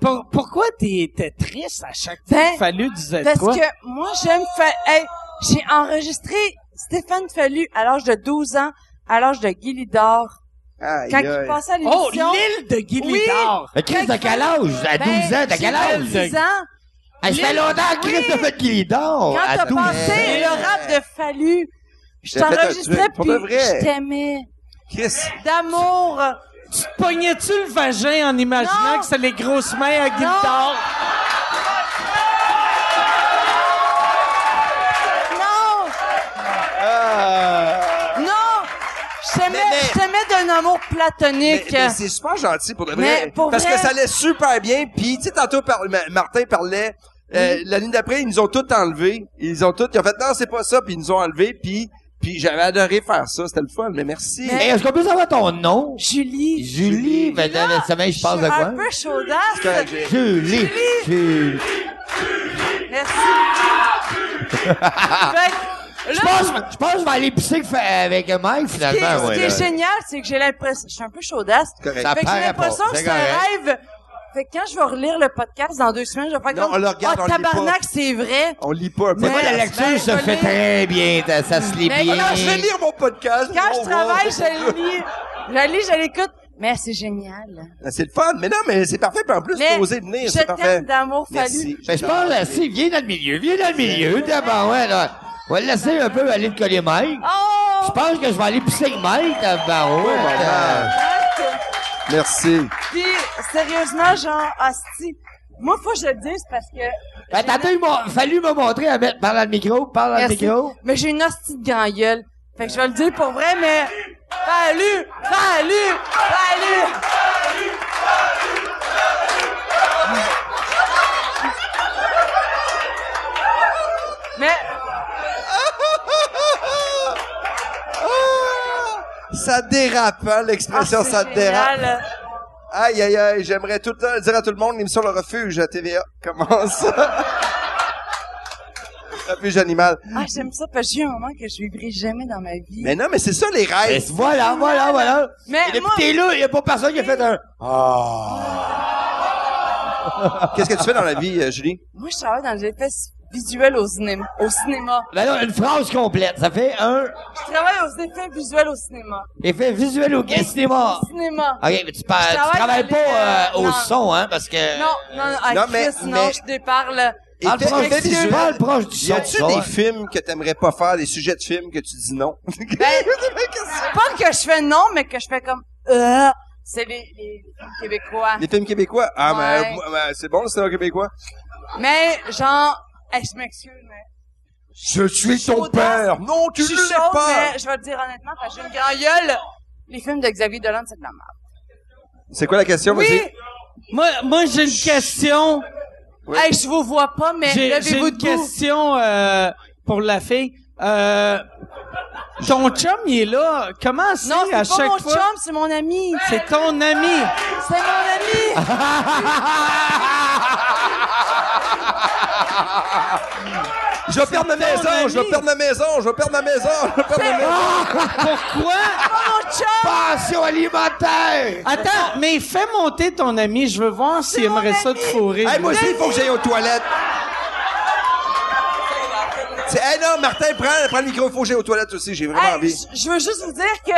[SPEAKER 2] Pour- pourquoi t'étais triste à chaque fois
[SPEAKER 5] Ben,
[SPEAKER 2] qu'il fallait disait
[SPEAKER 5] Parce
[SPEAKER 2] quoi?
[SPEAKER 5] que moi, j'aime faire... Hey, j'ai enregistré Stéphane Fallu à l'âge de 12 ans, à l'âge de Guy Lidor. Quand il passait à
[SPEAKER 2] Oh,
[SPEAKER 5] l'émission...
[SPEAKER 2] l'île de Guilidor!
[SPEAKER 4] Mais Chris, t'as quel âge? À 12 ans, t'as quel âge?
[SPEAKER 5] Ben, J'ai 12 ans.
[SPEAKER 4] Hey, ça fait longtemps que Chris
[SPEAKER 5] Oui.
[SPEAKER 4] t'a fait qu'il dort. Oh,
[SPEAKER 5] Quand
[SPEAKER 4] À
[SPEAKER 5] t'as
[SPEAKER 4] 12
[SPEAKER 5] passé
[SPEAKER 4] ans.
[SPEAKER 5] le rap de Fallu, je
[SPEAKER 3] J'ai fait un
[SPEAKER 5] t'enregistrais
[SPEAKER 3] truc, pour
[SPEAKER 5] puis
[SPEAKER 3] de vrai.
[SPEAKER 5] je t'aimais.
[SPEAKER 3] Chris.
[SPEAKER 5] D'amour.
[SPEAKER 2] Tu te pognais-tu le vagin en imaginant
[SPEAKER 5] Non.
[SPEAKER 2] que c'est les grosses mains à Guilidor?
[SPEAKER 5] Non!
[SPEAKER 4] Ah,
[SPEAKER 5] Non! Je t'aimais,
[SPEAKER 3] Mais- mais-
[SPEAKER 5] je t'aimais d'un amour
[SPEAKER 3] Mais,
[SPEAKER 5] platonique.
[SPEAKER 3] mais c'est super gentil pour de vrai.
[SPEAKER 5] Mais pour
[SPEAKER 3] parce
[SPEAKER 5] vrai-
[SPEAKER 3] que ça allait super bien. Puis, tu sais, tantôt, par- Ma- Martin parlait. euh, La nuit d'après, ils nous ont tout enlevé. Ils ont tout. Ils ont fait non, c'est pas ça. Puis ils nous ont enlevé. Puis, puis j'avais adoré faire ça. C'était le fun. Mais merci.
[SPEAKER 4] Hey, Est-ce qu'on peut savoir ton nom?
[SPEAKER 5] Julie,
[SPEAKER 4] Julie, ben, dans le sommeil, je
[SPEAKER 5] je
[SPEAKER 4] parle
[SPEAKER 5] suis
[SPEAKER 4] de
[SPEAKER 5] un
[SPEAKER 4] quoi?
[SPEAKER 5] peu chaudasse.
[SPEAKER 3] Correct, j'ai-
[SPEAKER 4] Julie. Julie.
[SPEAKER 5] Merci. Fait que
[SPEAKER 4] Je
[SPEAKER 5] là,
[SPEAKER 4] pense, je pense que je vais aller pisser que fa- avec Mike,
[SPEAKER 5] ce qui est,
[SPEAKER 4] finalement.
[SPEAKER 5] ce
[SPEAKER 4] ouais,
[SPEAKER 5] qui
[SPEAKER 4] là.
[SPEAKER 5] est génial, c'est que j'ai l'impression... Je suis un peu chaudasse.
[SPEAKER 3] Correct.
[SPEAKER 4] Ça
[SPEAKER 5] Fait que j'ai
[SPEAKER 4] paraît pas,
[SPEAKER 5] l'impression que
[SPEAKER 4] c'est
[SPEAKER 5] c'est un
[SPEAKER 4] correct.
[SPEAKER 5] rêve. Fait que quand je vais relire le podcast dans deux semaines, je vais faire
[SPEAKER 3] Non,
[SPEAKER 5] comme...
[SPEAKER 3] on le regarde,
[SPEAKER 5] Ah,
[SPEAKER 3] on le lit
[SPEAKER 5] tabarnak, c'est vrai.
[SPEAKER 3] On lit pas un
[SPEAKER 4] Mais moi,
[SPEAKER 3] podcast.
[SPEAKER 4] la
[SPEAKER 5] Ben,
[SPEAKER 4] lecture se
[SPEAKER 5] je
[SPEAKER 4] fait
[SPEAKER 5] l'ai.
[SPEAKER 4] très bien. Ça, ça se lit
[SPEAKER 5] Mais
[SPEAKER 4] bien.
[SPEAKER 3] Ah, je vais lire mon podcast.
[SPEAKER 5] Quand
[SPEAKER 3] On
[SPEAKER 5] je
[SPEAKER 3] va-
[SPEAKER 5] travaille, je le lis. Je le lis, je l'écoute. Mais c'est génial.
[SPEAKER 3] Ah, C'est le fun. Mais non, mais c'est parfait. Puis en plus,
[SPEAKER 5] Mais
[SPEAKER 3] t'as osé venir.
[SPEAKER 5] je
[SPEAKER 3] C'est parfait.
[SPEAKER 5] t'aime d'amour fallu.
[SPEAKER 3] Merci.
[SPEAKER 4] Mais je pense, là, si, viens dans le milieu. Viens dans le milieu. D'abord, ouais, là. On va le laisser un peu aller de coller Mike.
[SPEAKER 5] Oh!
[SPEAKER 4] Je pense que je vais aller pisser avec Mike, d'abord. ouais,
[SPEAKER 3] Ah,
[SPEAKER 5] ben.
[SPEAKER 4] euh,
[SPEAKER 3] Merci.
[SPEAKER 5] Puis, sérieusement, genre, asti, Moi, faut que je le dise parce que.
[SPEAKER 4] Ben,
[SPEAKER 5] j'ai-
[SPEAKER 4] tantôt, il m'a fallu me montrer à mettre, parle dans le micro, parle dans le
[SPEAKER 5] Merci.
[SPEAKER 4] micro.
[SPEAKER 5] Mais j'ai une hostie de grand gueule. Fait que je vais le dire pour vrai, mais. Fallu! Fallu! Fallu! Mais, ah,
[SPEAKER 3] Ah! Ça dérape, hein, l'expression,
[SPEAKER 5] Ah,
[SPEAKER 3] ça
[SPEAKER 5] c'est
[SPEAKER 3] dérape.
[SPEAKER 5] génial.
[SPEAKER 3] Aïe, aïe, aïe, j'aimerais tout le temps dire à tout le monde, l'émission Le Refuge à TVA commence. Refuge animal.
[SPEAKER 5] Ah, j'aime ça parce que j'ai eu un moment que je vivrai jamais dans ma vie.
[SPEAKER 3] Mais non, mais c'est ça les
[SPEAKER 4] Et
[SPEAKER 3] rêves.
[SPEAKER 4] voilà, voilà, voilà.
[SPEAKER 5] Mais
[SPEAKER 4] Et depuis
[SPEAKER 5] moi-
[SPEAKER 4] que t'es là, il y a pas personne qui a fait un...
[SPEAKER 3] Qu'est-ce que tu fais dans la vie, euh, Julie?
[SPEAKER 5] Moi, je travaille dans les effets visuels au cinéma. Au cinéma.
[SPEAKER 4] Ben non, une phrase complète. Ça fait un
[SPEAKER 5] Je travaille aux effets visuels au cinéma.
[SPEAKER 4] effet visuel au gain cinéma.
[SPEAKER 3] Ah.
[SPEAKER 5] Au cinéma.
[SPEAKER 4] OK, mais tu, par- tu
[SPEAKER 5] travaille
[SPEAKER 4] travailles
[SPEAKER 5] dans les-
[SPEAKER 4] pas euh, au
[SPEAKER 5] non.
[SPEAKER 4] son, hein, parce que...
[SPEAKER 5] Non, non, non, ah,
[SPEAKER 3] non, mais-
[SPEAKER 5] Chris, non,
[SPEAKER 3] mais-
[SPEAKER 5] je déparle.
[SPEAKER 4] Parle
[SPEAKER 3] Effets
[SPEAKER 4] proche, du-
[SPEAKER 3] visuels.
[SPEAKER 4] parle proche du son.
[SPEAKER 3] Y a-tu
[SPEAKER 4] ça,
[SPEAKER 3] des
[SPEAKER 4] ouais.
[SPEAKER 3] films que t'aimerais pas faire, des sujets de films que tu dis non?
[SPEAKER 5] Ben, pas que je fais non, mais que je fais comme, euh, c'est les, les Québécois.
[SPEAKER 3] Des films québécois? Ah,
[SPEAKER 5] Ouais.
[SPEAKER 3] mais, euh, ben, c'est bon, le cinéma québécois.
[SPEAKER 5] Mais, genre, hey, je m'excuse, mais.
[SPEAKER 3] Je suis
[SPEAKER 5] ton Audace. père.
[SPEAKER 3] Non,
[SPEAKER 5] je suis chaude, mais je vais le dire honnêtement, parce que j'ai une grande gueule. Les films de Xavier Dolan, c'est de la merde.
[SPEAKER 3] C'est quoi la question?
[SPEAKER 5] Oui!
[SPEAKER 3] Vas-y.
[SPEAKER 2] Moi, moi j'ai une question.
[SPEAKER 5] Ben,
[SPEAKER 3] Oui.
[SPEAKER 5] Hey, je vous vois pas, mais
[SPEAKER 2] J'ai j'ai
[SPEAKER 5] levez-vous
[SPEAKER 2] une
[SPEAKER 5] de question.
[SPEAKER 2] question euh, pour la fille. Euh, ton chum, il est là. Comment c'est
[SPEAKER 5] Non, c'est
[SPEAKER 2] à
[SPEAKER 5] pas
[SPEAKER 2] chaque
[SPEAKER 5] mon
[SPEAKER 2] fois?
[SPEAKER 5] chum, c'est mon ami.
[SPEAKER 2] C'est ton ami.
[SPEAKER 5] C'est mon ami.
[SPEAKER 3] Je vais perdre ma maison, je vais perdre ma maison, je vais perdre ma maison, je vais perdre ma maison.
[SPEAKER 2] Pourquoi?
[SPEAKER 5] mon chum.
[SPEAKER 4] Pension alimentaire!
[SPEAKER 2] Attends, mais fais monter ton ami. Je veux voir s'il
[SPEAKER 5] mon
[SPEAKER 2] aimerait ça te fourrer.
[SPEAKER 3] Hey, moi aussi, il faut que j'aille aux toilettes. C'est- Hey, non, Martin, prends, prends le micro, il faut que j'aille aux toilettes aussi, j'ai vraiment
[SPEAKER 5] Hey,
[SPEAKER 3] envie.
[SPEAKER 5] je- je veux juste vous dire que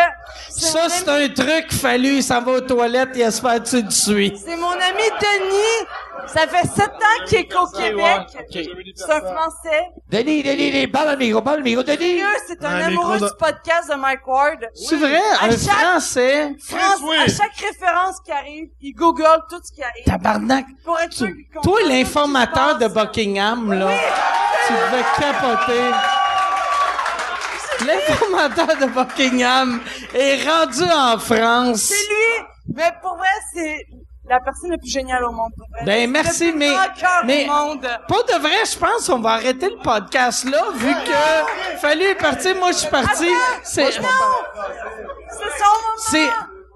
[SPEAKER 5] c'est mon
[SPEAKER 2] Ça,
[SPEAKER 5] ami-
[SPEAKER 2] c'est un truc fallu. Il s'en va aux toilettes. Il espère que tu le suis.
[SPEAKER 5] C'est mon ami Denis. Ça fait sept ans qu'il est au Québec. C'est un Français.
[SPEAKER 4] Denis, Denis, Denis, parle dans le micro, parle dans le micro, Denis!
[SPEAKER 5] Sérieux, c'est un amoureux du podcast de Mike Ward.
[SPEAKER 2] C'est vrai?
[SPEAKER 5] À
[SPEAKER 2] un
[SPEAKER 5] chaque-
[SPEAKER 2] Français?
[SPEAKER 5] France, à chaque référence qui arrive, il google tout ce qui arrive.
[SPEAKER 2] Tabarnak.
[SPEAKER 5] Pour être sûr qu'il comprend
[SPEAKER 2] Toi,
[SPEAKER 5] tout ce qui
[SPEAKER 2] l'informateur
[SPEAKER 5] se
[SPEAKER 2] de
[SPEAKER 5] passe.
[SPEAKER 2] Buckingham, là, tu devais capoter. L'informateur de Buckingham est rendu en France.
[SPEAKER 5] C'est lui. Mais pour vrai, c'est la personne la plus géniale au monde. pour vrai.
[SPEAKER 2] Ben,
[SPEAKER 5] C'est
[SPEAKER 2] merci,
[SPEAKER 5] le plus
[SPEAKER 2] mais-
[SPEAKER 5] grand cœur
[SPEAKER 2] mais-
[SPEAKER 5] au monde.
[SPEAKER 2] Pas de vrai, je pense qu'on va arrêter le podcast là, vu que fallu est parti, moi je suis parti.
[SPEAKER 5] Attends,
[SPEAKER 2] C'est,
[SPEAKER 5] Non! C'est son moment.
[SPEAKER 2] c'est,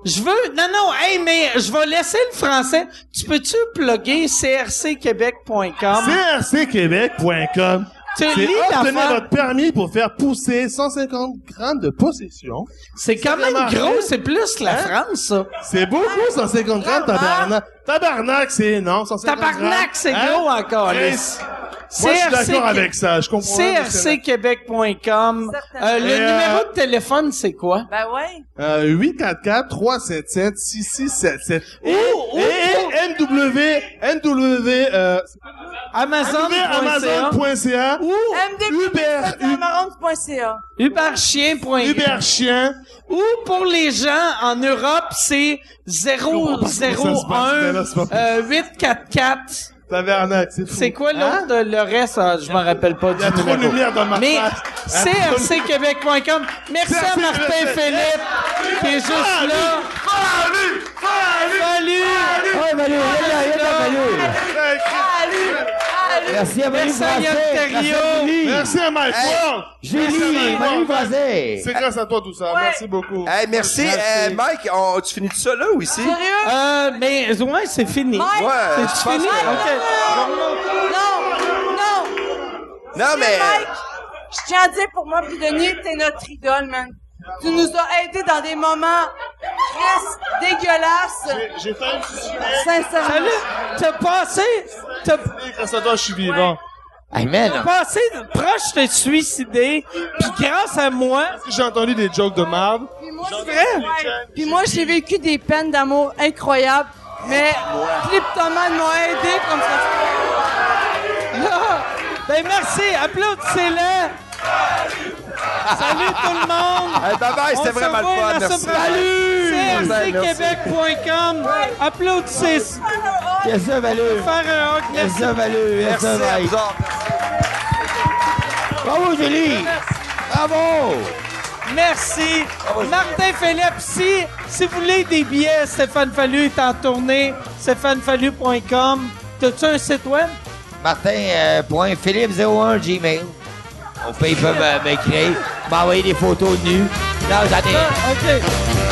[SPEAKER 2] je veux, non, non, hey, mais je vais laisser le français. Tu peux-tu plugger crcquebec.com?
[SPEAKER 8] crcquebec.com.
[SPEAKER 2] Tu
[SPEAKER 8] C'est
[SPEAKER 2] lis la
[SPEAKER 8] obtenez
[SPEAKER 2] fin.
[SPEAKER 8] votre permis pour faire pousser 150 grammes de possession.
[SPEAKER 2] C'est quand
[SPEAKER 8] C'est
[SPEAKER 2] même
[SPEAKER 8] vraiment
[SPEAKER 2] gros,
[SPEAKER 8] vrai.
[SPEAKER 2] c'est plus la
[SPEAKER 8] Hein?
[SPEAKER 2] France, ça.
[SPEAKER 8] C'est beaucoup, 150 grammes, tabarnak. Tabarnak, c'est énorme, 150 grammes.
[SPEAKER 2] Tabarnak, c'est
[SPEAKER 8] Hein?
[SPEAKER 2] gros encore, là.
[SPEAKER 8] Chris, Moi, je suis d'accord avec ça, je comprends.
[SPEAKER 2] crcquebec.com. Euh, le
[SPEAKER 8] Et, euh,
[SPEAKER 2] numéro de téléphone, c'est quoi?
[SPEAKER 5] Ben ouais.
[SPEAKER 8] Euh, 844-377-6677. Et,
[SPEAKER 2] Ouh, ouh,
[SPEAKER 8] et, et MW, MW, euh,
[SPEAKER 2] Amazon.ca.
[SPEAKER 8] Amazon.ca
[SPEAKER 2] Ou
[SPEAKER 8] Uber,
[SPEAKER 5] mdp.amarante.ca.
[SPEAKER 2] Uberchien.com.
[SPEAKER 8] Uber Chien.
[SPEAKER 2] Ou pour les gens en Europe, c'est
[SPEAKER 8] comprends pas comment ça se passe,
[SPEAKER 2] 001
[SPEAKER 8] mais là, c'est pas possible.
[SPEAKER 2] euh, 844.
[SPEAKER 8] Tabarnak, c'est fou.
[SPEAKER 2] C'est quoi l'autre? Le reste, ah, je m'en rappelle pas
[SPEAKER 8] Il y a
[SPEAKER 2] du
[SPEAKER 8] trop de
[SPEAKER 2] numéro.
[SPEAKER 8] lumière dans ma
[SPEAKER 2] Mais euh,
[SPEAKER 8] face.
[SPEAKER 2] crcquebec.com. Merci à
[SPEAKER 8] Merci,
[SPEAKER 2] Martin
[SPEAKER 8] merci. Ah,
[SPEAKER 2] Philippe qui est juste là.
[SPEAKER 8] Salut! Salut!
[SPEAKER 2] Salut!
[SPEAKER 4] Ouais, Manu, viens là, viens là, Manu.
[SPEAKER 8] Salut!
[SPEAKER 5] Ah,
[SPEAKER 4] Merci à Manu
[SPEAKER 2] Merci à Yann
[SPEAKER 4] Français! Merci à
[SPEAKER 2] Terriot.
[SPEAKER 4] Julie!
[SPEAKER 8] Merci à Mike Ward. Merci
[SPEAKER 4] Julie,
[SPEAKER 8] à Mike
[SPEAKER 4] Manu
[SPEAKER 8] Ward.
[SPEAKER 4] Français!
[SPEAKER 8] C'est grâce à toi tout ça. Merci beaucoup.
[SPEAKER 3] Hey, merci. Euh, Mike, on- tu finis tout ça là ou ici?
[SPEAKER 5] Sérieux?
[SPEAKER 2] Euh, mais ouais, c'est fini.
[SPEAKER 5] Mike?
[SPEAKER 3] Ouais, je
[SPEAKER 2] C'est
[SPEAKER 3] pense
[SPEAKER 2] fini?
[SPEAKER 3] que-
[SPEAKER 2] OK.
[SPEAKER 5] Non! Non!
[SPEAKER 3] Non, Ah, mais.
[SPEAKER 5] Mike, je tiens à dire pour moi, puis Denis, t'es notre idole, man. Tu nous as aidés dans des moments très dégueulasses,
[SPEAKER 8] J'ai fait un petit
[SPEAKER 5] sincèrement.
[SPEAKER 2] Salut! T'as passé, t'as
[SPEAKER 8] Grâce à toi, je suis vivant.
[SPEAKER 4] Hey, man!
[SPEAKER 2] passé proche de te suicider, puis grâce à moi,
[SPEAKER 8] J'ai entendu des jokes de marde.
[SPEAKER 5] Puis moi, c'est vrai. Ouais. Puis moi, j'ai vécu des peines d'amour incroyables, mais Cliptoman m'a aidé comme ça.
[SPEAKER 2] là, ben merci, applaudissez-le! Salut tout le monde!
[SPEAKER 3] Hey, bye bye, c'était
[SPEAKER 2] On se
[SPEAKER 3] vraiment le
[SPEAKER 2] revoit
[SPEAKER 3] fun.
[SPEAKER 2] la
[SPEAKER 3] Merci.
[SPEAKER 2] semaine prochaine.
[SPEAKER 3] Merci.
[SPEAKER 2] crcquebec.com. Applaudissez.
[SPEAKER 4] Qu'est-ce que ça valait?
[SPEAKER 2] Faire un hoc,
[SPEAKER 4] Qu'est-ce que ça valait? Qu'est-ce que ça
[SPEAKER 3] Merci à
[SPEAKER 4] valait?
[SPEAKER 3] vous autres.
[SPEAKER 4] Bravo, Julie! Bravo!
[SPEAKER 2] Merci. Martin Philippe, si, si vous voulez des billets, Stéphane Fallu est en tournée. stéphanefallu.com. T'as-tu un site web?
[SPEAKER 4] euh, Martin.philippe01 Gmail. On peut, ils peuvent euh, m'écrire, m'envoyer des photos nues. Non, j'en ai.
[SPEAKER 2] Ah, OK.